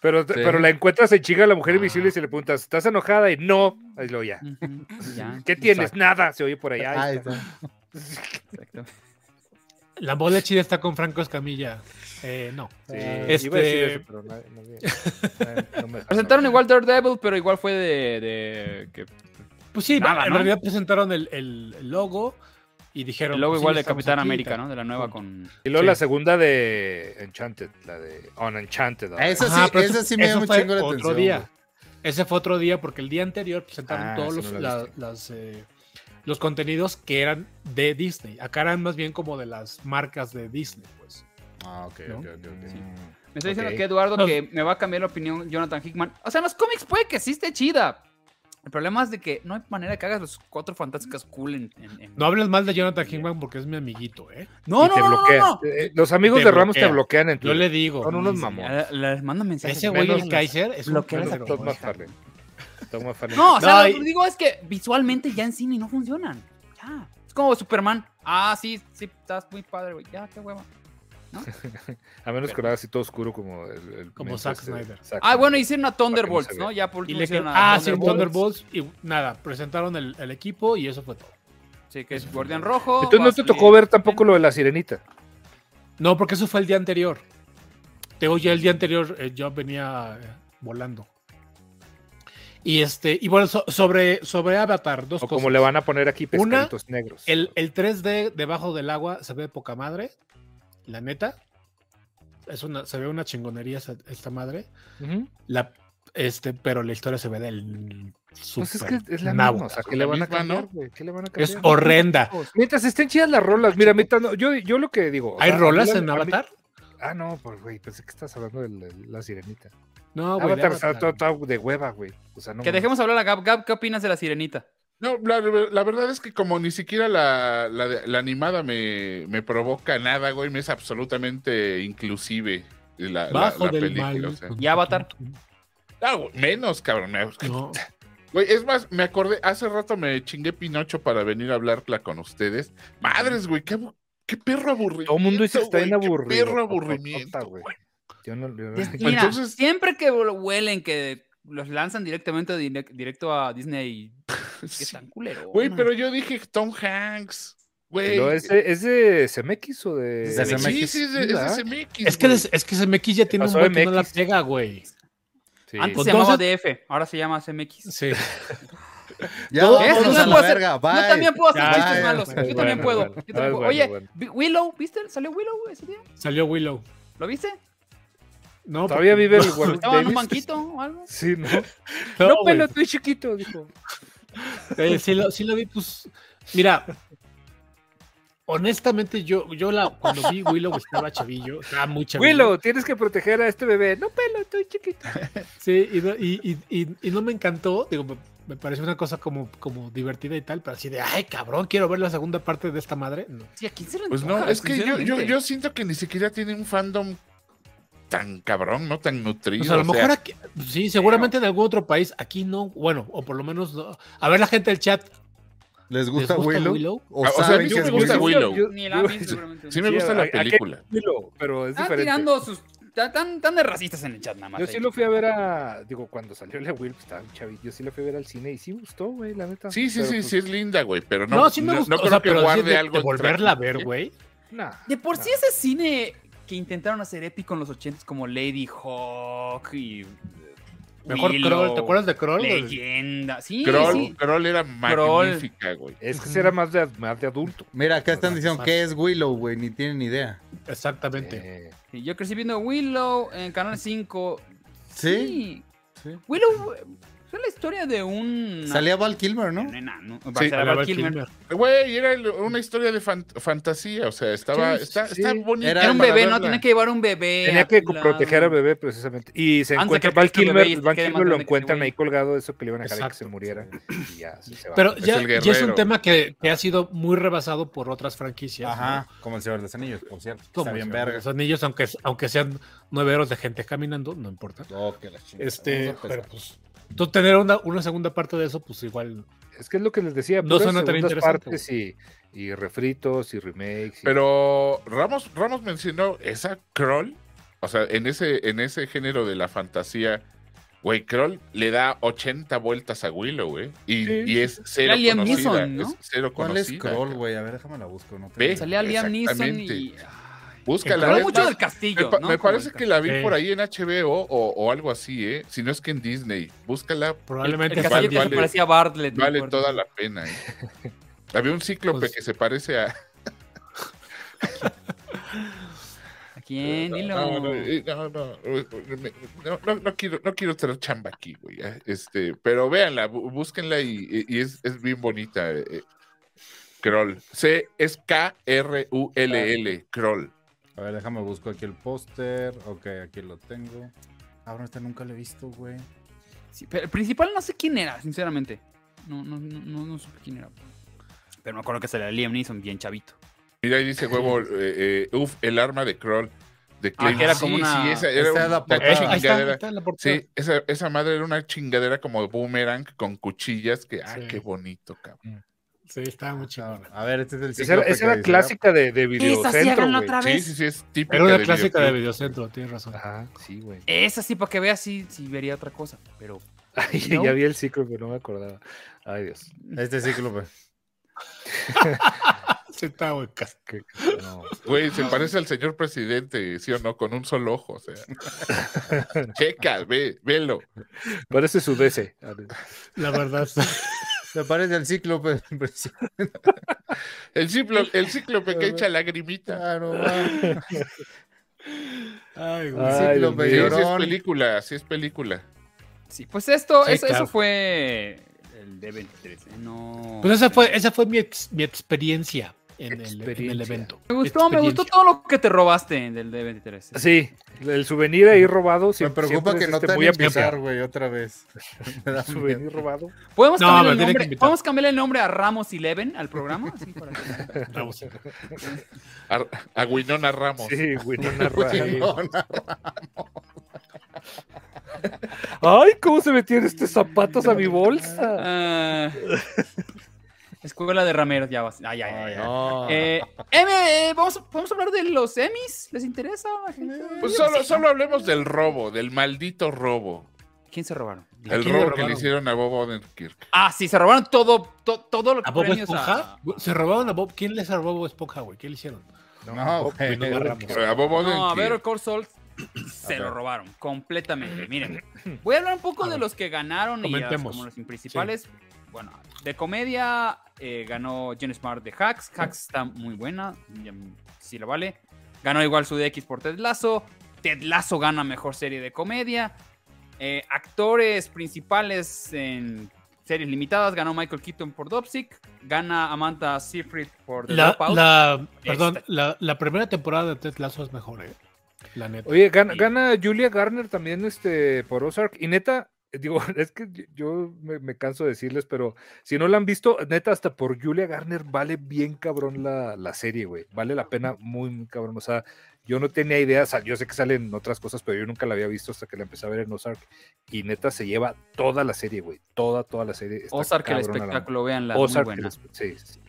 Speaker 3: Pero, pero la encuentras en chica la mujer
Speaker 4: Ah.
Speaker 3: invisible y se le preguntas, ¿estás enojada? Y no. Ahí lo ya.
Speaker 2: Ujú,
Speaker 4: (laughs)
Speaker 2: ya,
Speaker 3: ¿Qué tienes?
Speaker 2: exacto,
Speaker 3: Nada. Se oye por allá. Mm, ahí
Speaker 1: Ahí
Speaker 3: está.
Speaker 1: está.
Speaker 2: exacto.
Speaker 4: La bola chida está con Franco Escamilla. Eh, no.
Speaker 3: Sí, iba a decir
Speaker 4: Este-
Speaker 3: eso, pero no- no- no- no me-
Speaker 2: Presentaron igual Daredevil, pero igual fue de. de- que-
Speaker 4: Pues sí,
Speaker 2: Nada,
Speaker 4: en
Speaker 2: ¿no?
Speaker 4: realidad presentaron el, el logo y dijeron.
Speaker 2: luego
Speaker 4: pues sí,
Speaker 2: igual de
Speaker 4: estamos
Speaker 2: Capitán
Speaker 4: aquí,
Speaker 2: América,
Speaker 4: tal.
Speaker 2: ¿no? De la nueva con.
Speaker 3: Y luego
Speaker 4: Sí.
Speaker 3: la segunda de Enchanted, la de On Enchanted. ahora.
Speaker 1: Esa
Speaker 4: Ajá,
Speaker 1: sí,
Speaker 4: pero
Speaker 1: esa
Speaker 4: eso-
Speaker 1: sí me
Speaker 4: eso
Speaker 1: dio un
Speaker 4: fue
Speaker 1: chingo la
Speaker 4: otro
Speaker 1: atención.
Speaker 4: día.
Speaker 1: güey.
Speaker 4: Ese fue otro día, porque el día anterior presentaron
Speaker 3: Ah,
Speaker 4: todos
Speaker 3: esa
Speaker 4: los,
Speaker 3: no la
Speaker 4: la-
Speaker 3: viste.
Speaker 4: las, eh, los contenidos que eran de Disney. Acá eran más bien como de las marcas de Disney, pues.
Speaker 1: Ah, ok, ok, ok. ok.
Speaker 2: Me está diciendo
Speaker 3: Ok.
Speaker 2: que Eduardo
Speaker 4: Nos-
Speaker 2: que me va a cambiar la opinión Jonathan Hickman. O sea, en los cómics puede que sí esté chida. El problema es de que no hay manera de que hagas los cuatro fantásticas cool en. en- en-
Speaker 4: No hables mal de Jonathan Hickman porque es mi amiguito, ¿eh?
Speaker 2: no,
Speaker 3: y
Speaker 2: no,
Speaker 3: te
Speaker 2: no, no,
Speaker 3: bloquean.
Speaker 2: no.
Speaker 3: Eh, Los amigos
Speaker 4: Te
Speaker 3: de Ramos te
Speaker 4: bloquean.
Speaker 3: bloquean en
Speaker 4: Yo
Speaker 3: Twitter.
Speaker 4: le digo.
Speaker 3: Son unos mamones.
Speaker 2: Eh, Les mando mensajes.
Speaker 4: Ese güey, el
Speaker 2: Menos-
Speaker 4: Kaiser, es un
Speaker 2: bloqueas a
Speaker 4: culero,
Speaker 3: Todd
Speaker 4: güey.
Speaker 3: McFarlane. Todd
Speaker 2: (laughs)
Speaker 3: McFarlane.
Speaker 2: No, o sea,
Speaker 4: No,
Speaker 2: lo
Speaker 4: y-
Speaker 2: que digo es que visualmente ya en cine no funcionan. Ya. Es como Superman. Ah, sí, sí, estás muy padre, güey. Ya, qué hueva.
Speaker 3: A menos que lo hagas así todo oscuro como el. el
Speaker 4: Como
Speaker 3: momento
Speaker 4: Zack
Speaker 3: este,
Speaker 4: Snyder.
Speaker 3: Zack
Speaker 2: Ah,
Speaker 3: Snyder.
Speaker 2: bueno, hicieron a Thunderbolts,
Speaker 3: vea.
Speaker 2: ¿no? Ya por
Speaker 4: Y
Speaker 2: último
Speaker 4: le
Speaker 2: hicieron a
Speaker 4: ah, sí, Thunderbolts. Y nada, presentaron el, el equipo y eso fue todo.
Speaker 2: Sí, que es Guardián Rojo.
Speaker 3: Entonces no te
Speaker 2: Wasp y-
Speaker 3: tocó ver tampoco lo de la sirenita.
Speaker 4: No, porque eso fue el día anterior. Te digo, ya el día anterior eh, yo venía eh, volando. Y este, y bueno, so- sobre, sobre Avatar, dos
Speaker 3: O
Speaker 4: cosas.
Speaker 3: como le van a poner aquí
Speaker 4: Una,
Speaker 3: pescaditos negros.
Speaker 4: El, el 3D debajo del agua se ve de poca madre, la neta. Es una, se ve una chingonería esa- esta madre.
Speaker 3: Ujú.
Speaker 4: La, este, pero la historia se ve del
Speaker 3: Pues es
Speaker 4: super
Speaker 3: que es la
Speaker 4: nabo.
Speaker 3: misma, o sea, ¿qué
Speaker 5: Es
Speaker 3: le
Speaker 5: la
Speaker 3: van a
Speaker 5: misma, ¿no?
Speaker 3: cambiar, güey? ¿Qué le van a cambiar?
Speaker 4: Es horrenda.
Speaker 3: Mientras estén chidas las rolas, mira, mientras no- yo, yo lo que digo. o
Speaker 4: ¿Hay
Speaker 3: sea, a mí
Speaker 4: rolas
Speaker 3: la-
Speaker 4: en
Speaker 3: a mí-
Speaker 4: Avatar?
Speaker 3: ah, no, pues güey, pensé que estás hablando de la, la sirenita. Ah,
Speaker 4: No, güey. de
Speaker 3: Avatar está
Speaker 4: Avatar.
Speaker 3: todo- todo de hueva, güey. O sea, no.
Speaker 2: Que
Speaker 3: mames.
Speaker 2: dejemos hablar a Gab. Gab, ¿qué opinas de la sirenita?
Speaker 5: No, la, la verdad es que como ni siquiera la, la de- la animada me, me provoca nada, güey, me es absolutamente inclusive la, la-
Speaker 4: Bajo
Speaker 5: la
Speaker 4: del
Speaker 5: película.
Speaker 4: mal.
Speaker 5: o sea.
Speaker 2: ¿Y Avatar?
Speaker 5: Ah, güey, menos, cabrón. me-
Speaker 4: No.
Speaker 5: Güey, es más, me acordé, hace rato me chingué Pinocho para venir a hablarla con ustedes. Madres, güey, qué, abu- qué perro aburrido.
Speaker 3: Todo el mundo dice que está bien
Speaker 5: güey, qué
Speaker 3: aburrido.
Speaker 5: Perro
Speaker 3: papá,
Speaker 5: aburrimiento,
Speaker 3: papá, güey.
Speaker 5: güey.
Speaker 3: Yo no. yo no-
Speaker 2: Es-
Speaker 5: Pues
Speaker 2: Mira,
Speaker 5: entonces-
Speaker 2: siempre que lo huelen, que los lanzan directamente direc- directo a Disney, qué
Speaker 5: Sí.
Speaker 2: tan culero.
Speaker 5: Güey, pero yo dije Tom Hanks. Güey.
Speaker 3: Pero ese, ¿Es de CMX o de.?
Speaker 2: Es de
Speaker 5: Sí,
Speaker 1: CMX.
Speaker 5: sí, es de, es de
Speaker 3: ¿verdad?
Speaker 5: CMX,
Speaker 4: Ah. Es que,
Speaker 5: güey.
Speaker 4: des- es que CMX ya tiene un
Speaker 3: Pasó
Speaker 4: buen que no la
Speaker 3: MX.
Speaker 4: pega, güey.
Speaker 3: Sí.
Speaker 2: Antes
Speaker 4: Pues
Speaker 2: se llamaba
Speaker 4: entonces-
Speaker 2: DF, ahora se llama CMX.
Speaker 4: Sí.
Speaker 1: Ya,
Speaker 4: Todo-
Speaker 1: vámonos
Speaker 4: eso no
Speaker 1: a la
Speaker 2: puede ser-
Speaker 1: verga.
Speaker 2: Yo también puedo hacer
Speaker 4: Ya,
Speaker 2: chistes
Speaker 4: ya,
Speaker 2: malos.
Speaker 4: bueno,
Speaker 2: Yo también
Speaker 3: bueno,
Speaker 2: puedo.
Speaker 3: bueno.
Speaker 2: yo también
Speaker 3: Ah,
Speaker 2: puedo.
Speaker 3: bueno,
Speaker 2: Oye,
Speaker 3: bueno.
Speaker 2: Vi- Willow, ¿viste? ¿Salió Willow ese día?
Speaker 4: Salió Willow.
Speaker 2: ¿Lo viste?
Speaker 5: Pues
Speaker 4: No,
Speaker 3: Todavía
Speaker 4: porque-
Speaker 3: vive el Warwick
Speaker 2: Estaba en un
Speaker 3: Davis.
Speaker 2: banquito o algo.
Speaker 3: Sí, ¿no?
Speaker 4: No, güey.
Speaker 3: estoy chiquito, dijo.
Speaker 4: Eh, sí, lo, sí lo vi, pues. Mira, honestamente, yo, yo la, cuando vi Willow estaba chavillo, estaba muy chavillo.
Speaker 3: Willow, tienes que proteger a este bebé. No, pelo, estoy chiquito.
Speaker 4: Sí, y no, y, y, y, y no me encantó. Digo, me, me pareció una cosa como, como divertida y tal, pero así de, ay, cabrón, quiero ver la segunda parte de esta madre. No.
Speaker 2: Sí, ¿a quién se le
Speaker 5: Pues no,
Speaker 2: antoja,
Speaker 5: es que yo, yo,
Speaker 2: sinceramente?
Speaker 5: yo siento que ni siquiera tiene un fandom tan cabrón, no tan nutrido.
Speaker 4: O sea, Pues a lo
Speaker 5: o sea,
Speaker 4: mejor aquí, sí, seguramente en algún otro país, aquí no, bueno, o por lo menos no. A ver, la gente del chat,
Speaker 1: ¿Les
Speaker 4: ¿les
Speaker 1: gusta,
Speaker 4: gusta Willow?
Speaker 1: Willow? ¿O,
Speaker 5: Ah, o sea, a
Speaker 1: saben
Speaker 5: mí
Speaker 1: que
Speaker 5: sí
Speaker 1: es
Speaker 5: me gusta
Speaker 1: Willow?
Speaker 5: Willow.
Speaker 2: Ni la vi, seguramente.
Speaker 5: (laughs) sí me
Speaker 3: Sí,
Speaker 5: gusta
Speaker 3: a- a-
Speaker 5: la
Speaker 3: a qué-
Speaker 5: película.
Speaker 3: Willow, pero es
Speaker 2: Están
Speaker 3: diferente.
Speaker 2: tirando sus. Están tan, tan de racistas en el chat, nada más.
Speaker 3: Yo
Speaker 2: ahí.
Speaker 3: sí lo fui a ver a. Digo, cuando salió la Will, pues, estaba un chavito. Yo sí la fui a ver al cine y sí me gustó, güey, la neta.
Speaker 5: Sí, sí,
Speaker 3: Pero,
Speaker 5: sí,
Speaker 3: pues,
Speaker 5: sí es linda, güey, pero
Speaker 4: Ah, No,
Speaker 5: no,
Speaker 4: sí me
Speaker 5: no-
Speaker 4: gustó, o
Speaker 5: no creo
Speaker 4: sea,
Speaker 5: que
Speaker 4: pero sí
Speaker 5: guarde
Speaker 4: de-
Speaker 5: algo.
Speaker 4: de
Speaker 5: entre-
Speaker 4: volverla a ver, güey.
Speaker 3: nah,
Speaker 2: De por sí,
Speaker 3: nah.
Speaker 2: ese cine que intentaron hacer épico en los 80 como Lady Hawk y. eh,
Speaker 4: Mejor
Speaker 2: Willow,
Speaker 4: Kroll, ¿te acuerdas de Kroll?
Speaker 2: Leyenda. Sí,
Speaker 5: Kroll,
Speaker 2: sí.
Speaker 5: Kroll era magnífica, güey.
Speaker 3: Es que será más de, más de adulto. Eh,
Speaker 1: Mira, acá están diciendo que es Willow, güey. Ni tienen ni idea.
Speaker 4: Exactamente.
Speaker 3: Eh,
Speaker 2: Sí, Yo crecí viendo Willow en Canal 5.
Speaker 1: ¿Sí? sí.
Speaker 2: Willow eh, fue la historia de un.
Speaker 1: Salía Val Kilmer, ¿no?
Speaker 2: Nena, ¿no?
Speaker 5: Sí,
Speaker 2: Para ser a Val Kilmer.
Speaker 5: Güey, era el- una historia de fan- fantasía, o sea, estaba
Speaker 3: Sí, sí,
Speaker 5: está,
Speaker 3: sí.
Speaker 5: está bonita.
Speaker 1: Era
Speaker 2: Era un
Speaker 5: para
Speaker 2: bebé, ¿no?
Speaker 5: verla.
Speaker 2: Tenía que llevar un bebé.
Speaker 3: tenía
Speaker 2: a
Speaker 3: que
Speaker 2: tu lado.
Speaker 3: proteger al bebé, precisamente. Y se
Speaker 2: Antes
Speaker 3: encuentra
Speaker 2: que
Speaker 3: Val
Speaker 2: crezca el
Speaker 3: Kilmer.
Speaker 2: bebé y se
Speaker 3: Val
Speaker 2: quede más
Speaker 3: Kilmer
Speaker 2: grande
Speaker 3: lo
Speaker 2: que ese
Speaker 3: encuentran
Speaker 2: güey.
Speaker 3: ahí colgado. Eso que le iban a dejar que se
Speaker 4: Exacto.
Speaker 3: muriera. Y ya, sí, se va.
Speaker 4: Pero
Speaker 5: Es
Speaker 4: ya,
Speaker 5: el
Speaker 4: ya es un
Speaker 5: guerrero.
Speaker 4: tema que, que ha sido muy rebasado por otras franquicias.
Speaker 1: Ajá. Como el Señor de los Anillos, por cierto.
Speaker 4: ¿no?
Speaker 1: Está
Speaker 4: Como
Speaker 1: bien
Speaker 4: si
Speaker 1: verga.
Speaker 4: Los anillos, aunque, aunque sean nueve horas de gente caminando, no importa.
Speaker 1: Oh, que la chingada.
Speaker 4: Este,
Speaker 1: Vamos a
Speaker 4: pero
Speaker 1: empezar.
Speaker 4: pues, tú tener una, una segunda parte de eso, pues igual.
Speaker 3: Es que es lo que les decía.
Speaker 4: No
Speaker 3: puras
Speaker 4: suena tan
Speaker 3: segundas
Speaker 4: interesante,
Speaker 3: partes y, y refritos y remakes. y-
Speaker 5: Pero Ramos, Ramos mencionó esa Kroll, o sea, en ese, en ese género de la fantasía, güey, Kroll le da 80 vueltas a Willow, güey. Y,
Speaker 3: Sí,
Speaker 5: y es cero
Speaker 2: Liam
Speaker 5: conocida.
Speaker 2: Neeson, ¿no?
Speaker 5: Es cero
Speaker 1: ¿Cuál es
Speaker 5: conocida.
Speaker 1: Kroll, güey? A ver, déjame la busco. No
Speaker 5: Ve.
Speaker 1: tengo idea.
Speaker 2: Salía Liam Neeson y.
Speaker 5: Exactamente.
Speaker 2: Ay,
Speaker 5: Búscala.
Speaker 4: Kroll
Speaker 5: es
Speaker 2: Habló mucho
Speaker 5: más,
Speaker 2: del
Speaker 5: me,
Speaker 2: castillo.
Speaker 5: pa-
Speaker 2: ¿no?
Speaker 5: me
Speaker 2: Como
Speaker 5: parece
Speaker 2: el
Speaker 5: que la vi
Speaker 4: Sí.
Speaker 5: por ahí en HBO o, o algo así, ¿eh? Si no es que en Disney. Búscala,
Speaker 4: Probablemente
Speaker 2: El
Speaker 5: Vale,
Speaker 4: sea el
Speaker 2: castillo que
Speaker 4: día-
Speaker 2: se
Speaker 5: vale.
Speaker 2: parecía a Bartlett. me
Speaker 5: vale
Speaker 2: acuerdo.
Speaker 5: toda la pena. ¿eh? Había un cíclope
Speaker 4: Pues-
Speaker 5: que se parece a.
Speaker 2: ¿A quién? Dilo.
Speaker 5: No, no, eh, no, no, eh, me- no, no, no quiero, no quiero tener chamba aquí, güey. eh, Este, pero véanla, bú- búsquenla y, y- y es, es bien bonita. eh, eh, Kroll. C E es K-R-U-L-L. Kroll.
Speaker 1: A ver, déjame busco aquí el póster. Ok, aquí lo tengo. Ah, bueno, esta nunca la he visto, güey.
Speaker 2: Sí, pero el principal no sé quién era, sinceramente. No, no, no, no, no supe quién era. Pero me acuerdo que salía Liam Neeson bien chavito.
Speaker 5: Mira, ahí dice huevo, eh, eh, uf, el arma de Kroll. De
Speaker 2: Ah,
Speaker 5: Claymore.
Speaker 2: que era como una-
Speaker 5: Sí, esa era
Speaker 1: Esa
Speaker 5: un-
Speaker 1: la
Speaker 5: una
Speaker 1: portada.
Speaker 5: chingadera.
Speaker 1: Ahí
Speaker 4: Eh, Ahí está, ahí está la portada.
Speaker 5: Sí, esa, esa madre era una chingadera como boomerang con cuchillas que, ah,
Speaker 4: Sí.
Speaker 5: qué bonito, cabrón.
Speaker 4: Sí, estaba muy chingona.
Speaker 1: A ver, este es el
Speaker 3: Esa, era-
Speaker 1: ciclope
Speaker 3: esa
Speaker 1: que
Speaker 3: era
Speaker 1: decía.
Speaker 3: clásica de, de videocentro, güey.
Speaker 5: Sí, sí, sí, es típica.
Speaker 4: Era una
Speaker 5: de
Speaker 4: clásica de
Speaker 5: videoclip.
Speaker 4: videocentro, tienes razón.
Speaker 5: (laughs)
Speaker 3: Ajá, sí, güey.
Speaker 2: Esa sí, para que veas si, si vería otra cosa. Pero
Speaker 3: (laughs) Ay,
Speaker 2: ¿No?
Speaker 3: Ya vi el ciclo, pero no me acordaba. Ay, Dios.
Speaker 1: Este cíclope.
Speaker 4: Sí, estaba muy cas-
Speaker 3: qué- no.
Speaker 5: Güey, se parece al señor presidente, ¿sí o no? Con un solo ojo, o sea. (laughs) Checa, ve, velo.
Speaker 3: Parece su DC. A ver.
Speaker 4: La verdad,
Speaker 5: (laughs)
Speaker 4: sí.
Speaker 1: Se parece al (laughs) cíclope.
Speaker 5: El, ciclo, el cíclope que echa lagrimita.
Speaker 1: Claro, va.
Speaker 4: Ay, güey.
Speaker 1: Ciclo
Speaker 3: Ay, Dios
Speaker 5: Sí,
Speaker 1: medio-
Speaker 3: mío.
Speaker 5: sí es
Speaker 1: Llorón.
Speaker 5: película, sí es película.
Speaker 2: sí, pues esto,
Speaker 4: Sí,
Speaker 2: eso,
Speaker 4: claro.
Speaker 2: eso fue el D23. ¿eh? No.
Speaker 4: Pues esa fue, esa fue mi, ex- mi experiencia en el- en el,
Speaker 3: Experiencia.
Speaker 4: evento.
Speaker 2: me gustó, me gustó
Speaker 4: Experiencia.
Speaker 2: todo lo que te robaste del D23. ¿eh?
Speaker 3: Ah, Sí, el souvenir ahí robado.
Speaker 1: Me
Speaker 3: siem-
Speaker 1: preocupa
Speaker 3: siempre
Speaker 1: que
Speaker 3: es,
Speaker 1: no
Speaker 3: este,
Speaker 1: te
Speaker 3: muy
Speaker 1: hagan
Speaker 3: aplicado.
Speaker 1: pisar, güey, otra vez. (laughs) Me da miedo.
Speaker 3: Souvenir robado.
Speaker 2: ¿Podemos,
Speaker 4: No,
Speaker 2: cambiar
Speaker 4: pero
Speaker 2: el
Speaker 4: tiene que
Speaker 2: nombre,
Speaker 4: invitar.
Speaker 2: ¿Podemos cambiar el nombre a Ramos Eleven al programa? Así para que-
Speaker 4: (laughs) Vamos.
Speaker 5: A, a Winona Ramos.
Speaker 3: Sí, güey, no narra.
Speaker 1: (laughs) No, no.
Speaker 3: Ay, ¿cómo se metieron estos zapatos a mi bolsa?
Speaker 2: Ah, escuela de Rameros, ya vas. Ay, ay, ay, ay.
Speaker 1: No.
Speaker 2: Eh, M, eh, ¿vamos, ¿Vamos a hablar de los Emmys? ¿Les interesa? a la gente?
Speaker 5: Pues solo, solo hablemos del robo, del maldito robo.
Speaker 2: ¿Quién se robaron? Dime.
Speaker 5: El
Speaker 4: quién le
Speaker 5: robo que le
Speaker 4: robaron?
Speaker 5: hicieron a Bob Odenkirk.
Speaker 2: Ah, sí, se robaron todo, to- todo lo que
Speaker 4: ¿A Bob
Speaker 2: premios
Speaker 4: Esponja?
Speaker 2: a-
Speaker 4: ¿Se robaron a Bob? ¿Quién les robó a Bob Esponja, güey? ¿Qué le hicieron?
Speaker 1: No, güey.
Speaker 4: Winona Ramos.
Speaker 5: A Bob
Speaker 2: No, a ver, el
Speaker 5: Odenkirk.
Speaker 2: Core
Speaker 4: (clears throat)
Speaker 2: Salt se lo robaron completamente. Miren, voy a hablar un poco
Speaker 4: A
Speaker 2: de
Speaker 4: ver,
Speaker 2: los que ganaron y ya
Speaker 4: comentemos.
Speaker 2: como los principales. Bueno, de comedia eh, ganó Jen Smart de Hacks. Hacks está muy buena, ya, si la vale. Ganó igual su DX por Ted Lasso. Ted Lasso gana mejor serie de comedia. Eh, actores principales en series limitadas ganó Michael Keaton por Dopsic. Gana Amanda Seyfried por The
Speaker 4: La,
Speaker 2: Dropout.
Speaker 4: la-
Speaker 2: Este.
Speaker 4: perdón,
Speaker 2: Esta.
Speaker 4: la, la primera temporada de Ted Lasso es mejor, ¿eh? La neta.
Speaker 3: Oye, gana, gana Julia Garner también este, por Ozark. Y neta, (laughs) digo, es que yo- yo me, me canso de decirles, pero si no la han visto, neta, hasta por Julia Garner vale bien cabrón la, la serie, güey. Vale la pena muy, muy cabrón. O sea, yo no tenía idea, o sea, yo sé que salen otras cosas, pero yo nunca la había visto hasta que la empecé a ver en Ozark. Y neta, se lleva toda la serie, güey. Toda, toda la serie. Está
Speaker 2: Ozark el
Speaker 3: cabrona la-
Speaker 2: espectáculo, véanla,
Speaker 3: Ozark,
Speaker 2: muy
Speaker 3: el
Speaker 2: buena.
Speaker 3: espe- sí, sí, sí.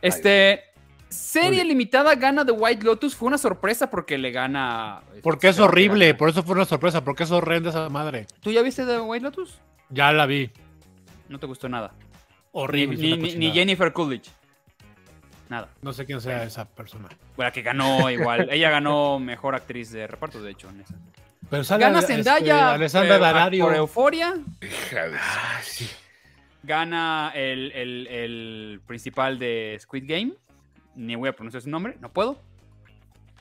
Speaker 2: Este, serie limitada gana The White Lotus fue una sorpresa porque le gana. este,
Speaker 4: Porque es
Speaker 2: Creo que
Speaker 4: horrible,
Speaker 2: gana.
Speaker 4: por eso fue una sorpresa, porque es horrenda esa madre.
Speaker 2: ¿Tú ya viste The White Lotus?
Speaker 4: Ya la vi.
Speaker 2: No te gustó nada. Ni,
Speaker 4: Horrible. es
Speaker 2: ni-
Speaker 4: una
Speaker 2: ni-
Speaker 4: cochinada.
Speaker 2: ni Jennifer Coolidge. Nada.
Speaker 4: No sé quién sea esa persona.
Speaker 2: La que ganó
Speaker 4: (laughs)
Speaker 2: igual. Ella ganó mejor actriz de reparto, de hecho. En esa.
Speaker 4: Pero sale
Speaker 2: Gana
Speaker 4: este,
Speaker 2: Zendaya
Speaker 4: Alessandra
Speaker 2: eh,
Speaker 4: Dalario.
Speaker 2: por Euforia.
Speaker 5: Hija de-
Speaker 2: Gana el, el- el principal de Squid Game. Ni voy a pronunciar su nombre, no puedo.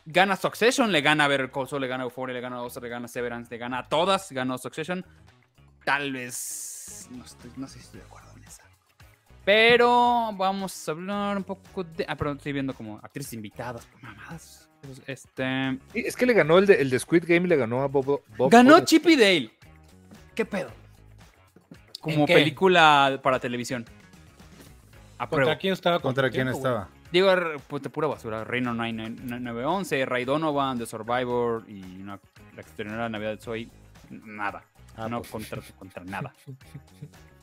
Speaker 2: Gana Succession, le gana Better Call Saul, le gana Euphoria, le gana Ozark, le gana Severance, le gana a todas, ganó Succession. Tal vez... No, estoy- no sé si estoy de acuerdo en esa. Pero vamos a hablar un poco de... Ah, perdón, estoy viendo como actrices invitadas, mamadas. Este...
Speaker 3: Sí, es que le ganó el de, el de Squid Game, le ganó a Bob. Bob
Speaker 2: Ganó
Speaker 3: Odenkirk.
Speaker 2: Chip y Dale. ¿Qué pedo? Como
Speaker 4: qué?
Speaker 2: película para televisión.
Speaker 4: ¿Contra
Speaker 2: Apruebo.
Speaker 4: quién estaba?
Speaker 1: ¿Contra quién
Speaker 4: güey?
Speaker 1: estaba?
Speaker 2: Digo, er, puta, pura basura. Reino 911, Ray Donovan, The Survivor y una, la exterior Navidad de Soy. Nada.
Speaker 1: Ah,
Speaker 2: no
Speaker 1: pues.
Speaker 2: contra,
Speaker 1: (laughs)
Speaker 2: contra nada.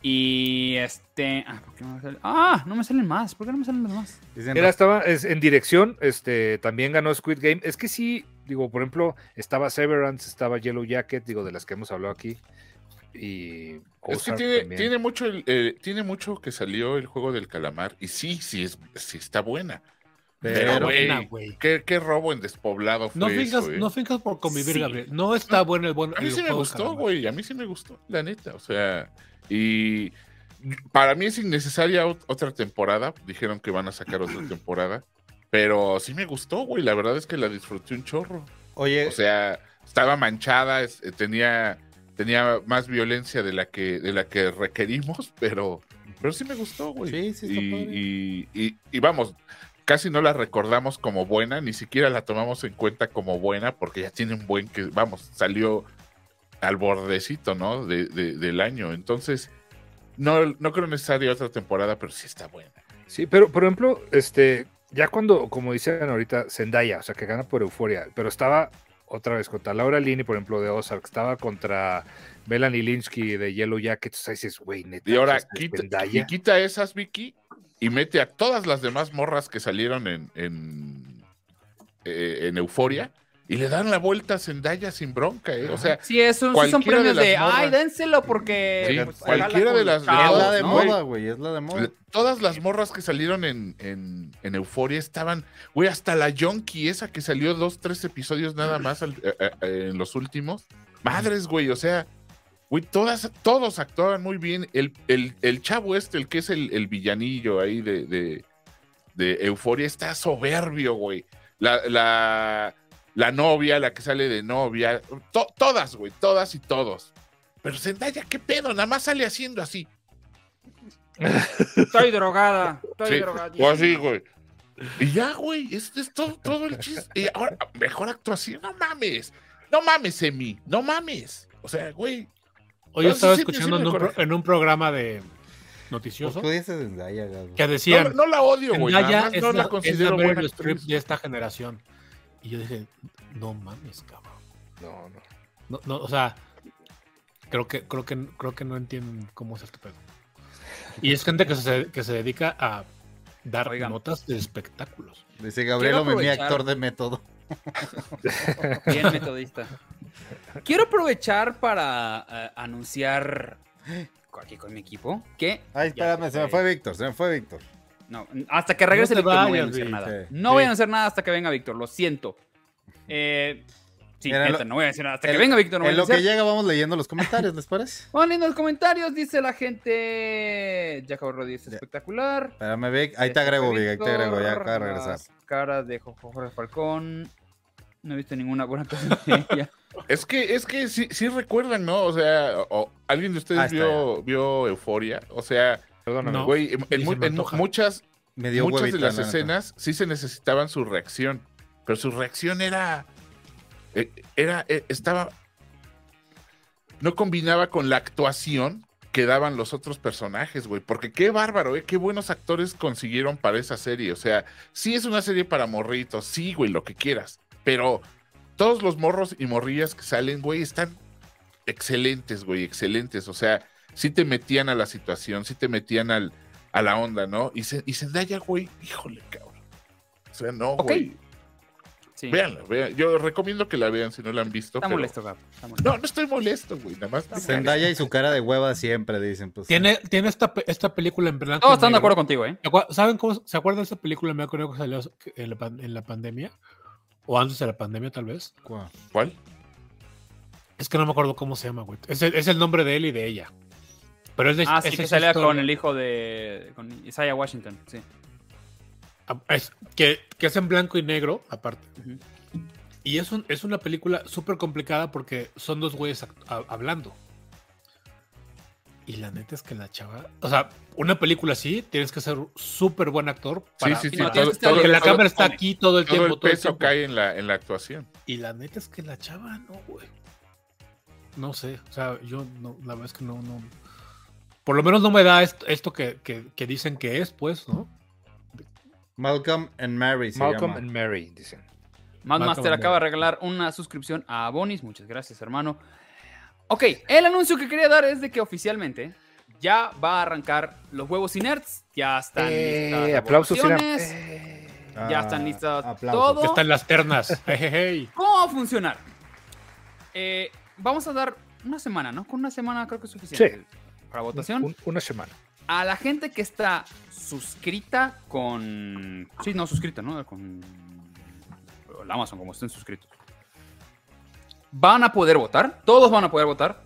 Speaker 2: Y este. Ah, ¿por qué no me sale? Ah, no me salen más. ¿Por qué no me salen los más?
Speaker 1: Dicen,
Speaker 3: Era, estaba es, en dirección, este, también ganó Squid Game. Es que sí, digo, por ejemplo, estaba Severance, estaba Yellow Jacket, digo, de las que hemos hablado aquí. Y
Speaker 5: Es que
Speaker 3: Ozark
Speaker 5: tiene,
Speaker 3: también.
Speaker 5: tiene mucho el- eh, tiene mucho que salió el juego del calamar. Y sí, sí, es, sí está buena.
Speaker 4: Está
Speaker 5: Pero,
Speaker 1: Pero,
Speaker 5: güey,
Speaker 4: buena, güey.
Speaker 5: ¿qué, qué robo en despoblado fue
Speaker 4: No finjas,
Speaker 5: eso, eh?
Speaker 4: no finjas por convivir,
Speaker 2: Sí.
Speaker 4: Gabriel. No está bueno el buen.
Speaker 5: A mí
Speaker 4: el
Speaker 5: sí me
Speaker 4: juego de
Speaker 5: gustó,
Speaker 4: calamar.
Speaker 5: güey. A mí sí me gustó, la neta. O sea, y para mí es innecesaria ot- otra temporada. Dijeron que van a sacar otra temporada. Pero sí me gustó, güey. La verdad es que la disfruté un chorro.
Speaker 1: oye,
Speaker 5: O sea, estaba manchada, es- eh, tenía, tenía más violencia de la que, de la que requerimos, (laughs) pero, pero sí me gustó, güey.
Speaker 1: Sí, sí está padre.
Speaker 5: y, y, y- y vamos, casi no la recordamos como buena, ni siquiera la tomamos en cuenta como buena, porque ya tiene un buen que, vamos, salió al bordecito, ¿no? De, de- del año. Entonces, no, no creo necesaria otra temporada, pero sí está buena.
Speaker 3: Sí, pero por ejemplo, este, ya cuando, como dicen ahorita, Zendaya, o sea, que gana por euforia, pero estaba otra vez contra Laura Linney, por ejemplo, de Ozark, estaba contra Melanie Linsky de Yellow Jackets, o sea, dices, güey, neta.
Speaker 5: Y ahora
Speaker 3: o sea,
Speaker 5: quita,
Speaker 3: Zendaya.
Speaker 5: y quita esas, Vicky, y mete a todas las demás morras que salieron en, en, eh, en Euforia y le dan la vuelta a Zendaya sin bronca, ¿eh? O sea,
Speaker 2: Sí, eso sí son
Speaker 5: Cualquiera de
Speaker 2: premios de,
Speaker 5: las morras.
Speaker 2: ay, dénselo porque.
Speaker 5: Sí,
Speaker 2: pues, jala
Speaker 5: cualquiera de
Speaker 2: con
Speaker 5: las-
Speaker 1: es
Speaker 2: chavos,
Speaker 1: la de
Speaker 2: ¿no?
Speaker 1: moda, güey. Es la de moda.
Speaker 5: todas las morras que salieron en, en, en Euforia estaban, güey, hasta la Yonki esa que salió dos, tres episodios nada más al- eh, eh, eh, en los últimos. Madres, güey, o sea, güey, todas, todos actuaban muy bien. El, el, el chavo este, el que es el, el villanillo ahí de, de, de Euforia, está soberbio, güey. La, la, la novia, la que sale de novia, to- todas, güey, todas y todos. Pero Zendaya, ¿qué pedo? Nada más sale haciendo así.
Speaker 2: Estoy drogada. Estoy
Speaker 5: Sí,
Speaker 2: drogada.
Speaker 5: o así, güey. Y ya, güey, es, es todo, todo el chiste. Y ahora, mejor actuación, no mames. No mames, Emi, no mames. O sea, güey,
Speaker 4: Hoy
Speaker 5: No, sí,
Speaker 4: estaba
Speaker 5: sí, sí
Speaker 4: escuchando
Speaker 5: me
Speaker 4: en un, pro-
Speaker 5: acuerdo.
Speaker 4: en un programa de
Speaker 1: ¿Por
Speaker 4: noticioso
Speaker 1: qué dices Zendaya, Gabo?
Speaker 4: que
Speaker 5: no,
Speaker 4: decían,
Speaker 5: no la odio, güey.
Speaker 4: Zendaya
Speaker 5: Nada más
Speaker 4: es
Speaker 5: no
Speaker 4: la,
Speaker 5: la
Speaker 4: es
Speaker 5: considero
Speaker 4: la
Speaker 5: buena
Speaker 4: Meryl Streep
Speaker 5: actriz.
Speaker 4: de esta generación. Y yo dije, no mames, cabrón.
Speaker 3: No, no.
Speaker 4: No, no, o sea, creo que, creo que, creo que no entienden cómo es este pedo. Y es gente que se, que se dedica a dar
Speaker 2: Oigan.
Speaker 4: notas de espectáculos.
Speaker 1: Dice Gabriel
Speaker 2: Quiero
Speaker 1: mi
Speaker 2: aprovechar.
Speaker 1: actor de método.
Speaker 2: Bien metodista. Quiero aprovechar para eh, anunciar eh, aquí con mi equipo que.
Speaker 1: Ay,
Speaker 2: Ya
Speaker 1: espérame, se me fue Víctor, se me fue Víctor.
Speaker 2: No, hasta que regrese
Speaker 4: No te
Speaker 2: Víctor no voy a
Speaker 4: vayas,
Speaker 2: anunciar
Speaker 4: Vic.
Speaker 2: nada.
Speaker 1: Sí.
Speaker 2: No voy a anunciar nada hasta que venga Víctor, lo siento. Eh, sí,
Speaker 1: Mira,
Speaker 2: neta,
Speaker 1: lo-
Speaker 2: no voy a decir nada. Hasta que
Speaker 1: en-
Speaker 2: venga Víctor, no voy
Speaker 1: En
Speaker 2: a
Speaker 1: lo que
Speaker 2: anunciar.
Speaker 1: llega vamos leyendo los comentarios, ¿les parece?
Speaker 2: Bueno, en los comentarios dice la gente. Jacob Rodríguez
Speaker 1: Ya.
Speaker 2: espectacular.
Speaker 1: Espérame, Vic. Ahí te agrego, Vic, ahí te agrego, ya acaba de regresar.
Speaker 2: Cara de Jo- Jo- Jorge Falcón. No he visto ninguna buena (laughs) cosa de ella.
Speaker 5: Es que, es que sí, sí recuerdan, ¿no? O sea, o- ¿alguien
Speaker 1: Ah,
Speaker 5: de ustedes
Speaker 1: está
Speaker 5: vio, vio Euforia? O sea,
Speaker 3: Perdóname.
Speaker 4: No.
Speaker 5: güey, en-
Speaker 4: y
Speaker 5: en
Speaker 4: se
Speaker 5: mu-
Speaker 4: me
Speaker 5: en mu-
Speaker 4: antoja.
Speaker 5: muchas,
Speaker 1: Me dio
Speaker 5: muchas
Speaker 1: huevita,
Speaker 5: de las
Speaker 1: la neta.
Speaker 5: escenas sí se necesitaban su reacción, pero su reacción era, eh, era, eh, estaba, no combinaba con la actuación que daban los otros personajes, güey, porque qué bárbaro, eh, qué buenos actores consiguieron para esa serie, o sea, sí es una serie para morritos, sí, güey, lo que quieras, pero todos los morros y morrillas que salen, güey, están excelentes, güey, excelentes, o sea, sí te metían a la situación, sí te metían al, a la onda, ¿no? Y, se, y Zendaya, güey, híjole, cabrón. O sea, no,
Speaker 2: Ok.
Speaker 5: güey.
Speaker 2: Sí.
Speaker 5: Véanla, vean. Yo recomiendo que la vean si no la han visto.
Speaker 2: Está
Speaker 5: pero-
Speaker 2: molesto, Gab. Está molesto.
Speaker 5: No, no estoy molesto, güey. Nada más.
Speaker 1: Zendaya y su cara de hueva siempre, dicen. Pues,
Speaker 4: Tiene, tiene esta, pe- esta película en blanco.
Speaker 2: Todos
Speaker 4: y
Speaker 2: están de
Speaker 4: negro.
Speaker 2: acuerdo contigo, ¿eh?
Speaker 4: ¿Se acua- ¿Saben cómo se acuerdan de esta película en blanco y negro que salió en la, pan- en la pandemia? O antes de la pandemia, tal vez.
Speaker 1: ¿Cuál?
Speaker 5: ¿Cuál?
Speaker 4: Es que no me acuerdo cómo se llama, güey. Es el, es el nombre de él y de ella. Pero es de
Speaker 2: Ah,
Speaker 4: es
Speaker 2: sí, que
Speaker 4: esa
Speaker 2: salía
Speaker 4: historia.
Speaker 2: con el hijo de. con Isaiah Washington, sí.
Speaker 4: Ah, es- que, que es en blanco y negro, aparte.
Speaker 2: Ujú.
Speaker 4: Y es, un- es una película súper complicada porque son dos güeyes act- hab- hablando. Y la neta es que la chava. O sea, una película así, tienes que ser súper buen actor. Para,
Speaker 5: sí, sí.
Speaker 4: para-
Speaker 5: todo-
Speaker 2: tienes que estar-
Speaker 4: porque la
Speaker 5: todo-
Speaker 4: cámara está
Speaker 2: todo-
Speaker 4: aquí todo el
Speaker 5: Todo
Speaker 4: tiempo.
Speaker 5: el
Speaker 4: todo el
Speaker 5: peso
Speaker 4: tiempo.
Speaker 5: cae en la, en la actuación.
Speaker 4: Y la neta es que la chava, no, güey. No sé, o sea, yo no, la verdad es que no, no. Por lo menos no me da est- esto, que, que- que dicen que es, pues, ¿no?
Speaker 1: Malcolm and Mary se
Speaker 3: Malcolm
Speaker 1: llama.
Speaker 3: and Mary, dicen.
Speaker 2: Mad
Speaker 4: Malcolm
Speaker 2: Master
Speaker 4: and
Speaker 2: acaba de
Speaker 4: Mary.
Speaker 2: regalar una suscripción a Bonis. Muchas gracias, hermano. Ok, el anuncio que quería dar es de que oficialmente ya va a arrancar los huevos inerts. Ya están
Speaker 3: Eh,
Speaker 2: listas. las
Speaker 3: aplausos, Eh, ah, Irán.
Speaker 2: votaciones. Ya están listas
Speaker 1: aplausos.
Speaker 2: todo.
Speaker 4: Ya están las ternas.
Speaker 2: (laughs)
Speaker 4: Ejejey.
Speaker 2: ¿Cómo va a funcionar? Eh, vamos a dar una semana, ¿no? Con una semana creo que es suficiente para votación.
Speaker 3: Un- una semana.
Speaker 2: a la gente que está suscrita con. Sí, no, suscrita, ¿no? Con el Amazon, como estén suscritos. Van a poder votar. Todos van a poder votar.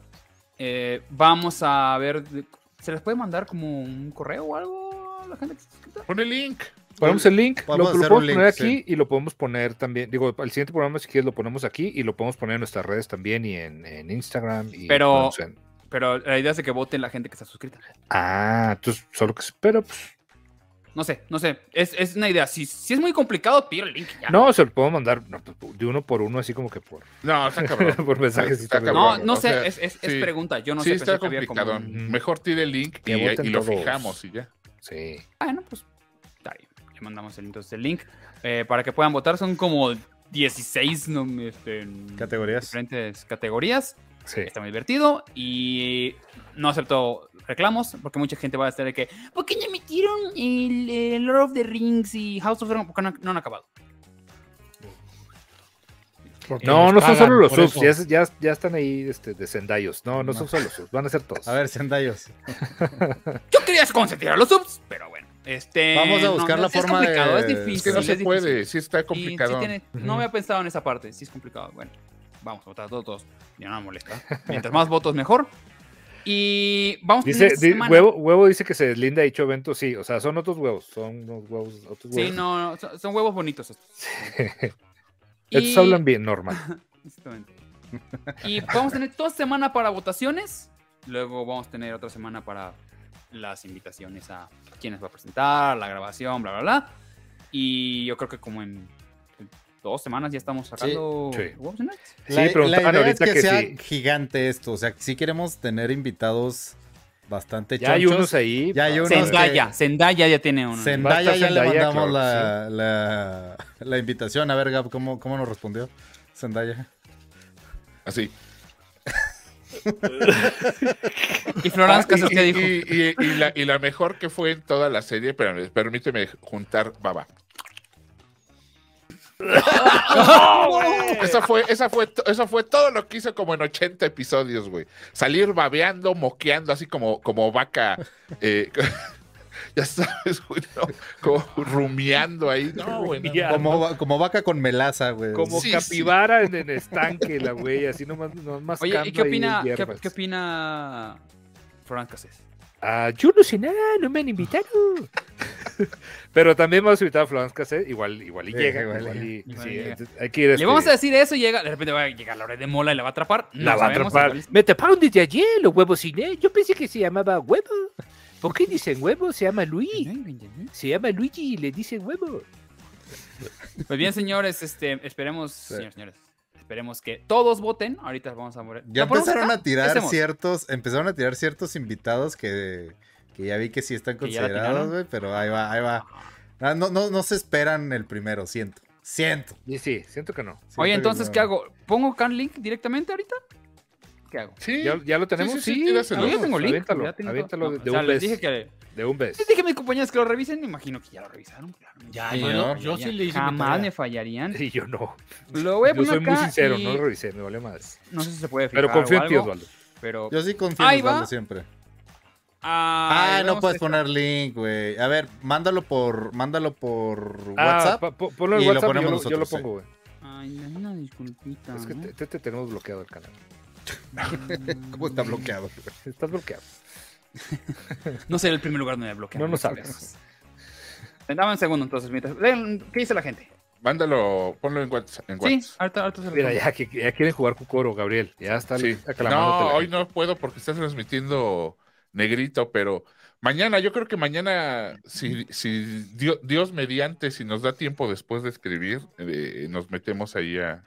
Speaker 2: Eh, vamos a ver. de- ¿Se les puede mandar como un correo o algo a la gente que está suscrita?
Speaker 5: Pon el link.
Speaker 3: Ponemos el link, lo,
Speaker 1: Podemos
Speaker 3: lo
Speaker 1: hacer
Speaker 3: podemos
Speaker 1: un link,
Speaker 3: poner
Speaker 1: sí.
Speaker 3: aquí y lo podemos poner también. Digo, al siguiente programa, si quieres, lo ponemos aquí y lo podemos poner en nuestras redes también y en, en Instagram. Y
Speaker 2: Pero-
Speaker 3: ponemos en-
Speaker 2: Pero la idea es de que voten la gente que está suscrita.
Speaker 3: Ah, entonces solo que. se- Pero pues.
Speaker 2: No sé, no sé. Es, es una idea. Si, si es muy complicado, pido el link. ya.
Speaker 3: No, se lo puedo mandar no, pues, de uno por uno, así como que por, (laughs)
Speaker 5: No,
Speaker 4: (laughs)
Speaker 5: está cabrón.
Speaker 3: por mensajes. y
Speaker 5: Está
Speaker 3: todo.
Speaker 2: no,
Speaker 5: cabrón,
Speaker 2: no
Speaker 5: o
Speaker 2: sé.
Speaker 5: sea,
Speaker 2: es, es- es
Speaker 5: sí.
Speaker 2: pregunta. Yo no
Speaker 5: sí,
Speaker 2: sé.
Speaker 5: está
Speaker 2: pensé que había como
Speaker 5: complicado.
Speaker 2: un-
Speaker 3: un-
Speaker 5: Mejor tire el link y,
Speaker 3: Que voten
Speaker 5: y lo
Speaker 3: todos.
Speaker 5: fijamos y ya.
Speaker 3: Sí.
Speaker 2: Bueno, pues está bien. Le mandamos el- entonces el link eh, para que puedan votar. Son como 16 no, este,
Speaker 1: Categorías.
Speaker 2: diferentes categorías.
Speaker 3: Sí.
Speaker 2: Está muy divertido y no acepto reclamos porque mucha gente va a estar de que ¿por qué ya metieron el, eh, Lord of the Rings y House of Dragon? Porque no, han- no han acabado.
Speaker 4: porque
Speaker 3: No,
Speaker 4: les
Speaker 3: no son
Speaker 4: pagan
Speaker 3: solo los
Speaker 4: por
Speaker 3: subs,
Speaker 4: eso.
Speaker 3: ya, es- ya, ya están ahí este, de Zendayos. No, no, son solo los subs, van a ser todos.
Speaker 1: A ver, Zendayos.
Speaker 2: Yo quería consentir a los subs, pero bueno. Este,
Speaker 1: Vamos a
Speaker 2: no,
Speaker 1: buscar la
Speaker 2: es
Speaker 1: forma de-
Speaker 2: complicado,
Speaker 1: Es
Speaker 2: Es
Speaker 1: que
Speaker 2: difícil.
Speaker 5: Es que no
Speaker 2: es
Speaker 5: se
Speaker 2: difícil.
Speaker 5: puede, sí está
Speaker 2: Sí, sí
Speaker 5: complicado.
Speaker 2: tiene- No había pensado en esa parte, sí es complicado. Bueno, vamos a votar a todos. Ya no me molesta. Mientras más votos, mejor. Y vamos
Speaker 3: Dice,
Speaker 2: esta
Speaker 3: di-
Speaker 2: semana.
Speaker 3: huevo, huevo dice que se deslinda dicho evento, sí, o sea, son otros huevos, son unos huevos, otros huevos.
Speaker 2: Sí, no, no, son, son huevos bonitos estos. (laughs)
Speaker 3: Estos
Speaker 2: Y-
Speaker 3: hablan bien, normal.
Speaker 2: Exactamente. Y vamos a tener toda semana para votaciones. Luego vamos a tener otra semana para las invitaciones a quienes va a presentar, la grabación, bla, bla, bla. Y yo creo que como en dos semanas ya estamos sacando
Speaker 3: Sí.
Speaker 2: Wolves and Knights.
Speaker 3: Sí,
Speaker 1: la, la
Speaker 3: preguntaban
Speaker 1: idea
Speaker 3: ahorita
Speaker 1: es que,
Speaker 3: que
Speaker 1: sea
Speaker 3: sí.
Speaker 1: gigante esto. O sea, si queremos tener invitados bastante
Speaker 3: Ya hay
Speaker 1: chonchos.
Speaker 3: unos ahí.
Speaker 1: Ya hay
Speaker 3: pa-
Speaker 1: unos que-
Speaker 2: Zendaya, Zendaya ya tiene uno.
Speaker 1: Zendaya
Speaker 3: Va a
Speaker 1: ya
Speaker 3: estar
Speaker 1: le
Speaker 3: Zendaya,
Speaker 1: mandamos
Speaker 3: claro,
Speaker 1: la, la- la invitación. A ver, Gab, ¿cómo, cómo nos respondió Zendaya?
Speaker 5: Así.
Speaker 2: Y Florence Casas,
Speaker 5: y,
Speaker 2: ¿qué dijo?
Speaker 5: y- y- y la, y la mejor que fue en toda la serie, pero permíteme juntar baba. esa fue, esa fue, to- eso fue todo lo que hizo como en 80 episodios, güey. Salir babeando, moqueando, así como, como vaca, eh, (laughs) ya sabes, güey, no, como rumiando ahí. No, güey, no.
Speaker 3: Ya,
Speaker 1: Como,
Speaker 3: ¿no?
Speaker 1: va- como vaca con melaza, güey.
Speaker 3: Como
Speaker 5: Sí, sí.
Speaker 3: capibara en, en estanque, la güey, así nomás, nomás
Speaker 2: Oye, ¿y
Speaker 3: mascando
Speaker 2: qué
Speaker 3: ahí
Speaker 2: opina, qué,
Speaker 3: hierbas.
Speaker 2: qué opina Florence Cassés?
Speaker 3: Ah, yo no sé nada, no me han invitado. (laughs) Pero también vamos a invitar a Florence Cassé, igual, igual y
Speaker 1: Sí,
Speaker 3: llega.
Speaker 1: igual
Speaker 3: Igual,
Speaker 1: llega.
Speaker 3: y,
Speaker 2: Igual
Speaker 3: sí,
Speaker 2: llega.
Speaker 3: entonces, hay que ir,
Speaker 2: Le
Speaker 3: este,
Speaker 2: vamos a decir eso y llega, de repente va a llegar la hora de mola y la va a atrapar. No
Speaker 3: La va a
Speaker 2: sabemos,
Speaker 3: atrapar.
Speaker 2: igual es-
Speaker 8: Me taparon desde ayer los huevos sin él. Yo pensé que se llamaba huevo. ¿Por qué dicen huevo? Se llama Luis. Se llama Luigi y le dicen huevo.
Speaker 2: Pues bien, señores, este, esperemos,
Speaker 1: Sí.
Speaker 2: señores, señores, esperemos que todos voten. Ahorita vamos a morir.
Speaker 1: Ya empezaron a tirar
Speaker 2: Hacemos.
Speaker 1: ciertos, empezaron a tirar ciertos invitados que, que ya vi que sí están
Speaker 2: Que ya la
Speaker 1: considerados,
Speaker 2: tiraron.
Speaker 1: güey, pero ahí va, ahí va. Ah, No, no, no se esperan el primero, siento. Siento.
Speaker 3: y sí, siento que no.
Speaker 1: Siento
Speaker 2: Oye,
Speaker 1: que
Speaker 2: entonces,
Speaker 1: no.
Speaker 2: ¿qué hago? ¿Pongo Can Link directamente ahorita? ¿Qué hago?
Speaker 5: Sí,
Speaker 3: ¿Ya, ya lo tenemos?
Speaker 5: sí, sí, tíraselo.
Speaker 2: Ah, yo tengo link.
Speaker 3: Aviéntalo,
Speaker 2: ya tengo-
Speaker 3: aviéntalo de,
Speaker 2: No,
Speaker 3: de
Speaker 2: o sea,
Speaker 3: un
Speaker 2: les
Speaker 3: vez.
Speaker 2: dije que
Speaker 3: de un vez.
Speaker 2: les dije a mis compañeros que lo revisen, me imagino que ya lo revisaron. claro, me
Speaker 4: Ya,
Speaker 1: Sí,
Speaker 4: yo,
Speaker 1: ¿no?
Speaker 4: yo sí le hice mi
Speaker 2: Jamás
Speaker 4: tarea.
Speaker 2: me fallarían.
Speaker 3: (laughs) Y yo no.
Speaker 2: Lo voy a
Speaker 3: Yo
Speaker 2: poner
Speaker 3: soy muy
Speaker 2: acá
Speaker 3: sincero,
Speaker 2: y
Speaker 3: no lo revisé, me vale madres.
Speaker 2: No sé si se puede fijar
Speaker 3: Pero confío
Speaker 2: o
Speaker 3: en ti,
Speaker 2: algo,
Speaker 3: Osvaldo.
Speaker 2: Pero...
Speaker 1: Yo sí confío
Speaker 2: Ahí
Speaker 1: en Osvaldo
Speaker 2: va.
Speaker 1: siempre.
Speaker 2: Ah,
Speaker 1: Ah, no
Speaker 2: vamos
Speaker 1: puedes
Speaker 2: a-
Speaker 1: poner link, güey. A ver, mándalo por, mándalo por
Speaker 3: Ah,
Speaker 1: WhatsApp.
Speaker 3: pa- po- ponlo en
Speaker 1: Y lo
Speaker 3: WhatsApp, yo,
Speaker 1: ponemos
Speaker 3: lo- yo lo
Speaker 1: nosotros, sí.
Speaker 3: pongo, güey.
Speaker 2: Ay, hay una disculpita.
Speaker 3: Es que
Speaker 2: ¿no? (laughs)
Speaker 3: te, te- te tenemos bloqueado el canal.
Speaker 1: ¿Cómo está bloqueado? güey?
Speaker 3: Estás bloqueado.
Speaker 2: No será el primer lugar donde me bloquean.
Speaker 3: No lo
Speaker 2: no
Speaker 3: sabes.
Speaker 2: Dame un segundo entonces, mientras. Vean, ¿Qué dice la gente?
Speaker 5: mándalo, ponlo en WhatsApp. En
Speaker 2: Sí,
Speaker 5: WhatsApp.
Speaker 2: ahorita, ahorita se lo
Speaker 3: Mira,
Speaker 2: pongo.
Speaker 3: ya, que, ya quieren jugar Cucoro, Gabriel. Ya está
Speaker 5: Sí.
Speaker 3: aclamándote
Speaker 5: No,
Speaker 3: la
Speaker 5: hoy
Speaker 3: gente.
Speaker 5: no puedo porque estás transmitiendo negrito, pero mañana, yo creo que mañana, si, si Dio- Dios mediante, si nos da tiempo después de escribir, eh, nos metemos ahí a,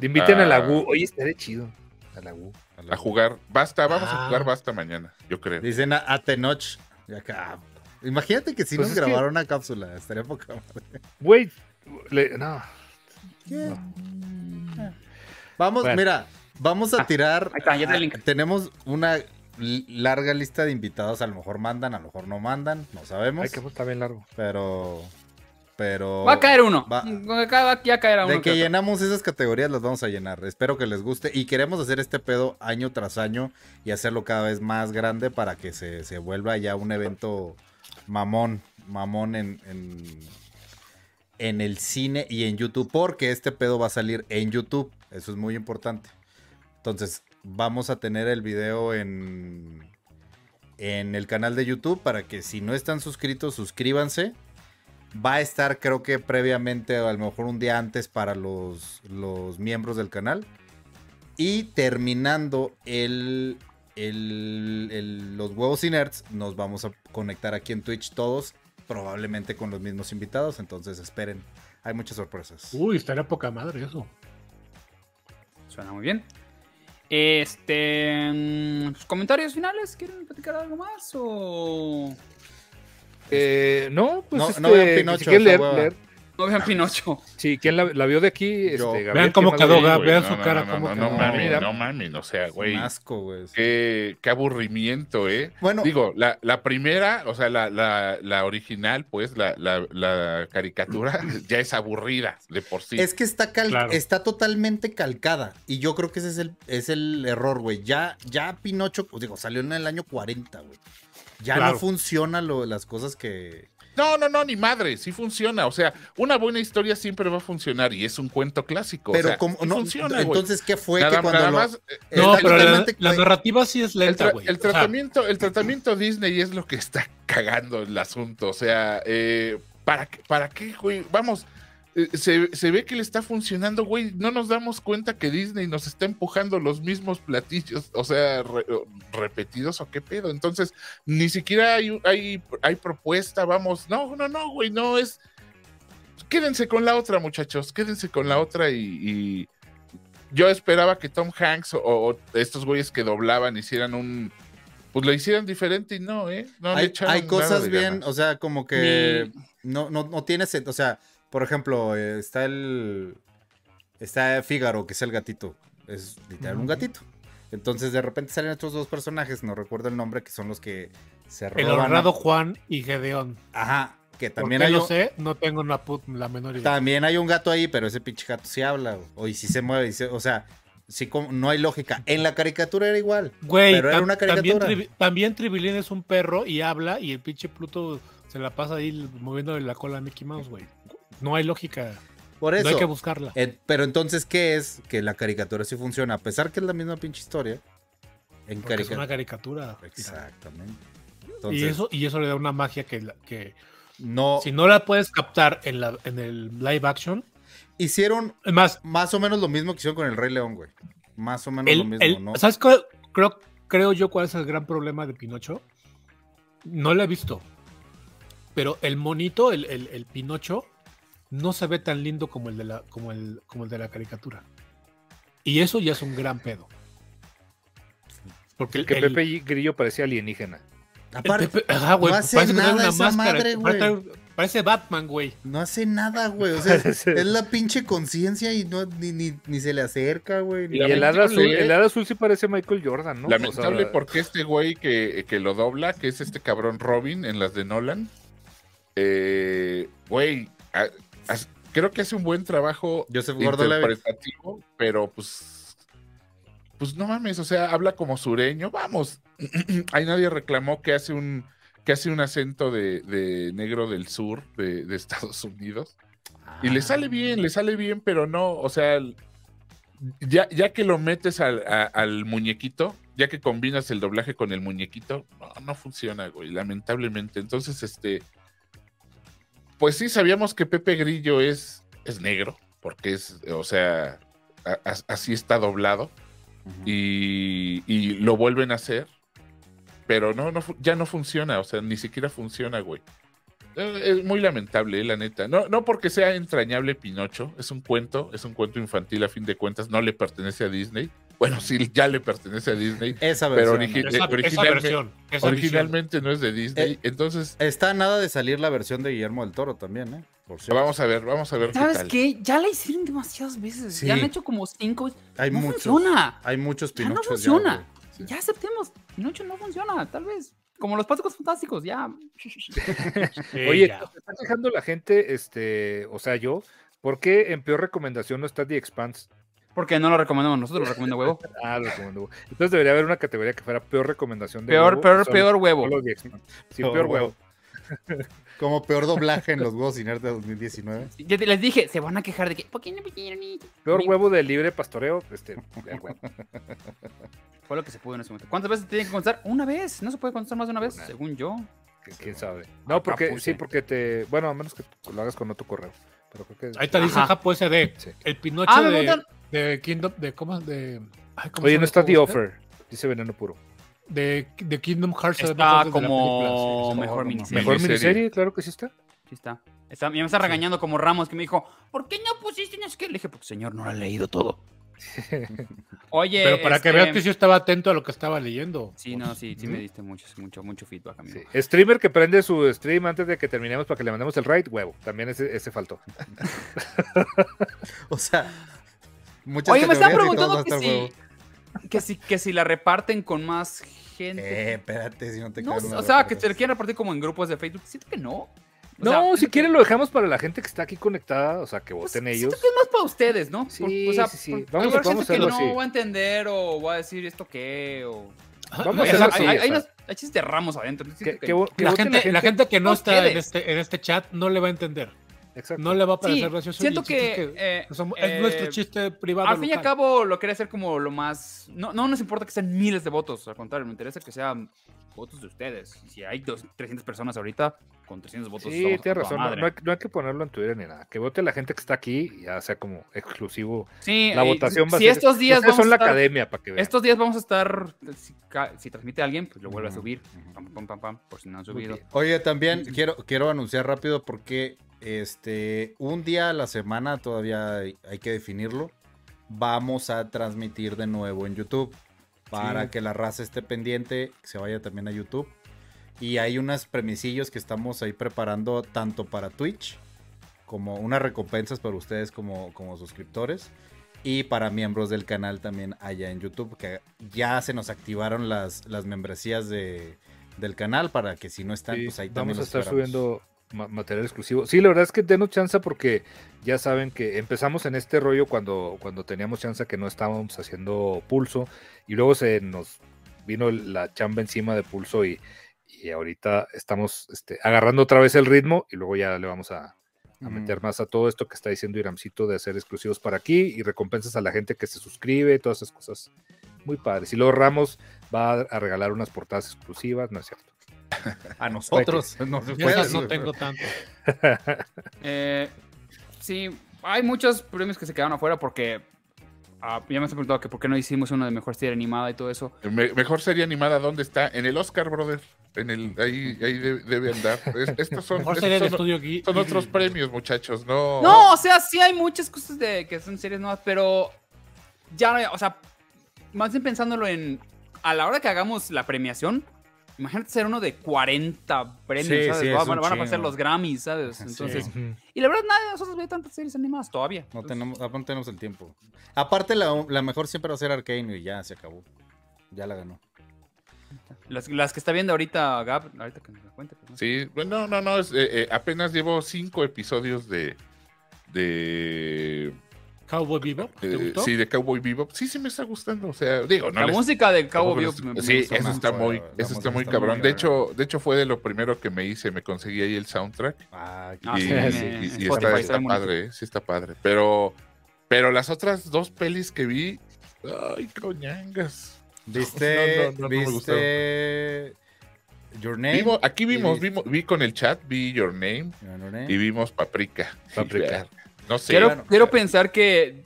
Speaker 3: Te inviten a la
Speaker 5: Ah.
Speaker 3: U. Oye, estaré chido. A la U.
Speaker 5: a jugar. Basta, vamos
Speaker 4: Ah.
Speaker 5: a jugar basta mañana, yo creo.
Speaker 1: Dicen a, a Tenoch. Y acá. ah, Imagínate que si
Speaker 3: Pues
Speaker 1: nos
Speaker 3: es que-
Speaker 1: grabaron una cápsula, estaría poca madre.
Speaker 3: Güey, le- no.
Speaker 1: Vamos,
Speaker 3: Bueno.
Speaker 1: mira, vamos a tirar.
Speaker 2: ahí está, ya te
Speaker 1: ah,
Speaker 2: link.
Speaker 1: tenemos una l- larga lista de invitados. A lo mejor mandan, a lo mejor no mandan, no sabemos.
Speaker 3: Ay, que está bien largo.
Speaker 1: Pero. Pero.
Speaker 2: Va a caer uno.
Speaker 1: Va-
Speaker 2: Acá va- ya caerá uno.
Speaker 1: De que
Speaker 2: otro.
Speaker 1: llenamos esas categorías, las vamos a llenar. Espero que les guste. Y queremos hacer este pedo año tras año y hacerlo cada vez más grande para que se, se vuelva ya un evento mamón. Mamón en, en, en el cine y en YouTube. Porque este pedo va a salir en YouTube. Eso es muy importante. Entonces, vamos a tener el video en, en el canal de YouTube para que si no están suscritos, suscríbanse. Va a estar, creo que previamente, o a lo mejor un día antes para los, los miembros del canal. Y terminando el, el- el- los huevos inerts, nos vamos a conectar aquí en Twitch todos probablemente con los mismos invitados, entonces esperen. Hay muchas sorpresas.
Speaker 4: Uy, estaría poca madre eso.
Speaker 2: Suena muy bien. Este. mm, pues, ¿Comentarios finales? ¿Quieren platicar algo más? O.
Speaker 3: Eh, no, pues
Speaker 1: No-
Speaker 3: este,
Speaker 1: no vean
Speaker 3: si
Speaker 1: Pinocho, esa
Speaker 3: quieren leer-
Speaker 1: hueva.
Speaker 3: leer-
Speaker 2: No vean Pinocho.
Speaker 3: Sí, ¿quién la, la vio de aquí? Este,
Speaker 1: Yo.
Speaker 3: Gabriel,
Speaker 4: Vean cómo
Speaker 3: ¿quién más
Speaker 4: quedó
Speaker 3: la
Speaker 4: Gab,
Speaker 5: güey,
Speaker 4: vean
Speaker 5: no,
Speaker 4: su
Speaker 5: no,
Speaker 4: cara.
Speaker 5: no,
Speaker 4: cómo
Speaker 5: no,
Speaker 4: quedó.
Speaker 5: no mames,
Speaker 3: Mira.
Speaker 5: no mames, o sea,
Speaker 1: Güey.
Speaker 5: güey. Eh, Qué, qué aburrimiento, ¿eh?
Speaker 1: Bueno,
Speaker 5: Digo, la, la primera, o sea, la, la, la original, pues, la, la, la caricatura ya es aburrida de por sí.
Speaker 1: es que está, cal-
Speaker 4: Claro.
Speaker 1: está totalmente calcada. Y yo creo que ese es el, es el error, güey. Ya, ya Pinocho, pues, digo, salió en el año 40, güey. Ya
Speaker 4: Claro.
Speaker 1: no funciona lo, las cosas que.
Speaker 5: No, no, no, ni madre, sí funciona. O sea, una buena historia siempre va a funcionar y es un cuento clásico.
Speaker 1: Pero
Speaker 5: o sea,
Speaker 1: como
Speaker 5: sí
Speaker 1: no,
Speaker 5: funciona, güey.
Speaker 1: entonces qué fue
Speaker 5: nada,
Speaker 1: que cuando
Speaker 5: nada
Speaker 1: lo-
Speaker 5: más, eh,
Speaker 1: Está
Speaker 4: No, pero la,
Speaker 1: totalmente-
Speaker 4: la narrativa sí es
Speaker 5: el,
Speaker 4: lenta,
Speaker 5: tra-
Speaker 4: güey.
Speaker 5: el
Speaker 4: O sea,
Speaker 5: tratamiento, el tratamiento Disney es lo que está cagando el asunto. O sea, eh, ¿para, qué- ¿para qué, güey? Vamos, eh, se, se ve que le está funcionando, güey. No nos damos cuenta que Disney nos está empujando los mismos platillos, o sea, re- repetidos o qué pedo. Entonces, ni siquiera hay, hay, hay propuesta, vamos. No, no, no, güey, no es. Quédense con la otra, muchachos. Quédense con la otra y- y yo esperaba que Tom Hanks o, o estos güeyes que doblaban hicieran un. Pues lo hicieran diferente y no, ¿eh? No le
Speaker 1: hay,
Speaker 5: echaron
Speaker 1: hay
Speaker 5: nada
Speaker 1: cosas
Speaker 5: de
Speaker 1: bien,
Speaker 5: ganas.
Speaker 1: o sea, como que no, no, no tiene sentido. O sea, por ejemplo, eh, está el. Está Fígaro, que es el gatito. Es literal un gatito. Entonces, de repente salen estos dos personajes, no recuerdo el nombre, que son los que se
Speaker 4: El
Speaker 1: roban. a-
Speaker 4: honrado Juan y Gedeón.
Speaker 1: Ajá, que
Speaker 4: También
Speaker 1: también hay,
Speaker 4: lo
Speaker 1: un,
Speaker 4: sé, no tengo una put- la menor idea.
Speaker 1: también hay un gato ahí, pero ese pinche gato sí habla, o- o y sí se mueve, y se- o sea, sí, como- no hay lógica. En la caricatura era igual.
Speaker 4: Güey,
Speaker 1: Pero era
Speaker 4: tam-
Speaker 1: una
Speaker 4: también,
Speaker 1: caricatura.
Speaker 4: Trivi- también Tribilín es un perro y habla y el pinche Pluto se la pasa ahí moviéndole la cola a Mickey Mouse, güey. No hay lógica.
Speaker 1: Por eso.
Speaker 4: No hay que buscarla.
Speaker 1: Eh, pero entonces, ¿qué es? Que la caricatura sí funciona, a pesar que es la misma pinche historia. En
Speaker 4: Porque es una
Speaker 1: caricatura.
Speaker 4: caricatura.
Speaker 1: Exactamente.
Speaker 4: Y
Speaker 1: Entonces, Oh.
Speaker 4: eso, y eso le da una magia que, la- que
Speaker 1: no
Speaker 4: si no la puedes captar en, la, en el live action,
Speaker 1: hicieron
Speaker 4: es más,
Speaker 1: más o menos lo mismo que hicieron con el Rey León, güey. Más o menos
Speaker 4: el-
Speaker 1: lo mismo,
Speaker 4: el-
Speaker 1: ¿no?
Speaker 4: ¿sabes cuál? Creo, creo yo cuál es el gran problema de Pinocho. No lo he visto. Pero el monito, el, el- el Pinocho, no se ve tan lindo como el, de la, como, el, como el de la caricatura. Y eso ya es un gran pedo. Porque
Speaker 3: El que
Speaker 4: el-
Speaker 3: Pepe y Grillo parecía alienígena.
Speaker 4: el
Speaker 1: Aparte,
Speaker 4: Pepe- ajá, güey,
Speaker 1: no hace
Speaker 4: parece que trae
Speaker 1: nada
Speaker 4: una
Speaker 1: esa
Speaker 4: máscara,
Speaker 1: madre,
Speaker 4: parece-
Speaker 1: güey.
Speaker 4: Parece Batman, güey.
Speaker 1: No hace nada, güey. O sea,
Speaker 4: (laughs)
Speaker 1: es, es la pinche conciencia y no, ni, ni, ni se le acerca, güey. ni-
Speaker 3: Y el hada, azul,
Speaker 5: Lamentable, ¿eh?
Speaker 3: el hada azul sí parece Michael Jordan, ¿no?
Speaker 5: Lamentable
Speaker 3: O sea,
Speaker 5: porque este güey que, que lo dobla, que es este cabrón Robin en las de Nolan, eh, güey, a- as- creo que hace un buen trabajo
Speaker 1: Joseph Gordon-Levitt.
Speaker 5: interpretativo, pero pues, pues no mames, o sea, habla como sureño, vamos, (clears throat) ahí nadie reclamó que hace un, que hace un acento de, de negro del sur de, de Estados Unidos. Y le sale bien, le sale bien, pero no, o sea, el- ya, ya que lo metes al, a- al muñequito, ya que combinas el doblaje con el muñequito, no, no funciona, güey, lamentablemente. Entonces, este, pues sí, sabíamos que Pepe Grillo es, es negro, porque es, o sea, a- as- así está doblado,
Speaker 1: Ujú.
Speaker 5: y, y lo vuelven a hacer, pero no, no, fu- ya no funciona, o sea, ni siquiera funciona, güey. Eh, Es muy lamentable, eh, la neta. No, no porque sea entrañable Pinocho, es un cuento, es un cuento infantil a fin de cuentas, no le pertenece a Disney. Bueno, sí, ya le pertenece a Disney.
Speaker 1: Esa
Speaker 5: pero
Speaker 1: versión.
Speaker 5: origi-
Speaker 1: ¿no?
Speaker 5: Eh,
Speaker 4: Esa, esa
Speaker 5: originalmente-
Speaker 4: versión. esa visión.
Speaker 5: Originalmente no es de Disney,
Speaker 1: Eh.
Speaker 5: entonces
Speaker 1: Está a nada de salir la versión de Guillermo del Toro también, ¿eh? Por cierto.
Speaker 5: vamos a ver, vamos a ver qué
Speaker 2: ¿Sabes
Speaker 5: tal.
Speaker 2: qué? Ya la hicieron demasiadas veces.
Speaker 1: Sí.
Speaker 2: Ya han hecho como cinco.
Speaker 1: Hay
Speaker 2: no
Speaker 1: muchos.
Speaker 2: funciona.
Speaker 1: Hay muchos
Speaker 2: Ya no
Speaker 1: Pinochos.
Speaker 2: funciona.
Speaker 1: güey. Sí.
Speaker 2: Ya aceptemos. Pinocho no funciona, tal vez. Como los Páticos Fantásticos, ya.
Speaker 4: Sí,
Speaker 3: Oye,
Speaker 4: ya.
Speaker 3: ¿te está quejando la gente, este, o sea, yo, ¿por qué en peor recomendación no está The Expanse?
Speaker 2: (laughs) Porque no lo recomendamos nosotros, lo recomienda (laughs) huevo.
Speaker 3: Ah, lo recomendó. Entonces debería haber una categoría que fuera peor recomendación de
Speaker 2: Peor,
Speaker 3: huevo,
Speaker 2: peor,
Speaker 3: solo-
Speaker 2: peor huevo.
Speaker 3: solo The Expanse. Sí,
Speaker 1: Peor
Speaker 3: peor,
Speaker 1: huevo.
Speaker 3: huevo.
Speaker 1: Como peor doblaje en los Juegos Inert de 2019.
Speaker 2: Ya te- les dije, se van a quejar de que. ¿Por qué no pusieron esto?".
Speaker 3: Peor
Speaker 2: Ni-
Speaker 3: huevo de libre pastoreo, este, el huevo.
Speaker 2: Fue lo que se pudo en ese momento. ¿Cuántas veces tienen que contestar? Una vez. No se puede contestar más de una vez,
Speaker 3: Una.
Speaker 2: según yo.
Speaker 3: que quién sabe. No, porque sí, porque te, bueno, a menos que lo hagas con otro correo, pero creo que
Speaker 4: Ahí te dice
Speaker 2: Ajá.
Speaker 4: Japo SD.
Speaker 3: Sí.
Speaker 4: El Pinocho
Speaker 2: Ah, me
Speaker 4: de,
Speaker 2: preguntan.
Speaker 4: de Kingdom. De, ¿Cómo? es? De, ay, ¿cómo se
Speaker 3: Oye,
Speaker 4: llama
Speaker 3: no está
Speaker 4: este
Speaker 3: The
Speaker 4: juego?
Speaker 3: Offer, dice Veneno Puro.
Speaker 4: de, de Kingdom Hearts.
Speaker 2: Está
Speaker 4: además, es de la
Speaker 2: como
Speaker 4: película, sí, sí,
Speaker 2: mejor
Speaker 4: no, no,
Speaker 2: miniserie.
Speaker 3: Mejor
Speaker 5: Miniserie.
Speaker 3: miniserie, claro que sí está.
Speaker 2: Sí está. Está- Ya me está regañando como Ramos que me dijo, ¿por qué no pusiste es que Le dije, porque señor, no lo ha leído (laughs) todo. Oye,
Speaker 4: Pero para que veas
Speaker 2: este,
Speaker 4: que yo estaba atento a lo que estaba leyendo.
Speaker 2: Sí, no, sí, sí me diste mucho, mucho, mucho feedback, amigo.
Speaker 3: Sí. Streamer que prende su stream antes de que terminemos para que le mandemos el raid, huevo. También ese, ese faltó.
Speaker 1: O sea, muchas
Speaker 2: Oye, me están
Speaker 1: categorías y todos va a
Speaker 2: preguntando que
Speaker 1: estar huevo.
Speaker 2: si, que, si, que si la reparten con más gente.
Speaker 1: Eh, espérate, si no te
Speaker 2: No,
Speaker 1: cae una
Speaker 2: o sea,
Speaker 1: reparta.
Speaker 2: que te la quieren repartir como en grupos de Facebook. Siento que no. O
Speaker 3: No,
Speaker 2: sea,
Speaker 3: si quieren lo dejamos para la gente que está aquí conectada, o sea, que
Speaker 2: pues,
Speaker 3: voten
Speaker 2: siento
Speaker 3: ellos.
Speaker 2: que es más para ustedes, ¿no?
Speaker 3: Sí,
Speaker 2: Por-
Speaker 3: sí, sí.
Speaker 2: por-
Speaker 3: Vamos-
Speaker 2: hay gente
Speaker 3: vamos a
Speaker 2: que
Speaker 3: hacerlo
Speaker 2: no
Speaker 3: así.
Speaker 2: va a entender o va a decir esto qué o...
Speaker 3: Vamos a
Speaker 2: Oye,
Speaker 3: hacerlo
Speaker 2: hay-
Speaker 3: así,
Speaker 2: hay,
Speaker 3: o
Speaker 2: hay
Speaker 3: sea.
Speaker 2: unos- hay chistes de Ramos adentro. siento
Speaker 3: Que-
Speaker 2: que-
Speaker 3: que vo- que
Speaker 4: La
Speaker 3: voten
Speaker 4: gente, la gente que no
Speaker 2: No
Speaker 4: está en
Speaker 2: ustedes.
Speaker 4: este, en este chat no le va a entender.
Speaker 3: Exacto.
Speaker 4: No le va a
Speaker 2: Sí,
Speaker 4: parecer gracioso. y
Speaker 2: siento
Speaker 4: el chiste
Speaker 2: que...
Speaker 4: es que
Speaker 2: eh,
Speaker 4: son-
Speaker 2: eh,
Speaker 4: es nuestro chiste privado.
Speaker 2: Al fin y al
Speaker 4: local.
Speaker 2: cabo lo quería hacer como lo más... No, no nos importa que sean miles de votos, al contrario, me interesa que sean votos de ustedes. Y Si hay dos, 300 personas ahorita, con 300
Speaker 4: pues
Speaker 2: votos...
Speaker 3: Sí,
Speaker 2: estamos a
Speaker 3: tienes
Speaker 2: toda
Speaker 3: razón. No,
Speaker 2: madre.
Speaker 3: no hay, no hay que ponerlo en Twitter ni nada. Que vote la gente que está aquí, y ya sea como exclusivo.
Speaker 2: Sí,
Speaker 3: La
Speaker 2: y
Speaker 3: votación va
Speaker 2: si
Speaker 3: a ser.
Speaker 2: estos días
Speaker 3: Ustedes
Speaker 2: vamos
Speaker 3: son la
Speaker 2: a estar-
Speaker 3: academia para que vean.
Speaker 2: Estos días vamos a estar, si, ca- si transmite alguien, pues lo vuelve a
Speaker 1: Ujú,
Speaker 2: subir,
Speaker 1: ujú.
Speaker 2: pam, pam, pam, pam, por si no han subido.
Speaker 1: Oye, también quiero, quiero anunciar rápido porque este, un día a la semana, todavía hay, hay que definirlo, vamos a transmitir de nuevo en YouTube para que la raza esté pendiente, que se vaya también a YouTube. Y hay unas premisillos que estamos ahí preparando tanto para Twitch como unas recompensas para ustedes como, como suscriptores y para miembros del canal también allá en YouTube, que ya se nos activaron las, las membresías de, del canal para que si no están,
Speaker 3: Sí,
Speaker 1: pues ahí también
Speaker 3: vamos a
Speaker 1: los
Speaker 3: estar
Speaker 1: esperamos.
Speaker 3: subiendo ma- material exclusivo. Sí, la verdad es que denos chance porque ya saben que empezamos en este rollo cuando, cuando teníamos chance que no estábamos haciendo pulso y luego se nos vino el- la chamba encima de pulso y, y ahorita estamos este, agarrando otra vez el ritmo y luego ya le vamos a, a meter más a todo esto que está diciendo Iramcito de hacer exclusivos para aquí y recompensas a la gente que se suscribe, todas esas cosas muy padres. Y luego Ramos va a- a regalar unas portadas exclusivas, ¿no es cierto?
Speaker 1: (laughs) A nosotros. (laughs) no se
Speaker 4: Yo
Speaker 1: puede.
Speaker 4: esas pues, no
Speaker 2: (laughs)
Speaker 4: tengo tanto.
Speaker 2: Eh, sí, hay muchos premios que se quedaron afuera porque ah, ya me has preguntado que por qué no hicimos una de mejor serie animada y todo eso.
Speaker 5: Me- mejor serie animada, ¿dónde está? En el Oscar, brother. En el, ahí ahí de- debe andar. Es- estos son,
Speaker 4: Mejor
Speaker 5: estos
Speaker 4: sería de
Speaker 5: son-
Speaker 4: estudio Ghi-
Speaker 5: son
Speaker 4: Ghibli.
Speaker 5: otros premios, muchachos. No.
Speaker 1: Oh.
Speaker 2: No, o sea, sí hay muchas cosas de que son series nuevas, pero ya, no- o sea, más bien pensándolo en a la hora que hagamos la premiación, imagínate ser uno de 40 premios,
Speaker 1: Sí,
Speaker 2: ¿sabes?
Speaker 1: sí,
Speaker 2: Va-
Speaker 1: es
Speaker 2: van,
Speaker 1: un
Speaker 2: van a pasar
Speaker 1: chingo.
Speaker 2: los Grammys, ¿sabes?
Speaker 1: Sí.
Speaker 2: Entonces, y la verdad, nadie de nosotros ve tantas series animadas todavía.
Speaker 1: No
Speaker 2: Entonces,
Speaker 1: tenemos, ah, no tenemos el tiempo. Aparte, la, la mejor siempre va a ser Arcane y ya se acabó. Ya la ganó.
Speaker 2: Las, las que está viendo ahorita Gab, ahorita que nos la cuente. pues, ¿no?
Speaker 5: Sí, bueno, no, no, no. es, eh, eh, apenas llevo cinco episodios de. de
Speaker 4: Cowboy Bebop, ¿te
Speaker 5: eh,
Speaker 4: gustó?
Speaker 5: sí, de Cowboy Bebop. Sí, sí me está gustando. O sea, digo, no
Speaker 2: la
Speaker 5: les-
Speaker 2: música de
Speaker 5: tampoco
Speaker 2: Cowboy
Speaker 5: les-
Speaker 2: Bebop me- me
Speaker 5: Sí,
Speaker 2: gustó
Speaker 5: eso
Speaker 2: más.
Speaker 5: está
Speaker 1: mucho,
Speaker 5: muy,
Speaker 1: la- la
Speaker 5: eso está
Speaker 1: música
Speaker 5: muy
Speaker 1: está muy
Speaker 5: cabrón. De
Speaker 1: cabrón.
Speaker 5: hecho, de hecho fue de lo primero que me hice, me conseguí ahí el soundtrack.
Speaker 1: Ah, qué
Speaker 2: Ah,
Speaker 5: y,
Speaker 2: sí,
Speaker 1: chido.
Speaker 5: y-
Speaker 2: sí,
Speaker 5: y- y
Speaker 2: sí,
Speaker 5: está,
Speaker 2: Spotify,
Speaker 5: está
Speaker 2: está muy
Speaker 5: padre, eh, sí está padre. Pero, pero las otras dos pelis que vi, ay, coñangas.
Speaker 1: ¿Viste?
Speaker 5: No, no, no, no me
Speaker 1: ¿Viste? Your Name.
Speaker 5: Vimos- aquí
Speaker 1: y
Speaker 5: vimos,
Speaker 1: viste-
Speaker 5: vimos, vi con el chat, vi Your Name
Speaker 1: Your Name.
Speaker 5: y vimos Paprika. (laughs)
Speaker 3: Paprika.
Speaker 5: No sé.
Speaker 2: quiero,
Speaker 1: bueno.
Speaker 2: quiero pensar que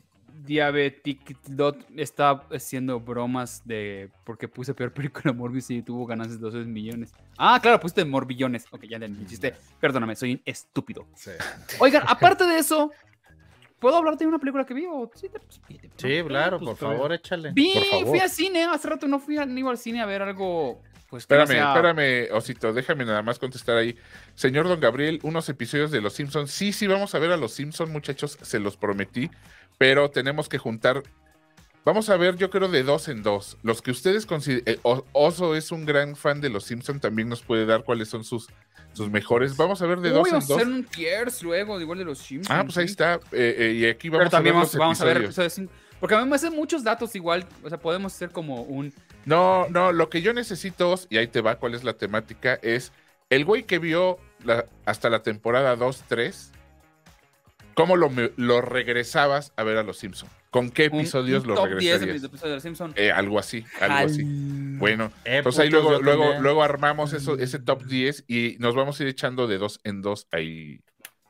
Speaker 2: Diabetic Dot está haciendo bromas de porque puse peor película (laughs) Morbius y tuvo ganancias de 12 millones. Ah, claro, pusiste Morbillones. Ok, ya entendí el chiste. Perdóname, soy un estúpido.
Speaker 1: Sí.
Speaker 5: (laughs)
Speaker 2: Oigan, aparte de eso, ¿puedo hablarte de una película que vi? o sí te- pídete, ¿no?
Speaker 1: Sí, claro,
Speaker 4: pues,
Speaker 1: por
Speaker 4: todavía.
Speaker 1: favor, échale.
Speaker 2: Vi,
Speaker 3: Por favor.
Speaker 2: fui al cine, hace rato no fui a- no iba al cine a ver algo. Pues, que no
Speaker 5: Espérame,
Speaker 2: sea-
Speaker 5: espérame, Osito, déjame nada más contestar ahí. Señor Don Gabriel, unos episodios de Los Simpsons. Sí, sí, vamos a ver a Los Simpsons, muchachos, se los prometí, pero tenemos que juntar. Vamos a ver, yo creo, de dos en dos. Los que ustedes consideren. Oso es un gran fan de Los Simpsons, también nos puede dar cuáles son sus, sus mejores. Vamos a ver de
Speaker 2: Uy,
Speaker 5: dos en
Speaker 2: vamos a
Speaker 5: dos.
Speaker 2: hacer un tiers luego, igual de los Simpsons.
Speaker 5: Ah, pues ahí
Speaker 2: sí.
Speaker 5: está. eh, eh, y aquí
Speaker 2: Pero
Speaker 5: vamos
Speaker 2: también
Speaker 5: a ver.
Speaker 2: vamos,
Speaker 5: los
Speaker 2: vamos a ver
Speaker 5: episodios.
Speaker 2: episodios sin- Porque a mí me hacen muchos datos igual. O sea, podemos hacer como un.
Speaker 5: No, no, lo que yo necesito, y ahí te va cuál es la temática, es el güey que vio la- hasta la temporada 2, 3, ¿cómo lo, me- lo regresabas a ver a los Simpson? ¿Con qué
Speaker 2: un-
Speaker 5: episodios
Speaker 2: un
Speaker 5: lo
Speaker 2: top 10
Speaker 5: regresarías?
Speaker 2: episodios de los Simpsons.
Speaker 5: Eh, algo así, algo así. Bueno,
Speaker 1: Eh,
Speaker 5: entonces ahí
Speaker 1: putos,
Speaker 5: luego,
Speaker 1: yo
Speaker 5: luego,
Speaker 1: también.
Speaker 5: luego armamos eso, ese
Speaker 2: Mm.
Speaker 5: top 10 y nos vamos a ir echando de dos en dos ahí,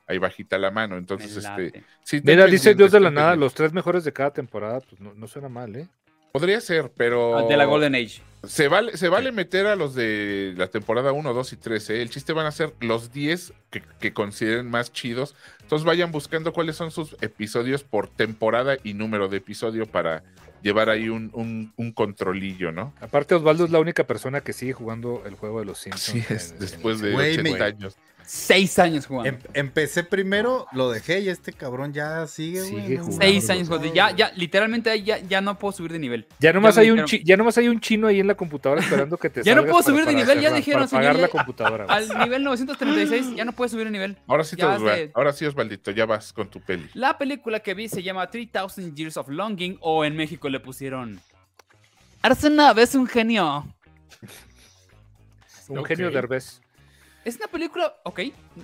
Speaker 5: ahí bajita la mano. Entonces, este. sí, ten
Speaker 3: Mira, dice
Speaker 5: pendientes,
Speaker 3: Dios de
Speaker 5: ten
Speaker 3: la nada,
Speaker 5: pendientes.
Speaker 3: los tres mejores de cada temporada, pues no, no suena mal, ¿eh?
Speaker 5: Podría ser, pero.
Speaker 2: Ah, De la Golden Age.
Speaker 5: Se vale, se vale meter a los de la temporada 1, 2 y 3. ¿eh? El chiste van a ser los 10 que, que consideren más chidos. Entonces vayan buscando cuáles son sus episodios por temporada y número de episodio para llevar ahí un, un, un controlillo, ¿no?
Speaker 3: Aparte, Osvaldo es la única persona que sigue jugando el juego de los Simpsons.
Speaker 5: Así es,
Speaker 3: en- este en-
Speaker 5: después de
Speaker 1: Güey,
Speaker 5: 80
Speaker 1: me-
Speaker 5: años.
Speaker 2: Seis años jugando.
Speaker 1: Em- empecé primero, lo dejé y este cabrón ya sigue, güey.
Speaker 3: Sigue
Speaker 1: no
Speaker 3: jugando.
Speaker 1: mames.
Speaker 2: Seis años jugando. Ya, ya, literalmente ya, ya no puedo subir de nivel.
Speaker 3: Ya nomás,
Speaker 2: Ya me
Speaker 3: hay un
Speaker 2: dijeron-
Speaker 3: chi- ya nomás hay un chino ahí en la computadora esperando que te
Speaker 2: (laughs) Ya no
Speaker 3: salgas
Speaker 2: puedo
Speaker 3: para-
Speaker 2: subir de
Speaker 3: para
Speaker 2: nivel, ya
Speaker 3: hacerla-
Speaker 2: dejeron
Speaker 3: para pagar la
Speaker 2: subirle a-
Speaker 3: computadora. güey.
Speaker 2: Al nivel 936 ya no puedes subir de nivel.
Speaker 5: Ahora sí, te
Speaker 2: Ya
Speaker 5: los va-
Speaker 2: sé.
Speaker 5: ahora sí, Osvaldito, ya vas con tu peli.
Speaker 2: La película que vi se llama 3000 Years of Longing o en México le pusieron Arsenal es un genio.
Speaker 3: Un
Speaker 4: Ok.
Speaker 3: genio de Derbez.
Speaker 2: Es una película, ok,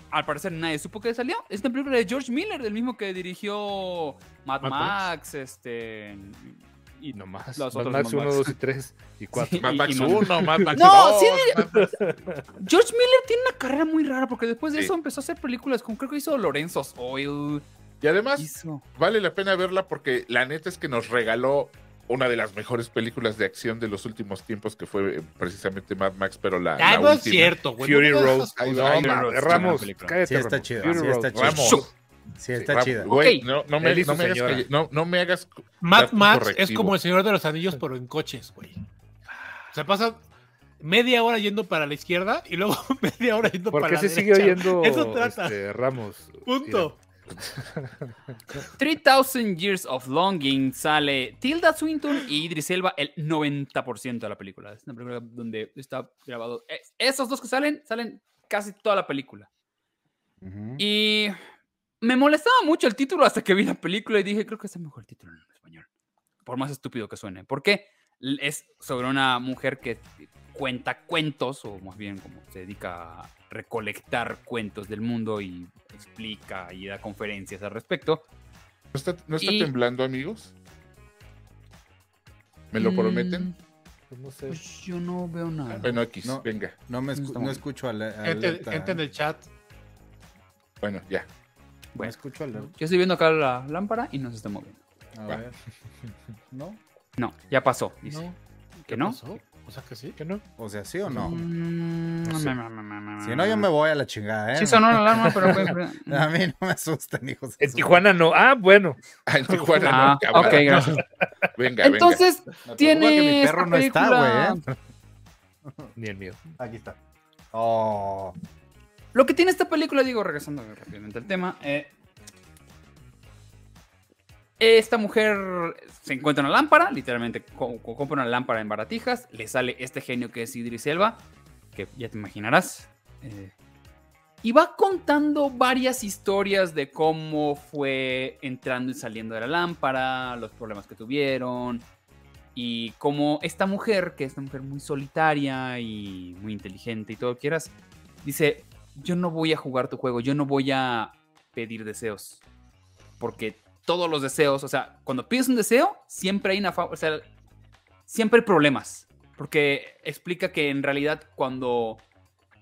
Speaker 2: al parecer nadie supo que salió. Es una película de George Miller, el mismo que dirigió Mad,
Speaker 4: Mad
Speaker 2: Max, este... Y
Speaker 3: No más.
Speaker 2: Los
Speaker 3: Mad
Speaker 2: otros
Speaker 3: Max
Speaker 2: Mad
Speaker 3: 1,
Speaker 2: Max.
Speaker 3: 2 y 3 y 4.
Speaker 2: Sí,
Speaker 5: Mad
Speaker 2: y- y
Speaker 5: Max
Speaker 2: Mad-
Speaker 5: 1, Mad Max
Speaker 2: No,
Speaker 5: 2,
Speaker 2: sí,
Speaker 5: Mad-
Speaker 2: George Miller tiene una carrera muy rara porque después de
Speaker 5: Sí.
Speaker 2: eso empezó a hacer películas con, creo que hizo Lorenzo's Oil.
Speaker 5: Y además,
Speaker 2: Hizo...
Speaker 5: vale la pena verla porque la neta es que nos regaló una de las mejores películas de acción de los últimos tiempos, que fue eh, precisamente Mad Max, pero la,
Speaker 4: Ah,
Speaker 5: la
Speaker 4: no es
Speaker 5: última.
Speaker 4: cierto, güey.
Speaker 3: Fury
Speaker 4: no me
Speaker 3: Road.
Speaker 4: dejas-
Speaker 5: Ahí
Speaker 3: No,
Speaker 5: va, ahí
Speaker 3: ma-
Speaker 5: va.
Speaker 3: Ramos,
Speaker 2: buena película.
Speaker 3: cállate.
Speaker 1: Sí está
Speaker 3: Ramos.
Speaker 1: chida,
Speaker 3: Fury
Speaker 1: sí está
Speaker 3: Road.
Speaker 1: chida.
Speaker 5: Ramos.
Speaker 1: Sí, está
Speaker 5: Ramos,
Speaker 1: chida.
Speaker 5: güey,
Speaker 2: Ok.
Speaker 5: no, no me,
Speaker 3: Él y su
Speaker 5: no me hagas
Speaker 3: señora.
Speaker 5: calle- no- no me hagas
Speaker 4: Mad
Speaker 5: Dato
Speaker 4: Max es
Speaker 5: correctivo.
Speaker 4: como el Señor de los Anillos, pero en coches, güey. Se pasa media hora yendo para la izquierda y luego (laughs) media hora yendo
Speaker 3: ¿Por
Speaker 4: para
Speaker 3: qué
Speaker 4: la
Speaker 3: se sigue
Speaker 2: (laughs)
Speaker 4: derecha.
Speaker 3: oyendo
Speaker 4: Eso trata.
Speaker 3: este, Ramos?
Speaker 4: Punto.
Speaker 2: 3000 Years of Longing sale Tilda Swinton y Idris Elba el 90% de la película. Es una película donde está grabado. eh, Esos dos que salen, salen casi toda la película.
Speaker 1: Ujú.
Speaker 2: Y me molestaba mucho el título hasta que vi la película y dije, creo que es el mejor título en español. Por más estúpido que suene. Porque es sobre una mujer que cuenta cuentos, o más bien como se dedica a recolectar cuentos del mundo y explica y da conferencias al respecto.
Speaker 5: ¿No está, no está
Speaker 2: Y-
Speaker 5: temblando, amigos? ¿Me lo
Speaker 2: Mm,
Speaker 5: prometen?
Speaker 3: Pues no sé.
Speaker 2: Pues yo no veo nada.
Speaker 5: Bueno, X,
Speaker 1: No.
Speaker 5: venga.
Speaker 1: No, me escu- no
Speaker 2: Está bueno.
Speaker 1: escucho ale-
Speaker 4: Gente,
Speaker 1: alerta.
Speaker 4: gente en el chat.
Speaker 5: Bueno, ya. (laughs)
Speaker 1: No
Speaker 2: Bueno,
Speaker 1: escucho alerta.
Speaker 2: yo estoy viendo acá la lámpara y no se está moviendo.
Speaker 1: A
Speaker 5: Va.
Speaker 1: ver. ¿No?
Speaker 2: No, ya pasó. Dice.
Speaker 4: No.
Speaker 2: ¿Que no?
Speaker 4: pasó? O sea que sí.
Speaker 3: ¿Qué no?
Speaker 1: O sea, ¿sí o no?
Speaker 2: Mm,
Speaker 1: No sé.
Speaker 2: ma, ma, ma, ma,
Speaker 1: Si no, yo me voy a Ah, la chingada, ¿eh?
Speaker 2: Sí sonó la alarma, pero...
Speaker 1: (laughs)
Speaker 2: fue- fue-
Speaker 1: A mí no me asustan, hijos. de
Speaker 3: En
Speaker 1: su-
Speaker 3: Tijuana no. Ah, bueno.
Speaker 5: Ah, en Tijuana, no,
Speaker 2: Ah,
Speaker 5: cabrón.
Speaker 2: ok,
Speaker 1: (laughs)
Speaker 2: gracias.
Speaker 5: Venga, venga.
Speaker 2: Entonces,
Speaker 1: Me preocupa que
Speaker 2: tiene
Speaker 1: mi perro
Speaker 2: esta
Speaker 1: no está,
Speaker 2: película...
Speaker 1: güey. ¿eh?
Speaker 3: Ni el mío. (laughs)
Speaker 1: Aquí está. Oh.
Speaker 2: Lo que tiene esta película, digo, regresando rápidamente al tema, eh, esta mujer se encuentra una lámpara, literalmente co- co- compra una lámpara en baratijas, le sale este genio que es Idris Elba, que ya te imaginarás, eh, y va contando varias historias de cómo fue entrando y saliendo de la lámpara, los problemas que tuvieron, y cómo esta mujer, que es una mujer muy solitaria y muy inteligente y todo lo que quieras, dice, yo no voy a jugar tu juego, yo no voy a pedir deseos. Porque todos los deseos, o sea, cuando pides un deseo, siempre hay una... fa- O sea, siempre hay problemas. Porque explica que en realidad cuando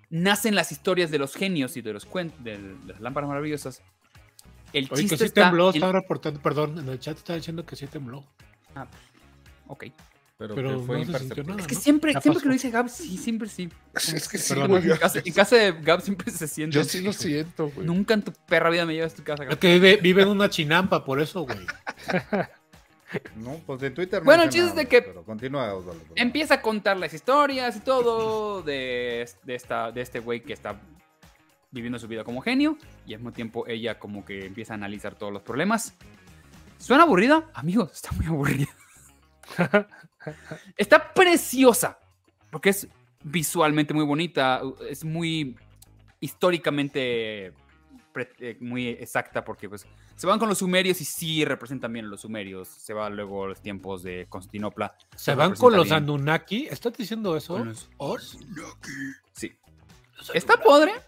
Speaker 2: nacen las historias de los genios y de, los cuen- de las lámparas maravillosas, el
Speaker 4: Oye,
Speaker 2: chiste
Speaker 4: que sí
Speaker 2: está...
Speaker 4: tembló,
Speaker 2: en-
Speaker 4: estaba reportando, perdón, en el chat está diciendo que sí tembló.
Speaker 2: Ok.
Speaker 1: Pero,
Speaker 4: Pero
Speaker 1: que fue
Speaker 4: no se sintió
Speaker 1: imperceptible.
Speaker 4: nada,
Speaker 2: Es que
Speaker 4: ¿no?
Speaker 2: siempre,
Speaker 4: Ya
Speaker 2: siempre
Speaker 4: pasó.
Speaker 2: que lo dice Gab, sí, siempre sí.
Speaker 5: Es que sí,
Speaker 4: Perdón,
Speaker 5: güey,
Speaker 2: En casa, en casa de Gab siempre se siente.
Speaker 5: Yo
Speaker 2: así,
Speaker 5: sí lo
Speaker 2: güey.
Speaker 5: siento, güey.
Speaker 2: Nunca en tu perra vida me llevas a tu casa,
Speaker 4: Es
Speaker 2: Gab.
Speaker 4: que vive, vive en una chinampa, por
Speaker 2: (laughs)
Speaker 4: eso, güey.
Speaker 1: No, pues de Twitter no
Speaker 2: Bueno, el
Speaker 1: dice
Speaker 2: chiste
Speaker 1: nada,
Speaker 2: es de que-
Speaker 1: Pero continúa, Osvaldo. por favor.
Speaker 2: Empieza a contar las historias y todo de, de esta, de este güey que está viviendo su vida como genio y al mismo tiempo ella como que empieza a analizar todos los problemas. ¿Suena aburrida? Amigos, está muy
Speaker 5: (laughs)
Speaker 2: aburrida. está preciosa porque es visualmente muy bonita, es muy históricamente pre- eh, muy exacta porque pues se van con los sumerios y sí representan bien los sumerios, se va luego a los tiempos de Constantinopla
Speaker 4: Se
Speaker 2: Lo
Speaker 4: van
Speaker 2: representa
Speaker 4: con los
Speaker 2: bien.
Speaker 4: Anunnaki. ¿Estás diciendo eso?
Speaker 2: Con los
Speaker 4: Oz?
Speaker 2: Sí. Está podre Pues,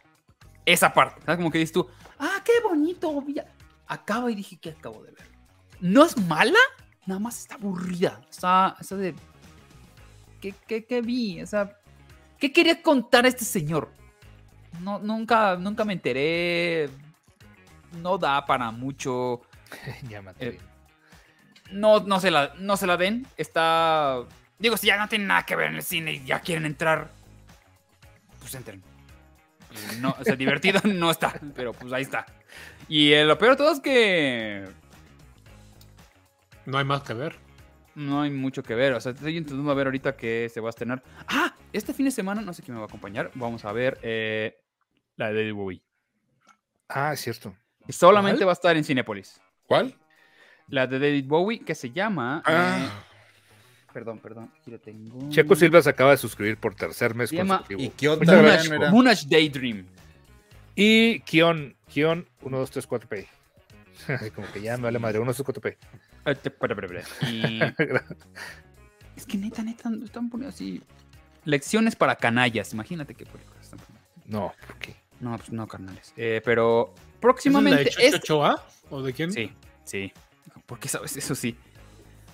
Speaker 2: esa parte. ¿Sabes? Como que dices tú, ah, qué bonito. vi- Acaba y dije, ¿qué acabo de ver? No es mala, nada más está aburrida. Está, está de. ¿Qué, qué, qué vi? O sea, ¿qué quería contar este señor? No, nunca, nunca me enteré. No da para mucho.
Speaker 3: Llámate.
Speaker 2: Eh, no, no, se la, no se la den. Está. Digo, si ya no tienen nada que ver en el cine y ya quieren entrar, pues entren. No, o sea, divertido (laughs) no está, pero pues ahí está. Y eh, lo peor de todo es que
Speaker 4: No hay más que ver.
Speaker 2: no hay mucho que ver. O sea, estoy intentando ver ahorita que se va a estrenar. ¡Ah! Este fin de semana, no sé quién me va a acompañar. Vamos a ver eh, la de Bowie.
Speaker 3: Ah, es cierto.
Speaker 2: Solamente
Speaker 4: ¿Cuál?
Speaker 2: va a estar en Cinepolis.
Speaker 5: ¿Cuál?
Speaker 2: La de David Bowie, que se llama.
Speaker 5: Ah.
Speaker 2: eh, perdón, perdón. Aquí lo tengo.
Speaker 3: Checo Silva se acaba de suscribir por tercer mes
Speaker 2: Se llama
Speaker 1: Y
Speaker 3: consecutivo.
Speaker 1: Kion
Speaker 3: Muchas
Speaker 1: también,
Speaker 3: gracias,
Speaker 1: mira.
Speaker 2: Moonage Daydream.
Speaker 3: Y Kion, Kion, 1, 2, 3, 4, P. (laughs) Como que ya me vale madre, 1, 2, 3, 4, P.
Speaker 2: Ah, te- para, para, para. Y- (laughs) es que neta, neta, lo están poniendo así. Lecciones para canallas. Imagínate qué película están poniendo.
Speaker 3: No, ¿por qué?
Speaker 2: No, pues no, carnales. Eh, pero
Speaker 4: ¿Esa ¿Es la de
Speaker 2: próximamente.
Speaker 4: Chocho
Speaker 2: este-
Speaker 4: Ochoa? ¿O de quién?
Speaker 2: Sí, sí. ¿Por qué sabes eso? Sí.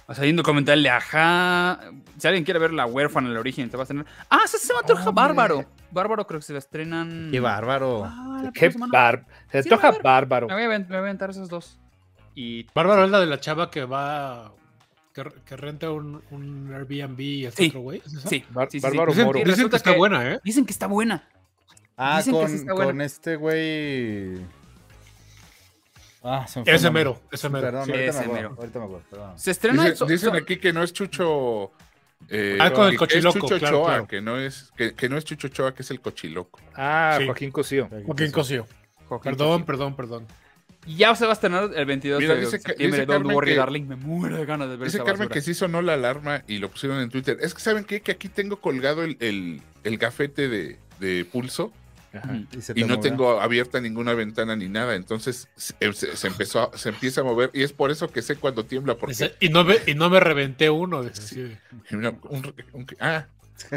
Speaker 2: O sea, hay un documental de ajá. Si alguien quiere ver La Huérfana, el origen, te vas a tener. Ah, se se llama Troja
Speaker 3: Hombre.
Speaker 2: Bárbaro. Bárbaro creo que se la estrenan.
Speaker 1: Qué bárbaro.
Speaker 2: Ah, la
Speaker 3: Qué
Speaker 2: próxima semana.
Speaker 3: bar... Se
Speaker 2: Sí, lo voy a
Speaker 3: antoja
Speaker 2: ver.
Speaker 3: bárbaro.
Speaker 2: Me voy, a, avent- me voy a aventar esos dos. Y
Speaker 4: Bárbaro es la de la chava que va. que, que renta un, un Airbnb y este
Speaker 2: Sí,
Speaker 4: otro güey. ¿es esa?
Speaker 2: sí,
Speaker 3: Bar-
Speaker 2: sí, Pues sí, sí.
Speaker 3: Bárbaro
Speaker 4: Dicen,
Speaker 3: Moro.
Speaker 2: Y
Speaker 4: dicen que
Speaker 2: resulta
Speaker 4: está
Speaker 2: que-
Speaker 4: buena, ¿eh?
Speaker 2: Dicen que está buena.
Speaker 1: Ah,
Speaker 2: Dicen que
Speaker 1: con,
Speaker 2: sí está
Speaker 1: con
Speaker 2: buena.
Speaker 1: este güey. Ah, se me fue el
Speaker 4: Ese
Speaker 1: nombre.
Speaker 4: mero, ese mero.
Speaker 1: Perdón,
Speaker 2: Sí,
Speaker 1: ahorita,
Speaker 2: ese
Speaker 1: me acuerdo,
Speaker 2: mero.
Speaker 1: ahorita me acuerdo. perdón.
Speaker 2: Se estrena.
Speaker 5: Dicen,
Speaker 2: so-
Speaker 5: dicen
Speaker 2: so-
Speaker 5: aquí que no es Chucho. eh,
Speaker 4: Ah, con el
Speaker 5: que
Speaker 4: cochiloco,
Speaker 5: Es Chucho
Speaker 4: claro,
Speaker 5: Ochoa,
Speaker 4: claro.
Speaker 5: que no es, que, que no es Chucho Ochoa, que es el cochiloco.
Speaker 3: Ah,
Speaker 4: Sí.
Speaker 3: Joaquín Cosío.
Speaker 4: Joaquín Cosío.
Speaker 2: Joaquín
Speaker 4: Perdón,
Speaker 2: Cosío.
Speaker 4: perdón, perdón.
Speaker 2: Ya se va a estrenar el 22
Speaker 5: Mira,
Speaker 2: de
Speaker 5: dice que-
Speaker 2: septiembre.
Speaker 5: dice
Speaker 2: Don't
Speaker 5: Carmen
Speaker 2: worry,
Speaker 5: que-
Speaker 2: darling. Me muero de ganas de ver
Speaker 5: Dice
Speaker 2: esa
Speaker 5: Carmen
Speaker 2: basura.
Speaker 5: que sí sonó la alarma y lo pusieron en Twitter. Es que saben qué? que aquí tengo colgado el, el- el gafete de, de pulso
Speaker 3: Ajá.
Speaker 2: Ujú.
Speaker 1: se te
Speaker 5: y no
Speaker 1: movió.
Speaker 5: tengo abierta ninguna ventana ni nada. Entonces se, em, se- se empezó a- se empieza a mover y es por eso que sé cuando tiembla. Porque
Speaker 4: Ese- y, no me, y no me reventé uno. de- sí.
Speaker 5: Mira, un- un-
Speaker 4: (laughs)
Speaker 5: ah,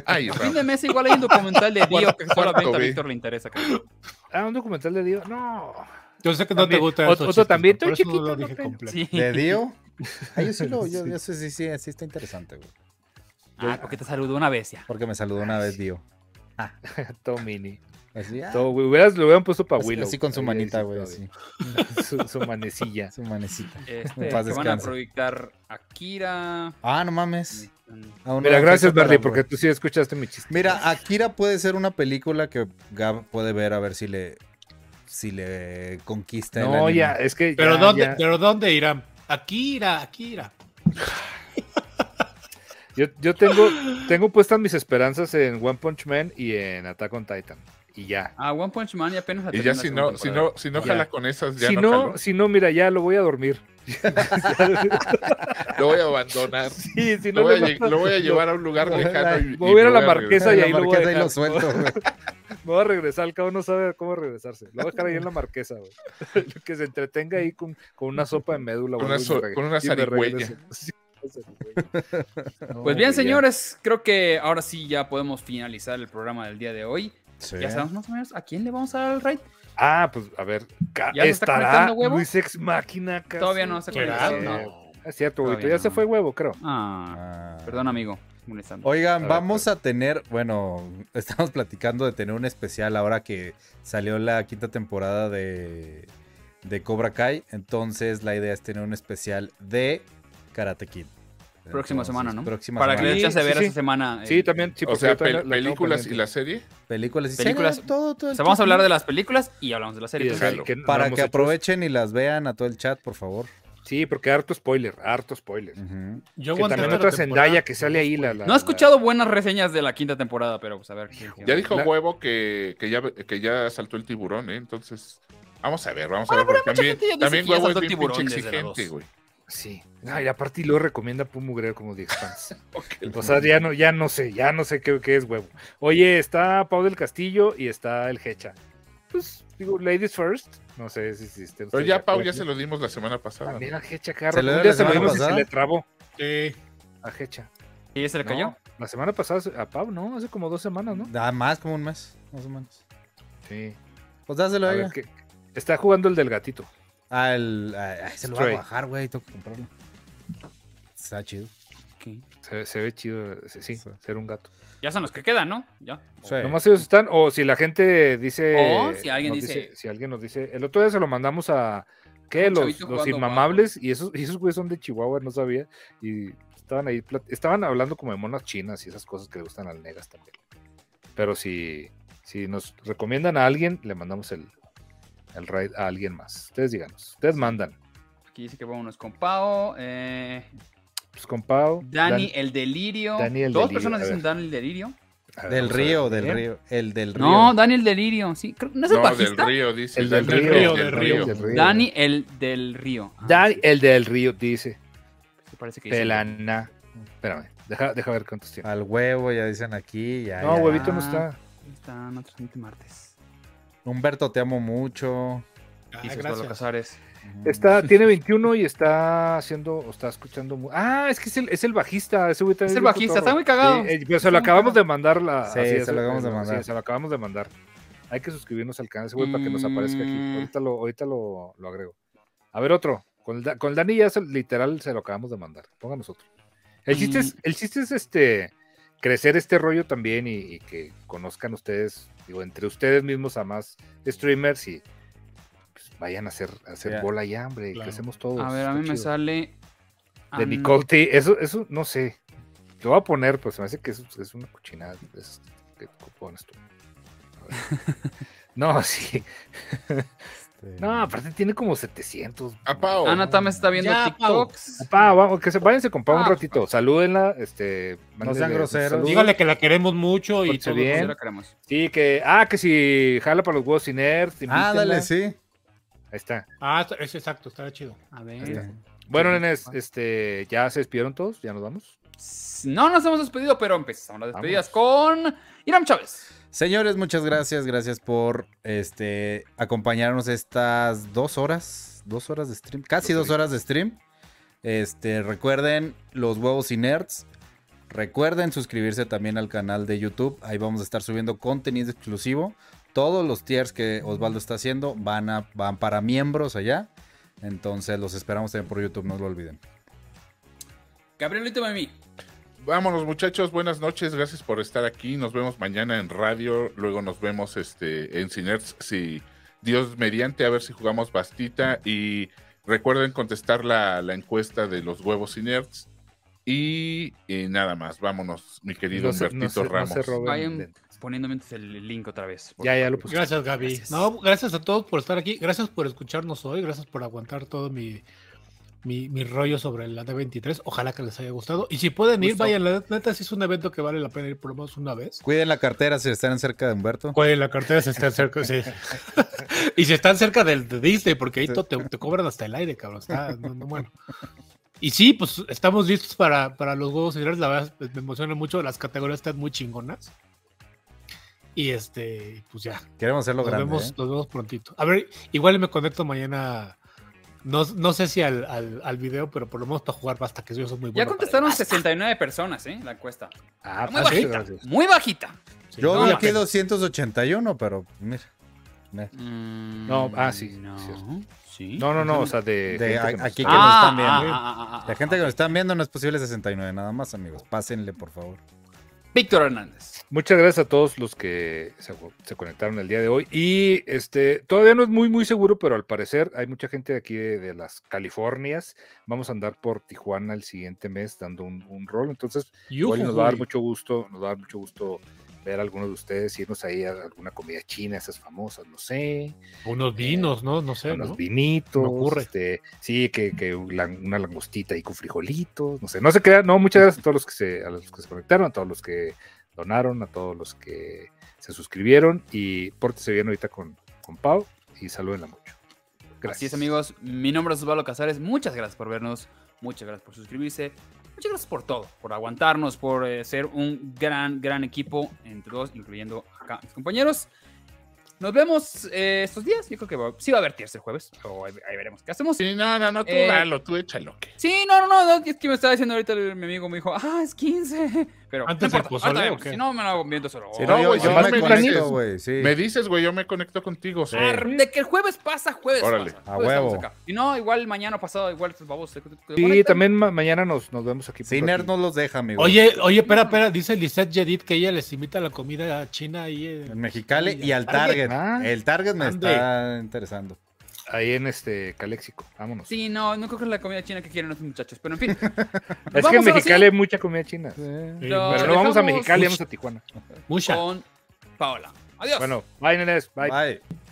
Speaker 5: ay,
Speaker 2: A
Speaker 5: Rafa.
Speaker 2: fin de mes igual hay un documental de Dio que
Speaker 5: Cuarto
Speaker 2: solamente a
Speaker 5: B.
Speaker 2: Víctor le interesa. creo.
Speaker 3: Ah, un documental de Dios. No.
Speaker 4: Yo sé que no
Speaker 3: También,
Speaker 4: te gusta
Speaker 3: otro-
Speaker 4: eso.
Speaker 3: otro también,
Speaker 4: Por
Speaker 3: estoy
Speaker 4: eso no lo
Speaker 3: chiquito, no
Speaker 4: dije
Speaker 3: tengo.
Speaker 4: completo.
Speaker 2: Sí.
Speaker 1: ¿De Dio? Ah, yo sí lo, yo, (laughs) yo sí, sí, sí, sí está interesante, güey.
Speaker 2: Ah, porque te saludó una vez ya.
Speaker 1: Porque me saludó una vez Dio.
Speaker 3: Todo mini.
Speaker 1: Así, ah,
Speaker 3: Todo, güey. Hubieras, lo hubieran puesto para
Speaker 1: así-
Speaker 3: Willow.
Speaker 1: así con su
Speaker 3: Ahí,
Speaker 1: manita,
Speaker 3: sí,
Speaker 1: güey,
Speaker 3: todavía.
Speaker 1: así.
Speaker 3: (laughs) Su, su
Speaker 1: (laughs)
Speaker 3: manecilla.
Speaker 1: Su manecita.
Speaker 2: Este,
Speaker 1: paz
Speaker 2: que van a
Speaker 1: descanse.
Speaker 2: proyectar Akira.
Speaker 1: Ah, no mames. Aún no
Speaker 3: Mira,
Speaker 1: la
Speaker 3: gracias,
Speaker 1: fecha para
Speaker 3: Barry,
Speaker 1: ver.
Speaker 3: porque tú sí escuchaste mi chiste.
Speaker 1: Mira, Akira puede ser una película que Gab puede ver a ver si le si le conquista el
Speaker 3: No,
Speaker 1: anime.
Speaker 3: ya, es que.
Speaker 4: Pero,
Speaker 3: ya,
Speaker 4: ¿dónde,
Speaker 3: ya.
Speaker 4: pero ¿dónde irán? Akira, Akira.
Speaker 3: Yo, yo tengo, tengo puestas mis esperanzas en One Punch Man y en Attack on Titan. Y ya.
Speaker 2: Ah, One Punch Man y apenas la
Speaker 5: Y ya
Speaker 2: termina
Speaker 5: si
Speaker 2: la segunda
Speaker 5: no, si no, si no
Speaker 3: Ya.
Speaker 5: jala con esas, ya
Speaker 3: Si
Speaker 5: no,
Speaker 3: no,
Speaker 5: jaló.
Speaker 3: si no, mira, ya lo voy a
Speaker 5: (laughs)
Speaker 3: dormir.
Speaker 5: Lo voy a abandonar.
Speaker 3: Sí, si
Speaker 5: Lo
Speaker 3: no,
Speaker 5: voy, a,
Speaker 3: le
Speaker 5: lle-
Speaker 3: (laughs)
Speaker 5: lo voy a llevar a un lugar
Speaker 1: Lo-
Speaker 5: lejano. y- y
Speaker 3: voy a ir a
Speaker 5: me
Speaker 3: la
Speaker 5: voy regresar.
Speaker 3: marquesa
Speaker 1: Esa
Speaker 3: y
Speaker 1: la
Speaker 3: ahí lo voy a
Speaker 1: marquesa ahí
Speaker 3: dejar.
Speaker 1: lo suelto,
Speaker 2: (laughs)
Speaker 1: güey.
Speaker 3: me voy a regresar, al cabo no sabe cómo regresarse. Lo voy a dejar ahí en la marquesa,
Speaker 5: (laughs)
Speaker 3: güey. que se entretenga ahí con, con una sopa de médula. o
Speaker 5: Con una
Speaker 3: algo y
Speaker 5: so-
Speaker 3: me reg-
Speaker 5: con una
Speaker 3: y me
Speaker 5: zarigüeya.
Speaker 3: regreso. (laughs) Sí, una zarigüeya. No,
Speaker 5: oh,
Speaker 2: Pues bien,
Speaker 3: güey, ya.
Speaker 2: señores, creo que ahora sí ya podemos finalizar el programa del día de hoy.
Speaker 1: Sí.
Speaker 2: Ya sabemos más o menos a quién le vamos a dar el raid.
Speaker 3: Ah, pues a ver, ca-
Speaker 2: ¿Ya se está
Speaker 3: estará
Speaker 2: conectando, huevo?
Speaker 3: Luis Ex Máquina. casi?
Speaker 2: Todavía no se
Speaker 4: ¿Será?
Speaker 3: Sí.
Speaker 2: conectado.
Speaker 4: No.
Speaker 3: Es cierto, güey,
Speaker 2: Todavía
Speaker 3: ya
Speaker 2: no.
Speaker 3: se fue huevo, creo.
Speaker 1: Ah.
Speaker 2: Ah, perdón, amigo. molestando.
Speaker 1: Oigan,
Speaker 3: A ver,
Speaker 1: vamos a tener, bueno, estamos platicando de tener un especial ahora que salió la quinta temporada de, de Cobra Kai. Entonces la idea es tener un especial de Karate Kid.
Speaker 2: Próxima
Speaker 1: Entonces,
Speaker 2: semana, ¿no?
Speaker 1: Próxima
Speaker 2: Para que
Speaker 1: semana.
Speaker 2: le
Speaker 3: Sí,
Speaker 2: den chance de
Speaker 3: sí,
Speaker 2: ver
Speaker 3: sí.
Speaker 2: esa semana. eh,
Speaker 3: Sí, también. Sí,
Speaker 5: O
Speaker 3: porque
Speaker 5: sea,
Speaker 3: yo también
Speaker 5: pel-
Speaker 3: la- la tengo
Speaker 5: películas y
Speaker 3: pendiente.
Speaker 5: la serie.
Speaker 1: Películas y
Speaker 2: Películas.
Speaker 1: series, todo, todo
Speaker 2: O
Speaker 1: el
Speaker 2: sea, vamos a
Speaker 1: kit, ¿no?
Speaker 2: hablar de las películas y hablamos de la
Speaker 3: Sí,
Speaker 2: serie.
Speaker 3: es
Speaker 5: Jalo.
Speaker 2: también.
Speaker 3: el no
Speaker 1: Para
Speaker 3: hemos
Speaker 1: que
Speaker 3: hecho.
Speaker 1: aprovechen y las vean a todo el chat, por favor.
Speaker 3: Sí, porque harto spoiler, harto spoiler.
Speaker 1: Ujú.
Speaker 4: Yo
Speaker 3: Que
Speaker 4: aguanté
Speaker 3: también
Speaker 4: la
Speaker 3: otra
Speaker 4: temporada.
Speaker 3: Zendaya que sale ahí la.
Speaker 2: No
Speaker 3: la-
Speaker 2: he
Speaker 3: la-
Speaker 2: escuchado buenas reseñas de la quinta temporada, pero pues a ver. qué- qué
Speaker 5: Ya
Speaker 2: onda.
Speaker 5: dijo
Speaker 3: La-
Speaker 5: Huevo que, que ya, que ya saltó el tiburón, ¿eh? Entonces, vamos a ver, vamos a ver. porque
Speaker 2: mucha
Speaker 5: también
Speaker 2: gente ya dice
Speaker 5: también
Speaker 2: que ya
Speaker 5: Huevo es
Speaker 2: saltó el
Speaker 5: bien
Speaker 2: tiburón
Speaker 5: pinche
Speaker 2: desde la
Speaker 5: exigente,
Speaker 2: dos.
Speaker 5: güey.
Speaker 3: Sí. Ay, aparte y lo recomienda Pumugrero como The Expanse.
Speaker 2: (laughs)
Speaker 5: Ok.
Speaker 3: O sea, ya no, ya no sé, ya no sé qué, qué es huevo. Oye, está Pau del Castillo y está el Hecha. Pues, digo, Ladies First. No sé si existe.
Speaker 5: Pero ya Pau ya se lo dimos la semana pasada. ¿no?
Speaker 3: También a Hecha,
Speaker 1: ¿Se
Speaker 3: carro.
Speaker 1: lo
Speaker 3: Un
Speaker 1: dio
Speaker 3: día
Speaker 1: la
Speaker 3: se lo
Speaker 1: semana
Speaker 3: dimos y se
Speaker 1: pasada?
Speaker 3: le trabó
Speaker 4: Sí.
Speaker 3: a Hecha.
Speaker 2: ¿Y ya se le
Speaker 3: No,
Speaker 2: cayó?
Speaker 3: La semana pasada, se- a Pau, ¿no? Hace como dos semanas,
Speaker 5: Mm,
Speaker 3: ¿no?
Speaker 1: Da más como un mes, más o menos.
Speaker 3: Sí.
Speaker 1: Pues dáselo
Speaker 3: A
Speaker 1: a
Speaker 3: ver,
Speaker 1: ella.
Speaker 3: ¿qué- Está jugando el del gatito.
Speaker 1: Al, ay, ay, se lo va a
Speaker 3: Stray.
Speaker 1: bajar, güey. Tengo que comprarlo. Está chido.
Speaker 3: Se, se ve chido, sí, sí,
Speaker 1: Sí.
Speaker 3: ser un gato.
Speaker 2: Ya son los que quedan, ¿no? Ya.
Speaker 1: Sí.
Speaker 3: Nomás ellos están, o si la gente dice.
Speaker 2: O si alguien
Speaker 3: nos
Speaker 2: dice-
Speaker 3: Si alguien nos dice. El otro día se lo mandamos a, ¿Qué?
Speaker 2: Un
Speaker 3: Los,
Speaker 2: chavito
Speaker 3: los
Speaker 2: jugando
Speaker 3: inmamables. Y esos, y esos güeyes son de Chihuahua, no sabía. Y estaban ahí, plat- estaban hablando como de monas chinas y esas cosas que le gustan al negas también. Pero si, si nos recomiendan a alguien, le mandamos el, el raid a alguien más. Ustedes díganos. Ustedes mandan.
Speaker 2: Aquí dice que vámonos con Pau. eh,
Speaker 3: Pues con Pau.
Speaker 2: Dani, el delirio.
Speaker 3: Dani el
Speaker 2: Dos
Speaker 3: Delirio,
Speaker 2: personas
Speaker 3: a
Speaker 2: dicen
Speaker 3: ver.
Speaker 2: Dani el delirio.
Speaker 3: A ver,
Speaker 1: Del
Speaker 3: vamos a ver ¿Eh?
Speaker 1: río, del
Speaker 3: también.
Speaker 1: río. El del río.
Speaker 2: No, Dani el delirio. Sí, creo- ¿No es el
Speaker 5: No, del
Speaker 2: bajista?
Speaker 5: río, dice.
Speaker 3: El del
Speaker 5: Dani,
Speaker 3: río,
Speaker 4: del río.
Speaker 3: del río.
Speaker 2: Dani el del río. Ah,
Speaker 3: Dani, el del río, dice.
Speaker 2: sí, parece que dice-
Speaker 3: Pelana. Espérame, deja, deja ver cuántos tiene.
Speaker 1: Al huevo, ya dicen aquí. Ya,
Speaker 3: No,
Speaker 1: ya.
Speaker 3: huevito no está.
Speaker 2: Están otros 20 martes.
Speaker 1: Humberto, te amo mucho.
Speaker 4: Ah,
Speaker 2: Y Osvaldo
Speaker 4: gracias.
Speaker 2: Casares.
Speaker 3: Está, tiene 21 y está haciendo, o está escuchando. mu- Ah, es que es el, es el bajista. Ese güey también
Speaker 2: Es el
Speaker 3: bien
Speaker 2: bajista,
Speaker 3: cotorro.
Speaker 2: está muy cagado.
Speaker 3: Sí, eh, pero se lo acabamos de mandar. La,
Speaker 1: Sí,
Speaker 3: así
Speaker 1: se
Speaker 3: es, eh,
Speaker 1: lo acabamos de
Speaker 3: sí,
Speaker 1: mandar.
Speaker 3: se lo acabamos de mandar. Hay que suscribirnos al canal, ese güey, para que nos aparezca aquí.
Speaker 2: Mm.
Speaker 3: Ahorita lo, ahorita lo, lo agrego. A ver, otro. Con el, Da- con el Dani ya se- literal se lo acabamos de mandar. Pónganos otro. El chiste, es,
Speaker 2: Mm.
Speaker 3: el chiste es este crecer este rollo también y, y que conozcan ustedes, digo, entre ustedes mismos a más streamers y pues, vayan a hacer, a hacer
Speaker 1: Ya.
Speaker 3: bola y hambre,
Speaker 4: Claro.
Speaker 3: crecemos todos.
Speaker 2: A ver,
Speaker 3: está
Speaker 2: a mí me
Speaker 3: chido.
Speaker 2: sale.
Speaker 3: De
Speaker 2: An-
Speaker 3: Nicole T, eso, eso no sé. Lo voy a poner, pues se me hace que es, es una cochinada. Es, ¿Qué pones tú? A
Speaker 2: (laughs)
Speaker 3: ver. No, sí.
Speaker 1: Este,
Speaker 3: No, aparte tiene como 700.
Speaker 5: A Pau.
Speaker 2: Ana Tam está viendo
Speaker 4: Ya, Pau.
Speaker 2: TikToks.
Speaker 3: Pa, vamos, que se, váyanse con Pa un
Speaker 2: Ah.
Speaker 3: ratito. Salúdenla. Este, mándenle
Speaker 1: sean
Speaker 3: un
Speaker 1: groseros.
Speaker 3: saludo.
Speaker 4: Dígale que la queremos mucho y
Speaker 3: Pórtese
Speaker 4: todo.
Speaker 3: bien.
Speaker 2: pues, Sí, la queremos.
Speaker 3: Sí, que. Ah, que si jala para los huevos sin air.
Speaker 1: Ah, dale, sí.
Speaker 3: Ahí está.
Speaker 4: Ah, está- es exacto, estaba chido.
Speaker 2: A
Speaker 1: Ahí
Speaker 2: ver.
Speaker 1: está.
Speaker 3: Bueno,
Speaker 2: Sí.
Speaker 3: nenes, este, ya se despidieron todos, ya nos vamos.
Speaker 2: No nos hemos despedido, pero empezamos las despedidas con Iram Chávez.
Speaker 1: Señores, muchas gracias. Gracias por este acompañarnos estas dos horas. Dos horas de stream. Casi
Speaker 3: Dos
Speaker 1: dos horas de stream. Este, recuerden los huevos inerts. Recuerden suscribirse también al canal de YouTube. Ahí vamos a estar subiendo contenido exclusivo. Todos los tiers que Osvaldo está haciendo van, a, van para miembros allá. Entonces los esperamos también por YouTube, no lo olviden.
Speaker 2: Gabrielito Mami.
Speaker 5: Vámonos, muchachos. Buenas noches. Gracias por estar aquí. Nos vemos mañana en radio. Luego nos vemos este, en Cinerts. Si Dios mediante, a ver si jugamos Bastita. Y recuerden contestar la, la encuesta de los huevos Cinerts. Y, y nada más. Vámonos, mi querido
Speaker 3: se-
Speaker 5: Humbertito
Speaker 3: se-
Speaker 5: Ramos.
Speaker 3: se roben
Speaker 2: Vayan-
Speaker 3: lentes.
Speaker 2: Poniéndome entonces el link otra vez. por
Speaker 3: Ya, ya lo
Speaker 2: favor.
Speaker 3: puse.
Speaker 4: pues, Gracias, Gaby.
Speaker 2: Gracias.
Speaker 4: No, gracias a todos por estar aquí. Gracias por escucharnos hoy. Gracias por aguantar todo mi, mi, mi rollo sobre la D23. Ojalá que les haya gustado. Y si pueden ir,
Speaker 2: Gusto.
Speaker 4: vayan. La neta, sí es un evento que vale la pena ir por lo menos una vez.
Speaker 1: Cuiden la cartera si están cerca de Humberto.
Speaker 4: Güey, la cartera se está cerca, sí. (laughs) y si están cerca del de Disney, porque ahí
Speaker 1: Sí.
Speaker 4: to- te, te cobran hasta el aire, cabrón. Está, no, no, bueno. Y sí, pues estamos listos para, para los juegos generales. La verdad, pues, me emociona mucho. Las categorías están muy chingonas. Y este, pues ya.
Speaker 1: Queremos hacerlo
Speaker 4: Nos
Speaker 1: grande.
Speaker 4: vemos,
Speaker 1: ¿eh?
Speaker 4: nos vemos prontito. A ver, igual me conecto mañana. No, no sé si al, al, al video, pero por lo menos para jugar basta, que yo soy muy bueno.
Speaker 2: Ya
Speaker 4: para-
Speaker 2: contestaron 69 personas, ¿eh? La encuesta.
Speaker 3: Ah,
Speaker 2: Muy
Speaker 3: ah, sí,
Speaker 2: bajita.
Speaker 3: gracias.
Speaker 2: Muy bajita.
Speaker 4: Sí,
Speaker 1: Yo
Speaker 4: no,
Speaker 1: vi
Speaker 4: la
Speaker 1: aquí
Speaker 4: pena.
Speaker 1: 281, pero mira.
Speaker 2: No,
Speaker 3: ah, sí, cierto. No, no, no, o sea, de,
Speaker 1: De
Speaker 3: gente
Speaker 1: a-
Speaker 3: que nos
Speaker 1: aquí
Speaker 3: está-
Speaker 1: que nos
Speaker 2: Ah,
Speaker 1: están viendo.
Speaker 2: ah, ah, ah, ah,
Speaker 1: La
Speaker 2: ah,
Speaker 1: gente que
Speaker 2: ah.
Speaker 1: nos están viendo no es posible 69, nada más, amigos. Pásenle, por favor.
Speaker 2: Víctor Hernández.
Speaker 3: Muchas gracias a todos los que se, se conectaron el día de hoy. Y este, todavía no es muy, muy seguro, pero al parecer hay mucha gente de aquí de, de las Californias. Vamos a andar por Tijuana el siguiente mes dando un, un rol. Entonces, igual y nos va a dar
Speaker 4: Yujú,
Speaker 3: mucho gusto, nos va a dar mucho gusto ver a algunos de ustedes, irnos ahí a alguna comida china, esas famosas, no sé,
Speaker 4: Unos vinos, ¿no? No sé.
Speaker 3: unos
Speaker 4: ¿no?
Speaker 3: vinitos,
Speaker 4: Me ocurre.
Speaker 3: este, sí, que, que un lan- una langostita ahí con frijolitos, no sé, no se crean, no, muchas gracias a todos los que se, a los que se conectaron, a todos los que donaron, a todos los que se suscribieron y pórtese bien ahorita con, con Pau y salúdenla mucho. Gracias.
Speaker 2: Así es, amigos. Mi nombre es Osvaldo Casares. Muchas gracias por vernos. Muchas gracias por suscribirse. Muchas gracias por todo, por aguantarnos, por eh, ser un gran, gran equipo entre todos, incluyendo acá mis compañeros. Nos vemos eh, estos días. Yo creo que va- sí va a haber tiers el jueves. O ahí, ahí veremos qué hacemos.
Speaker 5: Sí, no, no, no, tú
Speaker 2: Eh,
Speaker 5: dalo, tú échalo. que-
Speaker 2: Sí, no, no, no, no, es que me estaba diciendo ahorita el- mi amigo, me dijo, ah, es 15. (laughs) Pero
Speaker 4: ¿Antes
Speaker 2: no
Speaker 4: del
Speaker 2: importa,
Speaker 4: pozole
Speaker 2: ahorita
Speaker 4: o
Speaker 2: vemos,
Speaker 4: qué?
Speaker 2: Si no, me lo viendo solo.
Speaker 1: Si
Speaker 5: no,
Speaker 1: no, yo,
Speaker 5: güey,
Speaker 1: yo
Speaker 5: yo me
Speaker 1: me
Speaker 5: conecto.
Speaker 1: conecto, güey.
Speaker 3: eh.
Speaker 1: Sí.
Speaker 5: Me dices, güey, yo me conecto contigo. sí.
Speaker 2: Ar- De que el jueves pasa, jueves
Speaker 5: Órale.
Speaker 2: pasa.
Speaker 1: A
Speaker 2: jueves estamos
Speaker 1: huevo.
Speaker 2: acá. Si no, igual mañana pasado, igual estos babos se, se
Speaker 3: Sí,
Speaker 2: conectan.
Speaker 3: también ma- mañana nos, nos vemos aquí. por
Speaker 1: Sin
Speaker 3: aquí.
Speaker 1: nerd no los deja, amigos.
Speaker 4: Oye, oye, espera, espera. Dice Lisette Jedid que ella les invita a la comida china ahí. en-
Speaker 1: En Mexicali y al
Speaker 4: Target.
Speaker 1: Target.
Speaker 3: Ah.
Speaker 1: El Target me
Speaker 4: Ande.
Speaker 1: está interesando.
Speaker 3: ahí en este Caléxico. Vámonos.
Speaker 2: Sí, no, no creo que es la comida china que quieren los muchachos, pero en fin.
Speaker 3: es que en
Speaker 2: Vamos ahora
Speaker 3: Mexicali
Speaker 2: sí.
Speaker 3: hay mucha comida china.
Speaker 4: Sí,
Speaker 2: No,
Speaker 3: Pero
Speaker 4: ¿eh? pero
Speaker 3: no vamos a
Speaker 2: dejamos-
Speaker 3: Mexicali, vamos a Tijuana.
Speaker 4: mucha.
Speaker 2: Con Paola. Adiós.
Speaker 3: Bueno, bye, nenes. Bye.
Speaker 1: Bye.